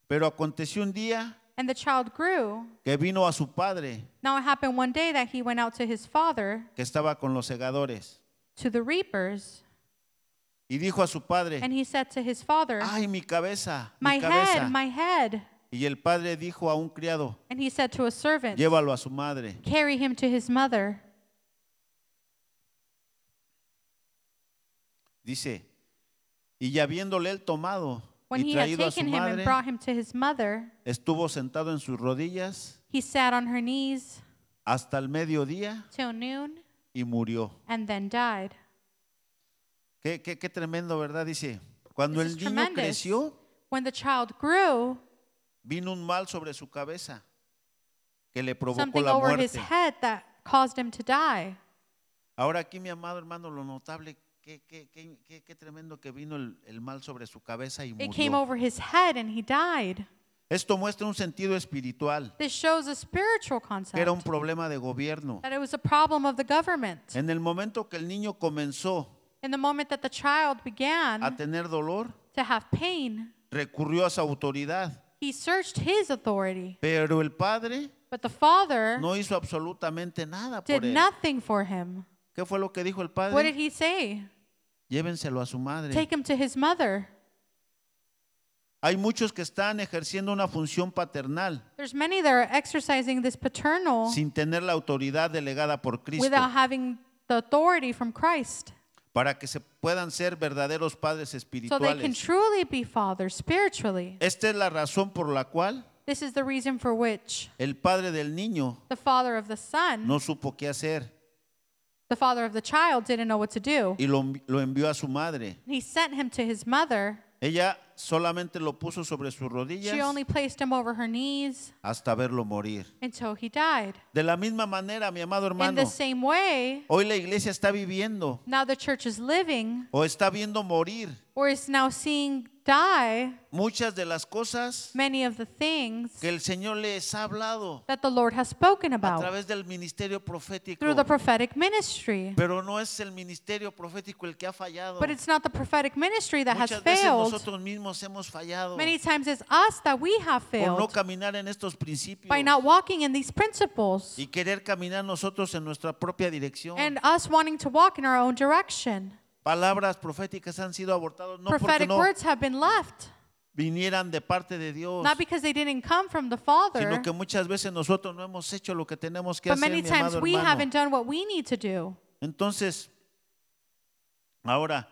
Speaker 1: pero aconteció un día
Speaker 2: And the child grew.
Speaker 1: que vino a su padre,
Speaker 2: Now it happened one day that he went out to his father,
Speaker 1: que estaba con los segadores,
Speaker 2: to the reapers,
Speaker 1: y dijo a su
Speaker 2: and
Speaker 1: padre,
Speaker 2: he said to his father,
Speaker 1: Eh. ay, mi cabeza,
Speaker 2: My
Speaker 1: mi cabeza.
Speaker 2: head, my head.
Speaker 1: Y el padre dijo a un criado,
Speaker 2: And he said to a servant,
Speaker 1: llévalo a su madre.
Speaker 2: Carry him to his mother.
Speaker 1: Dice, y ya habiéndole él tomado
Speaker 2: When
Speaker 1: y
Speaker 2: he had
Speaker 1: traído a su
Speaker 2: taken him and
Speaker 1: madre,
Speaker 2: brought him to his mother,
Speaker 1: estuvo sentado en sus rodillas
Speaker 2: he sat on her knees
Speaker 1: hasta el mediodía
Speaker 2: till noon
Speaker 1: y murió.
Speaker 2: and then died.
Speaker 1: Qué, qué- qué tremendo, ¿verdad? Dice, Cuando
Speaker 2: This
Speaker 1: el
Speaker 2: is
Speaker 1: niño
Speaker 2: tremendous.
Speaker 1: creció,
Speaker 2: When the child grew,
Speaker 1: vino un mal sobre su cabeza que le provocó
Speaker 2: something
Speaker 1: la
Speaker 2: over his
Speaker 1: muerte.
Speaker 2: head that caused him to die.
Speaker 1: Ahora aquí, mi amado hermano, lo notable, qué, qué- qué- qué- qué tremendo que vino el, el mal sobre su cabeza y
Speaker 2: It came
Speaker 1: murió.
Speaker 2: over his head and he died.
Speaker 1: Esto muestra un sentido espiritual,
Speaker 2: This shows a spiritual concept
Speaker 1: que era un problema de gobierno.
Speaker 2: that it was a problem of the government.
Speaker 1: En el momento que el niño comenzó
Speaker 2: In the moment that the child
Speaker 1: a
Speaker 2: began
Speaker 1: tener dolor,
Speaker 2: to have pain,
Speaker 1: recurrió a su autoridad,
Speaker 2: he searched his authority.
Speaker 1: pero el padre
Speaker 2: But the father
Speaker 1: no hizo absolutamente nada
Speaker 2: did
Speaker 1: por él.
Speaker 2: nothing for him.
Speaker 1: ¿Qué fue lo que dijo el
Speaker 2: What did
Speaker 1: padre?
Speaker 2: he say?
Speaker 1: Llévenselo a su madre.
Speaker 2: Take him to his mother.
Speaker 1: Hay muchos que están ejerciendo una función paternal
Speaker 2: There's many that are exercising this paternal
Speaker 1: sin tener la autoridad delegada por Cristo
Speaker 2: without having the authority from Christ.
Speaker 1: para que se puedan ser verdaderos padres
Speaker 2: So they can
Speaker 1: espirituales.
Speaker 2: truly be fathers spiritually.
Speaker 1: Esta es la razón por la cual
Speaker 2: This is the reason for which
Speaker 1: el padre del niño
Speaker 2: the father of the son,
Speaker 1: no supo qué hacer
Speaker 2: the father of the child, didn't know what to do.
Speaker 1: y lo, lo envió a su madre.
Speaker 2: He sent him to his mother.
Speaker 1: Ella solamente lo puso sobre sus rodillas
Speaker 2: She only placed him over her knees
Speaker 1: hasta verlo morir.
Speaker 2: until he died.
Speaker 1: De la misma manera, mi amado
Speaker 2: In
Speaker 1: hermano,
Speaker 2: the same way,
Speaker 1: hoy la iglesia está viviendo
Speaker 2: now the church is living
Speaker 1: o está viendo morir
Speaker 2: or is now seeing die
Speaker 1: muchas de las cosas
Speaker 2: many of the things
Speaker 1: que el Señor les ha hablado
Speaker 2: that the Lord has spoken
Speaker 1: a
Speaker 2: about
Speaker 1: través del ministerio profético.
Speaker 2: through the prophetic ministry.
Speaker 1: Pero no es el ministerio profético el que ha fallado.
Speaker 2: But it's not the prophetic ministry that has
Speaker 1: Muchas veces
Speaker 2: failed.
Speaker 1: nosotros mismos hemos fallado
Speaker 2: Many times it's us that we have
Speaker 1: por no
Speaker 2: failed
Speaker 1: caminar en estos principios
Speaker 2: by not walking in these principles
Speaker 1: y querer caminar nosotros en nuestra propia dirección.
Speaker 2: and us wanting to walk in our own direction.
Speaker 1: Palabras proféticas han sido abortadas no porque
Speaker 2: Prophetic
Speaker 1: no
Speaker 2: words have been left,
Speaker 1: vinieran de parte de Dios,
Speaker 2: not because they didn't come from the
Speaker 1: sino
Speaker 2: Father,
Speaker 1: que muchas veces nosotros no hemos hecho lo que tenemos que
Speaker 2: but
Speaker 1: hacer, mi
Speaker 2: many times
Speaker 1: amado
Speaker 2: we
Speaker 1: hermano.
Speaker 2: haven't done what we need to do.
Speaker 1: Entonces, ahora,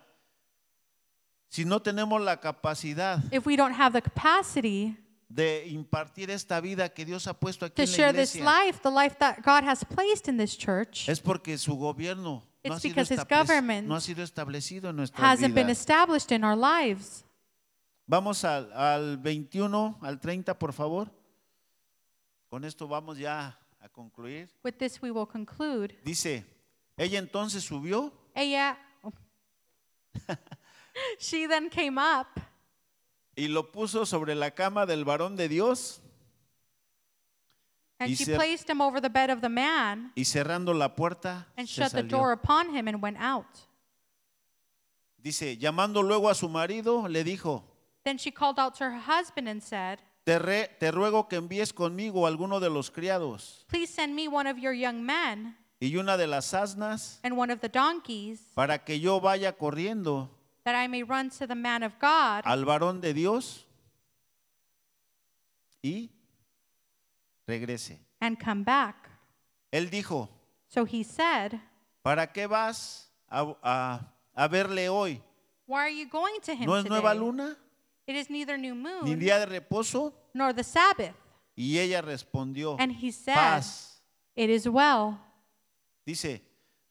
Speaker 1: si no tenemos la capacidad
Speaker 2: If we don't have the capacity
Speaker 1: de impartir esta vida que Dios ha puesto aquí
Speaker 2: to
Speaker 1: en la
Speaker 2: share this
Speaker 1: iglesia,
Speaker 2: life, the life that God has placed in this church,
Speaker 1: es porque su gobierno no
Speaker 2: It's
Speaker 1: ha, sido
Speaker 2: because his
Speaker 1: establec-
Speaker 2: government
Speaker 1: no ha sido establecido en nuestra
Speaker 2: hasn't been
Speaker 1: vida.
Speaker 2: established in our lives.
Speaker 1: Vamos al, al 21, al 30, por favor. Con esto vamos ya a concluir.
Speaker 2: With this, we will conclude.
Speaker 1: Dice, ella entonces subió (laughs)
Speaker 2: Ella, she then came up
Speaker 1: y lo puso sobre la cama del varón de Dios Y
Speaker 2: and she
Speaker 1: cer-
Speaker 2: placed him over the bed of the man
Speaker 1: y cerrando la puerta
Speaker 2: and
Speaker 1: se
Speaker 2: shut the
Speaker 1: salió.
Speaker 2: door upon him and went out.
Speaker 1: Dice, llamando luego a su marido, le dijo,
Speaker 2: Then she called out to her husband and said,
Speaker 1: te, re- te ruego que envíes conmigo a alguno de los criados
Speaker 2: Please send me one of your young men
Speaker 1: y una de las asnas
Speaker 2: and one of the donkeys
Speaker 1: para que yo vaya corriendo
Speaker 2: that I may run to the man of God
Speaker 1: al varón de Dios y regrese.
Speaker 2: and come back.
Speaker 1: Él dijo,
Speaker 2: So he said,
Speaker 1: ¿para qué vas a, a- a verle hoy?
Speaker 2: Why are you going to him
Speaker 1: ¿No es nueva
Speaker 2: today?
Speaker 1: luna?
Speaker 2: It is neither new
Speaker 1: ¿Ni
Speaker 2: moon
Speaker 1: día de reposo?
Speaker 2: nor the Sabbath.
Speaker 1: Y ella respondió,
Speaker 2: And he said,
Speaker 1: paz.
Speaker 2: It is well.
Speaker 1: Dice,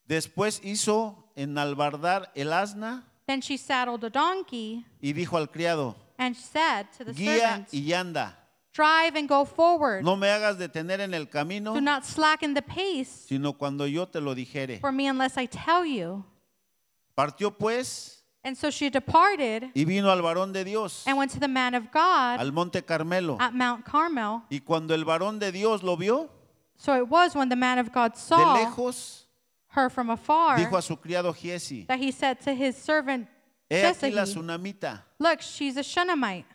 Speaker 1: después hizo enalbardar el asna
Speaker 2: Then she saddled a donkey
Speaker 1: y dijo al criado,
Speaker 2: and said to the
Speaker 1: guía
Speaker 2: servants,
Speaker 1: y anda.
Speaker 2: Drive and go forward.
Speaker 1: No me hagas detener en el camino,
Speaker 2: Do not slacken the pace
Speaker 1: sino cuando yo te lo dijere.
Speaker 2: for me unless I tell you.
Speaker 1: Partió pues
Speaker 2: And so she departed
Speaker 1: y vino al varón de Dios,
Speaker 2: and went to the man of God
Speaker 1: al monte Carmelo.
Speaker 2: at Mount Carmel.
Speaker 1: Y cuando el varón de Dios lo vio,
Speaker 2: So it was when the man of God
Speaker 1: de
Speaker 2: saw
Speaker 1: lejos,
Speaker 2: her from afar
Speaker 1: dijo a su criado Giesi,
Speaker 2: that he said to his servant
Speaker 1: he aquí la
Speaker 2: Jesse,
Speaker 1: tsunamita,
Speaker 2: Look, she's a Shunammite.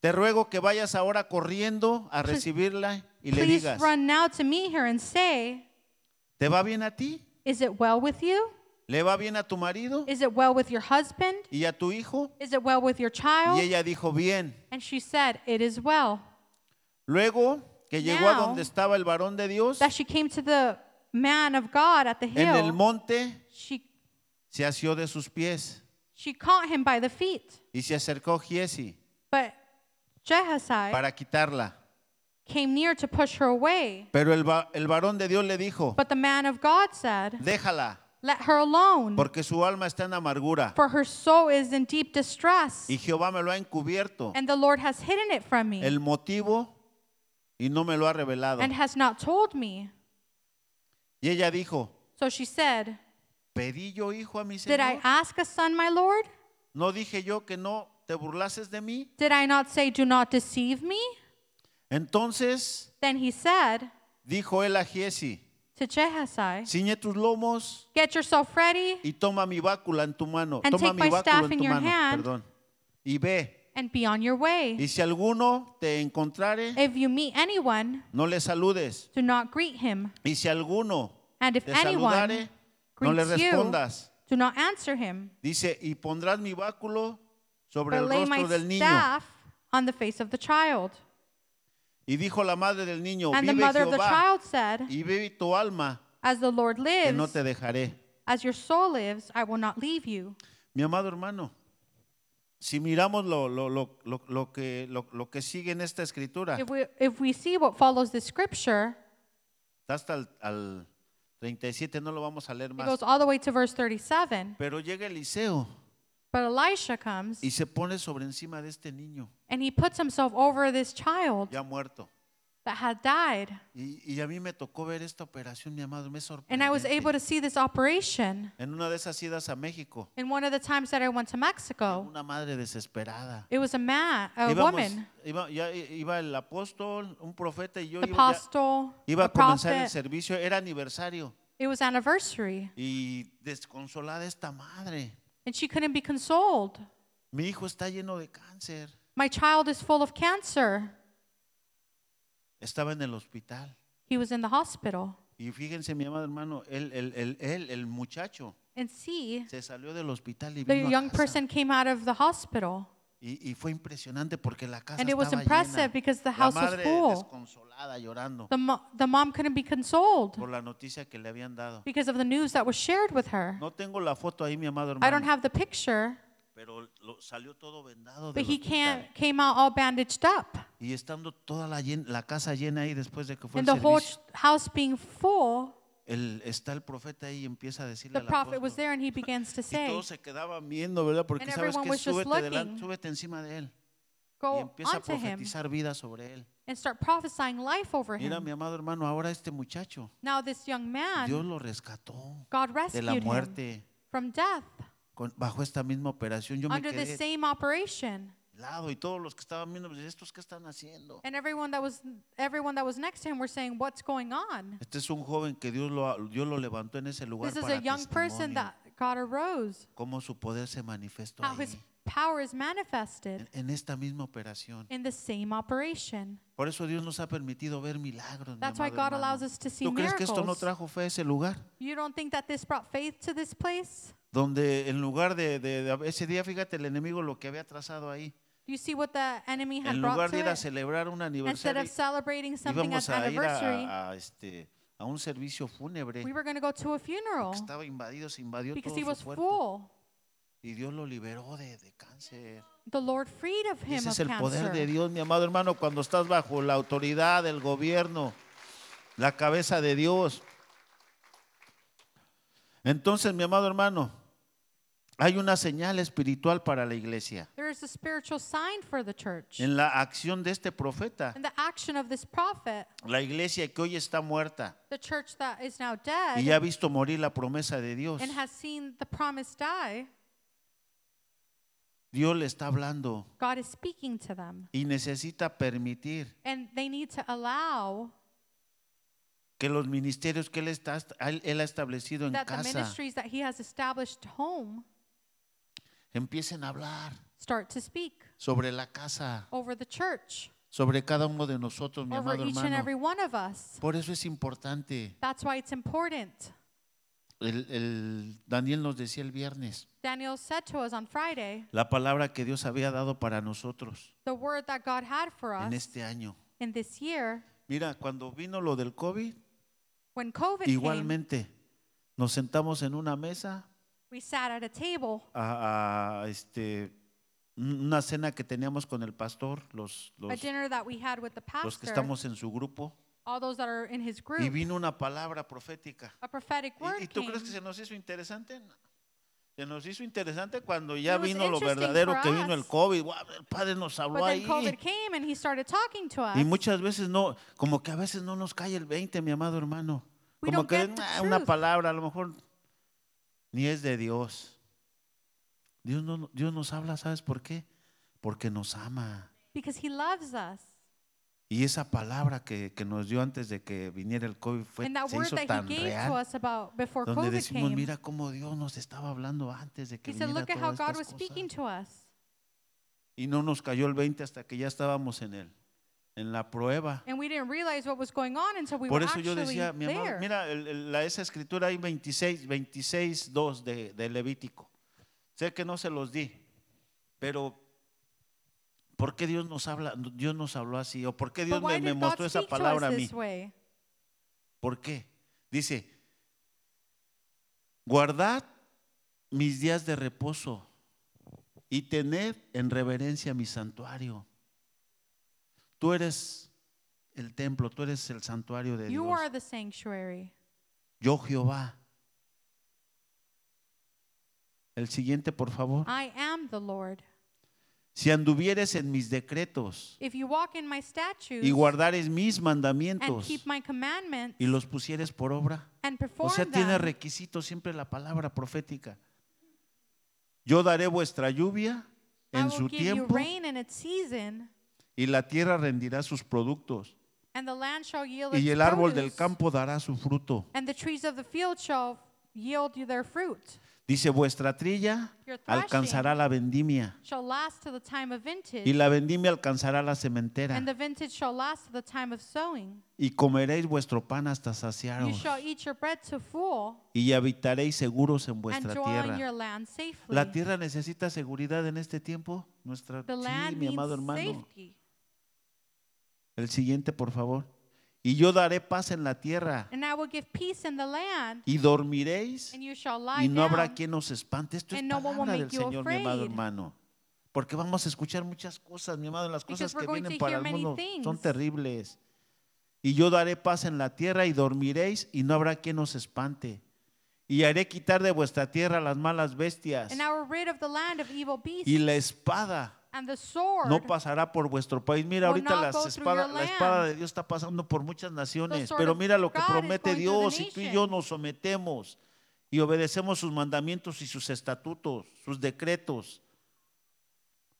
Speaker 1: te ruego que vayas ahora corriendo a recibirla y le
Speaker 2: Please
Speaker 1: digas,
Speaker 2: run now to meet her and say,
Speaker 1: ¿te va bien a ti?
Speaker 2: Is it well with you?
Speaker 1: ¿Le va bien a tu marido
Speaker 2: Is it well with your husband?
Speaker 1: y a tu hijo?
Speaker 2: Is it well with your
Speaker 1: Y
Speaker 2: child?
Speaker 1: ella dijo, bien.
Speaker 2: And she said, It is well.
Speaker 1: Luego que llegó a
Speaker 2: Now,
Speaker 1: donde estaba el varón de Dios,
Speaker 2: That she came to the man of God at the
Speaker 1: en el
Speaker 2: hill.
Speaker 1: monte
Speaker 2: She,
Speaker 1: se asió de sus pies
Speaker 2: she caught him by the feet.
Speaker 1: y se acercó Giesi
Speaker 2: But Jehazi
Speaker 1: para quitarla.
Speaker 2: came near to push her away.
Speaker 1: Pero el, va- el varón de Dios le dijo,
Speaker 2: But the man of God said,
Speaker 1: déjala,
Speaker 2: Let her alone,
Speaker 1: porque su alma está en amargura
Speaker 2: for her soul is in deep distress,
Speaker 1: y Jehová me lo ha encubierto
Speaker 2: and the Lord has hidden it from me,
Speaker 1: el motivo y no me lo ha revelado.
Speaker 2: and has not told me.
Speaker 1: Y ella dijo,
Speaker 2: So she said,
Speaker 1: pedí yo hijo a mi
Speaker 2: Did I
Speaker 1: Señor.
Speaker 2: ask a son, my Lord?
Speaker 1: ¿No dije yo que no te burlases de mí?
Speaker 2: Did I not say, Do not deceive me?
Speaker 1: Entonces
Speaker 2: Then he said
Speaker 1: dijo él a Giesi,
Speaker 2: to Jehazi,
Speaker 1: ciñe tus lomos
Speaker 2: Get yourself ready
Speaker 1: y toma mi bácula en tu mano.
Speaker 2: And
Speaker 1: Toma
Speaker 2: take
Speaker 1: mi
Speaker 2: my staff
Speaker 1: bácula en
Speaker 2: in
Speaker 1: tu
Speaker 2: your
Speaker 1: mano,
Speaker 2: hand.
Speaker 1: perdón. Y ve,
Speaker 2: and be on your
Speaker 1: y
Speaker 2: way.
Speaker 1: si alguno te encontrare,
Speaker 2: If you meet anyone,
Speaker 1: no le saludes.
Speaker 2: do not greet him.
Speaker 1: Y si alguno
Speaker 2: And if
Speaker 1: te saludare,
Speaker 2: anyone
Speaker 1: no le
Speaker 2: greets you,
Speaker 1: respondas.
Speaker 2: do not answer him,
Speaker 1: Dice, y pondrás mi báculo sobre
Speaker 2: but
Speaker 1: el
Speaker 2: lay my
Speaker 1: rostro del niño.
Speaker 2: staff on the face of the child.
Speaker 1: Y dijo la madre del niño,
Speaker 2: And the
Speaker 1: vive
Speaker 2: mother of the
Speaker 1: Jehová
Speaker 2: child said,
Speaker 1: y vive tu alma,
Speaker 2: As the Lord
Speaker 1: que no te
Speaker 2: lives,
Speaker 1: dejaré.
Speaker 2: as your soul lives, I will not leave you.
Speaker 1: Mi amado hermano, si miramos lo, lo- lo- lo- lo que, lo- lo que sigue en esta escritura,
Speaker 2: If we, if we see what follows the scripture,
Speaker 1: está hasta el al 37, no lo vamos a leer
Speaker 2: it
Speaker 1: más.
Speaker 2: goes all the way to verse 37.
Speaker 1: Pero llega Eliseo
Speaker 2: But Elisha comes
Speaker 1: y se pone sobre encima de este niño
Speaker 2: and he puts himself over this child
Speaker 1: ya muerto.
Speaker 2: that had died.
Speaker 1: Y, y a mí me tocó ver esta operación, mi amado, me
Speaker 2: And I was
Speaker 1: sorprendió.
Speaker 2: able to see this operation
Speaker 1: En una de esas idas a México,
Speaker 2: in one of the times that I went to Mexico.
Speaker 1: una madre desesperada.
Speaker 2: It was a man, a
Speaker 1: Íbamos-
Speaker 2: woman,
Speaker 1: iba, ya i- iba el apóstol, un profeta y yo
Speaker 2: the
Speaker 1: iba, ya-
Speaker 2: apostle,
Speaker 1: iba
Speaker 2: the
Speaker 1: a comenzar el
Speaker 2: prophet.
Speaker 1: servicio, era aniversario
Speaker 2: It was anniversary,
Speaker 1: y desconsolada esta madre.
Speaker 2: and she couldn't be consoled.
Speaker 1: Mi hijo está lleno de cáncer.
Speaker 2: My child is full of cancer.
Speaker 1: Estaba en el hospital.
Speaker 2: He was in the hospital.
Speaker 1: Y fíjense, mi amado hermano, él, él, él, él, el muchacho,
Speaker 2: And see,
Speaker 1: se salió del hospital y
Speaker 2: the
Speaker 1: vino a
Speaker 2: young
Speaker 1: casa.
Speaker 2: person came out of the hospital.
Speaker 1: Y, y fue impresionante porque la casa
Speaker 2: And it was
Speaker 1: estaba
Speaker 2: impressive
Speaker 1: llena.
Speaker 2: because the
Speaker 1: La
Speaker 2: house was
Speaker 1: madre
Speaker 2: full.
Speaker 1: desconsolada, llorando
Speaker 2: The, mo- the mom couldn't be consoled
Speaker 1: por la noticia que le habían dado.
Speaker 2: because of the news that was shared with her.
Speaker 1: No tengo la foto ahí, mi amado
Speaker 2: I don't
Speaker 1: hermano,
Speaker 2: have the picture,
Speaker 1: pero lo- salió todo vendado
Speaker 2: but
Speaker 1: del
Speaker 2: he
Speaker 1: hospital.
Speaker 2: can't, came out all bandaged up.
Speaker 1: Y estando toda la, llen- la casa llena ahí después de que fue
Speaker 2: And
Speaker 1: el
Speaker 2: the whole
Speaker 1: servicio,
Speaker 2: ch- house being full,
Speaker 1: el- está el profeta ahí y empieza a decirle
Speaker 2: the
Speaker 1: al
Speaker 2: prophet was
Speaker 1: apóstol.
Speaker 2: there and he begins to
Speaker 1: Y
Speaker 2: say,
Speaker 1: todos se quedaban viendo, ¿verdad? Porque
Speaker 2: And
Speaker 1: sabes
Speaker 2: everyone
Speaker 1: que
Speaker 2: was just
Speaker 1: súbete, delante,
Speaker 2: looking.
Speaker 1: súbete encima de él. Y
Speaker 2: Go
Speaker 1: empieza a
Speaker 2: onto him
Speaker 1: profetizar vida sobre él.
Speaker 2: and start prophesying life over
Speaker 1: Mira, mi
Speaker 2: him.
Speaker 1: amado hermano, ahora este muchacho,
Speaker 2: Now, this young
Speaker 1: Dios
Speaker 2: man,
Speaker 1: lo rescató
Speaker 2: God
Speaker 1: de la
Speaker 2: rescued him
Speaker 1: muerte
Speaker 2: from death
Speaker 1: con- bajo esta misma operación. Yo me
Speaker 2: under this
Speaker 1: quedé
Speaker 2: same operation.
Speaker 1: de lado y todos los que estaban viendo, pues, ¿estos qué están haciendo?
Speaker 2: And everyone that was everyone that was next to him were saying, "What's going on?"
Speaker 1: Este es un joven que Dios lo, Dios lo levantó en ese lugar
Speaker 2: This is
Speaker 1: para
Speaker 2: a young
Speaker 1: testimonio,
Speaker 2: person that God arose.
Speaker 1: cómo su poder se manifestó
Speaker 2: How his
Speaker 1: ahí,
Speaker 2: power is manifested
Speaker 1: en- en esta misma operación.
Speaker 2: in the same operation.
Speaker 1: Por eso Dios nos ha permitido ver milagros. mi
Speaker 2: That's why
Speaker 1: amado
Speaker 2: God
Speaker 1: hermano.
Speaker 2: allows us to see
Speaker 1: ¿Tú crees que esto no
Speaker 2: miracles?
Speaker 1: trajo fe a ese lugar?
Speaker 2: You don't think that this brought faith to this place?
Speaker 1: Donde en lugar de, de- de- ese día, fíjate, el enemigo lo que había trazado ahí.
Speaker 2: Do you see what the enemy had
Speaker 1: En
Speaker 2: brought
Speaker 1: lugar de ir
Speaker 2: to
Speaker 1: a
Speaker 2: it?
Speaker 1: celebrar un
Speaker 2: Instead
Speaker 1: aniversario,
Speaker 2: of celebrating something
Speaker 1: íbamos
Speaker 2: as
Speaker 1: a ir a-
Speaker 2: anniversary,
Speaker 1: a, a, este, a un servicio fúnebre.
Speaker 2: we were going to go to a
Speaker 1: porque
Speaker 2: funeral
Speaker 1: estaba invadido, se invadió
Speaker 2: because
Speaker 1: todo
Speaker 2: he
Speaker 1: su
Speaker 2: was
Speaker 1: cuerpo.
Speaker 2: full.
Speaker 1: Y Dios lo liberó de, de cáncer.
Speaker 2: The Lord freed of
Speaker 1: Y
Speaker 2: him
Speaker 1: Ese
Speaker 2: of
Speaker 1: es el poder de
Speaker 2: cancer.
Speaker 1: Dios, mi amado hermano, cuando estás bajo la autoridad del gobierno, la cabeza de Dios. Entonces, mi amado hermano, hay una señal espiritual para la iglesia.
Speaker 2: There is a spiritual sign for the church.
Speaker 1: En la acción de este profeta,
Speaker 2: In the action of this prophet,
Speaker 1: la iglesia que hoy está muerta
Speaker 2: the church that is now
Speaker 1: y ya ha
Speaker 2: dead
Speaker 1: visto morir la promesa de Dios,
Speaker 2: and has seen the promise die,
Speaker 1: Dios le está hablando
Speaker 2: God is speaking to them.
Speaker 1: y necesita permitir
Speaker 2: And they need to allow
Speaker 1: que los ministerios que Él, está, él- él ha establecido en
Speaker 2: that the
Speaker 1: casa
Speaker 2: ministries that he has established home
Speaker 1: empiecen a hablar
Speaker 2: start to speak
Speaker 1: sobre la casa.
Speaker 2: over the church,
Speaker 1: sobre cada uno de nosotros, mi
Speaker 2: over
Speaker 1: amado
Speaker 2: each and every
Speaker 1: hermano.
Speaker 2: one of us.
Speaker 1: Por eso es importante.
Speaker 2: That's why it's important.
Speaker 1: El, el- Daniel nos decía el viernes
Speaker 2: Daniel said to us on Friday
Speaker 1: la palabra que Dios había dado para nosotros
Speaker 2: the word that God had for
Speaker 1: en
Speaker 2: us
Speaker 1: este año.
Speaker 2: in this year
Speaker 1: Mira, cuando vino lo del COVID,
Speaker 2: when COVID came.
Speaker 1: igualmente nos sentamos en una mesa
Speaker 2: We sat at a table
Speaker 1: a, a, este un- una cena que teníamos con el pastor, los,
Speaker 2: a
Speaker 1: los,
Speaker 2: dinner that we had with the
Speaker 1: los que
Speaker 2: pastor,
Speaker 1: estamos en su grupo,
Speaker 2: all those that are in his
Speaker 1: Y
Speaker 2: group.
Speaker 1: vino una palabra profética.
Speaker 2: A prophetic word
Speaker 1: ¿Y, y tú
Speaker 2: came.
Speaker 1: crees que se nos hizo interesante? No. Se nos hizo interesante cuando ya
Speaker 2: It was
Speaker 1: vino lo
Speaker 2: interesting
Speaker 1: verdadero
Speaker 2: for
Speaker 1: que vino el
Speaker 2: us.
Speaker 1: COVID. Guau, el Padre nos habló
Speaker 2: but then
Speaker 1: ahí.
Speaker 2: COVID came and he started talking to us.
Speaker 1: Y muchas veces no, como que a veces no nos cae el 20, mi amado hermano.
Speaker 2: We
Speaker 1: Como
Speaker 2: don't
Speaker 1: que
Speaker 2: get the
Speaker 1: "Ah, una
Speaker 2: truth."
Speaker 1: palabra a lo mejor ni es de Dios. Dios, no, Dios nos habla, ¿sabes por qué? Porque nos ama.
Speaker 2: because he loves us.
Speaker 1: Y esa palabra que, que nos dio antes de que viniera el COVID fue,
Speaker 2: and that
Speaker 1: se
Speaker 2: word
Speaker 1: hizo
Speaker 2: that
Speaker 1: tan
Speaker 2: he gave to
Speaker 1: real.
Speaker 2: us about before
Speaker 1: Donde
Speaker 2: COVID
Speaker 1: decimos,
Speaker 2: came,
Speaker 1: mira cómo Dios nos estaba hablando antes de que
Speaker 2: he said,
Speaker 1: viniera
Speaker 2: look at how
Speaker 1: todas
Speaker 2: God was
Speaker 1: estas
Speaker 2: speaking
Speaker 1: cosas.
Speaker 2: to us.
Speaker 1: Y no nos cayó el 20 hasta que ya estábamos en él, en la prueba.
Speaker 2: And we didn't realize what was going on until we
Speaker 1: Por
Speaker 2: were
Speaker 1: eso
Speaker 2: actually
Speaker 1: yo decía, mi amado,
Speaker 2: there.
Speaker 1: mira, el- el- la, esa escritura hay 26, 26, 2 de, de Levítico. Sé que no se los di, pero ¿por qué Dios nos habla, Dios nos habló así? ¿O por qué Dios
Speaker 2: but why
Speaker 1: me, me
Speaker 2: did God
Speaker 1: mostró esa
Speaker 2: speak to
Speaker 1: palabra a
Speaker 2: us
Speaker 1: mí?
Speaker 2: this way?
Speaker 1: ¿Por qué? Dice, guardad mis días de reposo y tened en reverencia mi santuario. Tú eres el templo, tú eres el santuario de
Speaker 2: You
Speaker 1: Dios.
Speaker 2: are the sanctuary.
Speaker 1: Yo Jehová. El siguiente, por favor.
Speaker 2: I am the Lord.
Speaker 1: Si anduvieres en mis decretos
Speaker 2: If you walk in my statutes
Speaker 1: y guardares mis
Speaker 2: and
Speaker 1: mandamientos
Speaker 2: keep my commandments
Speaker 1: y los pusieres por obra,
Speaker 2: and
Speaker 1: o
Speaker 2: perform
Speaker 1: sea, tiene
Speaker 2: them,
Speaker 1: requisitos siempre la palabra profética. Yo daré vuestra lluvia
Speaker 2: I
Speaker 1: en
Speaker 2: will
Speaker 1: su
Speaker 2: give you
Speaker 1: tiempo
Speaker 2: rain in its season,
Speaker 1: y la tierra rendirá sus productos
Speaker 2: and the land shall yield its
Speaker 1: y el árbol del
Speaker 2: produce,
Speaker 1: campo dará su fruto.
Speaker 2: and the trees of the field shall yield you their fruit,
Speaker 1: Dice, vuestra trilla
Speaker 2: Your thrashing
Speaker 1: alcanzará la vendimia
Speaker 2: shall last to the time of vintage,
Speaker 1: y la vendimia alcanzará la sementera.
Speaker 2: and the vintage shall last to the time of sowing.
Speaker 1: y comeréis vuestro pan hasta
Speaker 2: You
Speaker 1: saciaros
Speaker 2: shall eat your bread to full,
Speaker 1: y habitaréis seguros en
Speaker 2: and
Speaker 1: vuestra
Speaker 2: dwell in your
Speaker 1: tierra.
Speaker 2: land safely.
Speaker 1: La tierra necesita seguridad en este tiempo, nuestra
Speaker 2: the
Speaker 1: sí,
Speaker 2: land
Speaker 1: mi amado
Speaker 2: needs
Speaker 1: hermano.
Speaker 2: safety.
Speaker 1: El siguiente, por favor. Y yo daré paz en la tierra
Speaker 2: And I will give peace in the land,
Speaker 1: y dormiréis
Speaker 2: and you shall lie
Speaker 1: y no habrá
Speaker 2: down,
Speaker 1: quien os espante. Esto es
Speaker 2: and no one will
Speaker 1: palabra
Speaker 2: make
Speaker 1: del
Speaker 2: you
Speaker 1: Señor, mi amado
Speaker 2: afraid.
Speaker 1: hermano. Porque vamos a escuchar muchas cosas, mi amado, las cosas
Speaker 2: Because we're
Speaker 1: que
Speaker 2: going
Speaker 1: vienen
Speaker 2: to
Speaker 1: para
Speaker 2: hear
Speaker 1: el
Speaker 2: many
Speaker 1: mundo son
Speaker 2: things.
Speaker 1: terribles. Y yo daré paz en la tierra y dormiréis y no habrá quien os espante. Y haré quitar de vuestra tierra las malas bestias
Speaker 2: and I will rid of the land of evil beasts,
Speaker 1: y la espada
Speaker 2: and the sword,
Speaker 1: no pasará por vuestro país. Mira,
Speaker 2: will
Speaker 1: ahorita
Speaker 2: not
Speaker 1: las
Speaker 2: go through
Speaker 1: espada-
Speaker 2: your
Speaker 1: la espada
Speaker 2: land.
Speaker 1: de Dios está pasando por muchas naciones,
Speaker 2: sword
Speaker 1: pero
Speaker 2: of
Speaker 1: mira lo que
Speaker 2: God is
Speaker 1: promete
Speaker 2: going through the
Speaker 1: Dios y tú y yo
Speaker 2: nations.
Speaker 1: nos sometemos y obedecemos sus mandamientos y sus estatutos, sus decretos.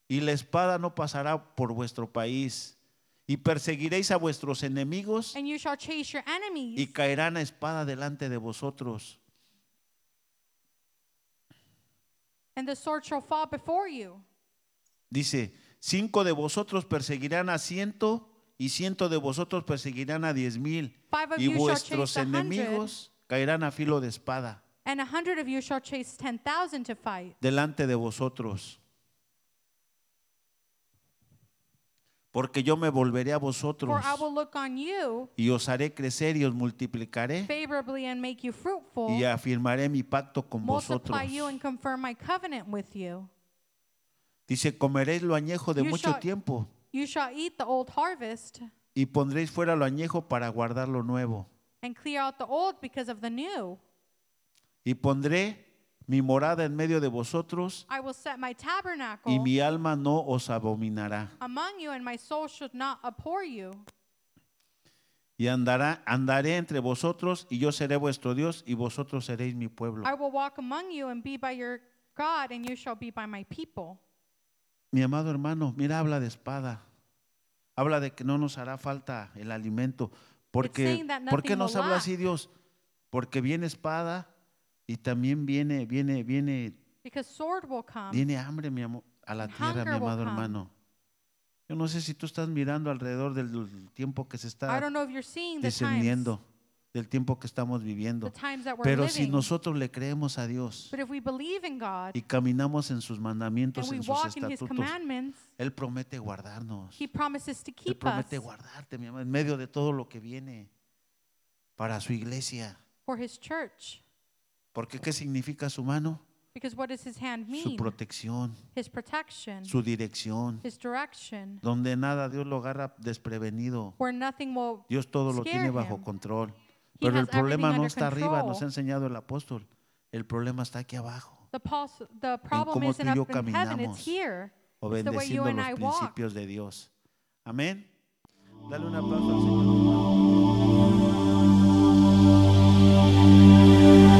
Speaker 1: Y la espada no pasará por vuestro país y perseguiréis a vuestros enemigos
Speaker 2: and you shall chase your enemies.
Speaker 1: y caerán a espada delante de vosotros.
Speaker 2: and the sword shall fall before you.
Speaker 1: Dice, cinco de vosotros perseguirán a ciento y ciento de vosotros perseguirán a diez mil
Speaker 2: Five of
Speaker 1: y
Speaker 2: you shall
Speaker 1: vuestros
Speaker 2: chase a hundred.
Speaker 1: enemigos caerán a filo de espada
Speaker 2: And a hundred of you shall chase ten thousand to fight.
Speaker 1: delante de vosotros. Porque yo me volveré a vosotros
Speaker 2: For I will look on you
Speaker 1: y os haré crecer y os multiplicaré
Speaker 2: favorably and make you fruitful,
Speaker 1: y afirmaré mi pacto con vosotros.
Speaker 2: multiply you and confirm my covenant with you.
Speaker 1: Dice, comeréis lo añejo de
Speaker 2: You
Speaker 1: mucho
Speaker 2: shall-
Speaker 1: tiempo
Speaker 2: You shall eat the old harvest
Speaker 1: y pondréis fuera lo añejo para guardar lo nuevo.
Speaker 2: and clear out the old because of the new.
Speaker 1: Y pondré mi morada en medio de vosotros
Speaker 2: I will set my
Speaker 1: y
Speaker 2: tabernacle
Speaker 1: mi alma no os abominará.
Speaker 2: among you, and my soul should not abhor you.
Speaker 1: Y andará, andaré entre vosotros y yo seré vuestro Dios y vosotros seréis mi pueblo.
Speaker 2: I will walk among you and be by your God, and you shall be by my people.
Speaker 1: Mi amado hermano, mira, habla de espada. Habla de que no nos hará falta el alimento. Porque,
Speaker 2: saying that
Speaker 1: ¿Por qué
Speaker 2: nothing
Speaker 1: nos
Speaker 2: will
Speaker 1: habla así
Speaker 2: lack.
Speaker 1: Dios? Porque viene espada y también viene, viene, viene,
Speaker 2: Because sword will come.
Speaker 1: viene hambre, mi amor, a la
Speaker 2: And
Speaker 1: tierra, mi
Speaker 2: hunger will
Speaker 1: amado
Speaker 2: come.
Speaker 1: hermano. Yo no sé si tú estás mirando alrededor del tiempo que se
Speaker 2: I
Speaker 1: está
Speaker 2: don't know if you're seeing the times,
Speaker 1: descendiendo del tiempo que estamos
Speaker 2: the
Speaker 1: viviendo.
Speaker 2: times that we're
Speaker 1: Pero si
Speaker 2: living.
Speaker 1: nosotros le creemos a Dios
Speaker 2: but if we believe in God
Speaker 1: y caminamos en sus
Speaker 2: and
Speaker 1: mandamientos,
Speaker 2: we
Speaker 1: en sus
Speaker 2: walk in His
Speaker 1: estatutos,
Speaker 2: commandments,
Speaker 1: Él promete guardarnos.
Speaker 2: He promises to
Speaker 1: Él
Speaker 2: keep us
Speaker 1: promete guardarte, mi amor, en medio de todo lo que viene para su iglesia.
Speaker 2: for His church.
Speaker 1: Porque ¿qué significa su mano?
Speaker 2: Because what does his hand
Speaker 1: su
Speaker 2: mean? Mm.
Speaker 1: protección,
Speaker 2: His protection,
Speaker 1: su dirección,
Speaker 2: his direction,
Speaker 1: donde nada Dios lo agarra desprevenido.
Speaker 2: where nothing will
Speaker 1: Dios todo lo tiene
Speaker 2: scare
Speaker 1: bajo
Speaker 2: him.
Speaker 1: control.
Speaker 2: He
Speaker 1: Pero el
Speaker 2: has everything
Speaker 1: problema no
Speaker 2: under
Speaker 1: está arriba, nos
Speaker 2: control.
Speaker 1: ha enseñado el apóstol. El problema está aquí abajo,
Speaker 2: The, pos- the problem
Speaker 1: cómo
Speaker 2: isn't
Speaker 1: tú y yo
Speaker 2: up in heaven,
Speaker 1: caminamos.
Speaker 2: it's here. It's the way you
Speaker 1: obedeciendo
Speaker 2: and
Speaker 1: los
Speaker 2: I walk.
Speaker 1: principios de Dios. Amén. Dale un aplauso al Señor.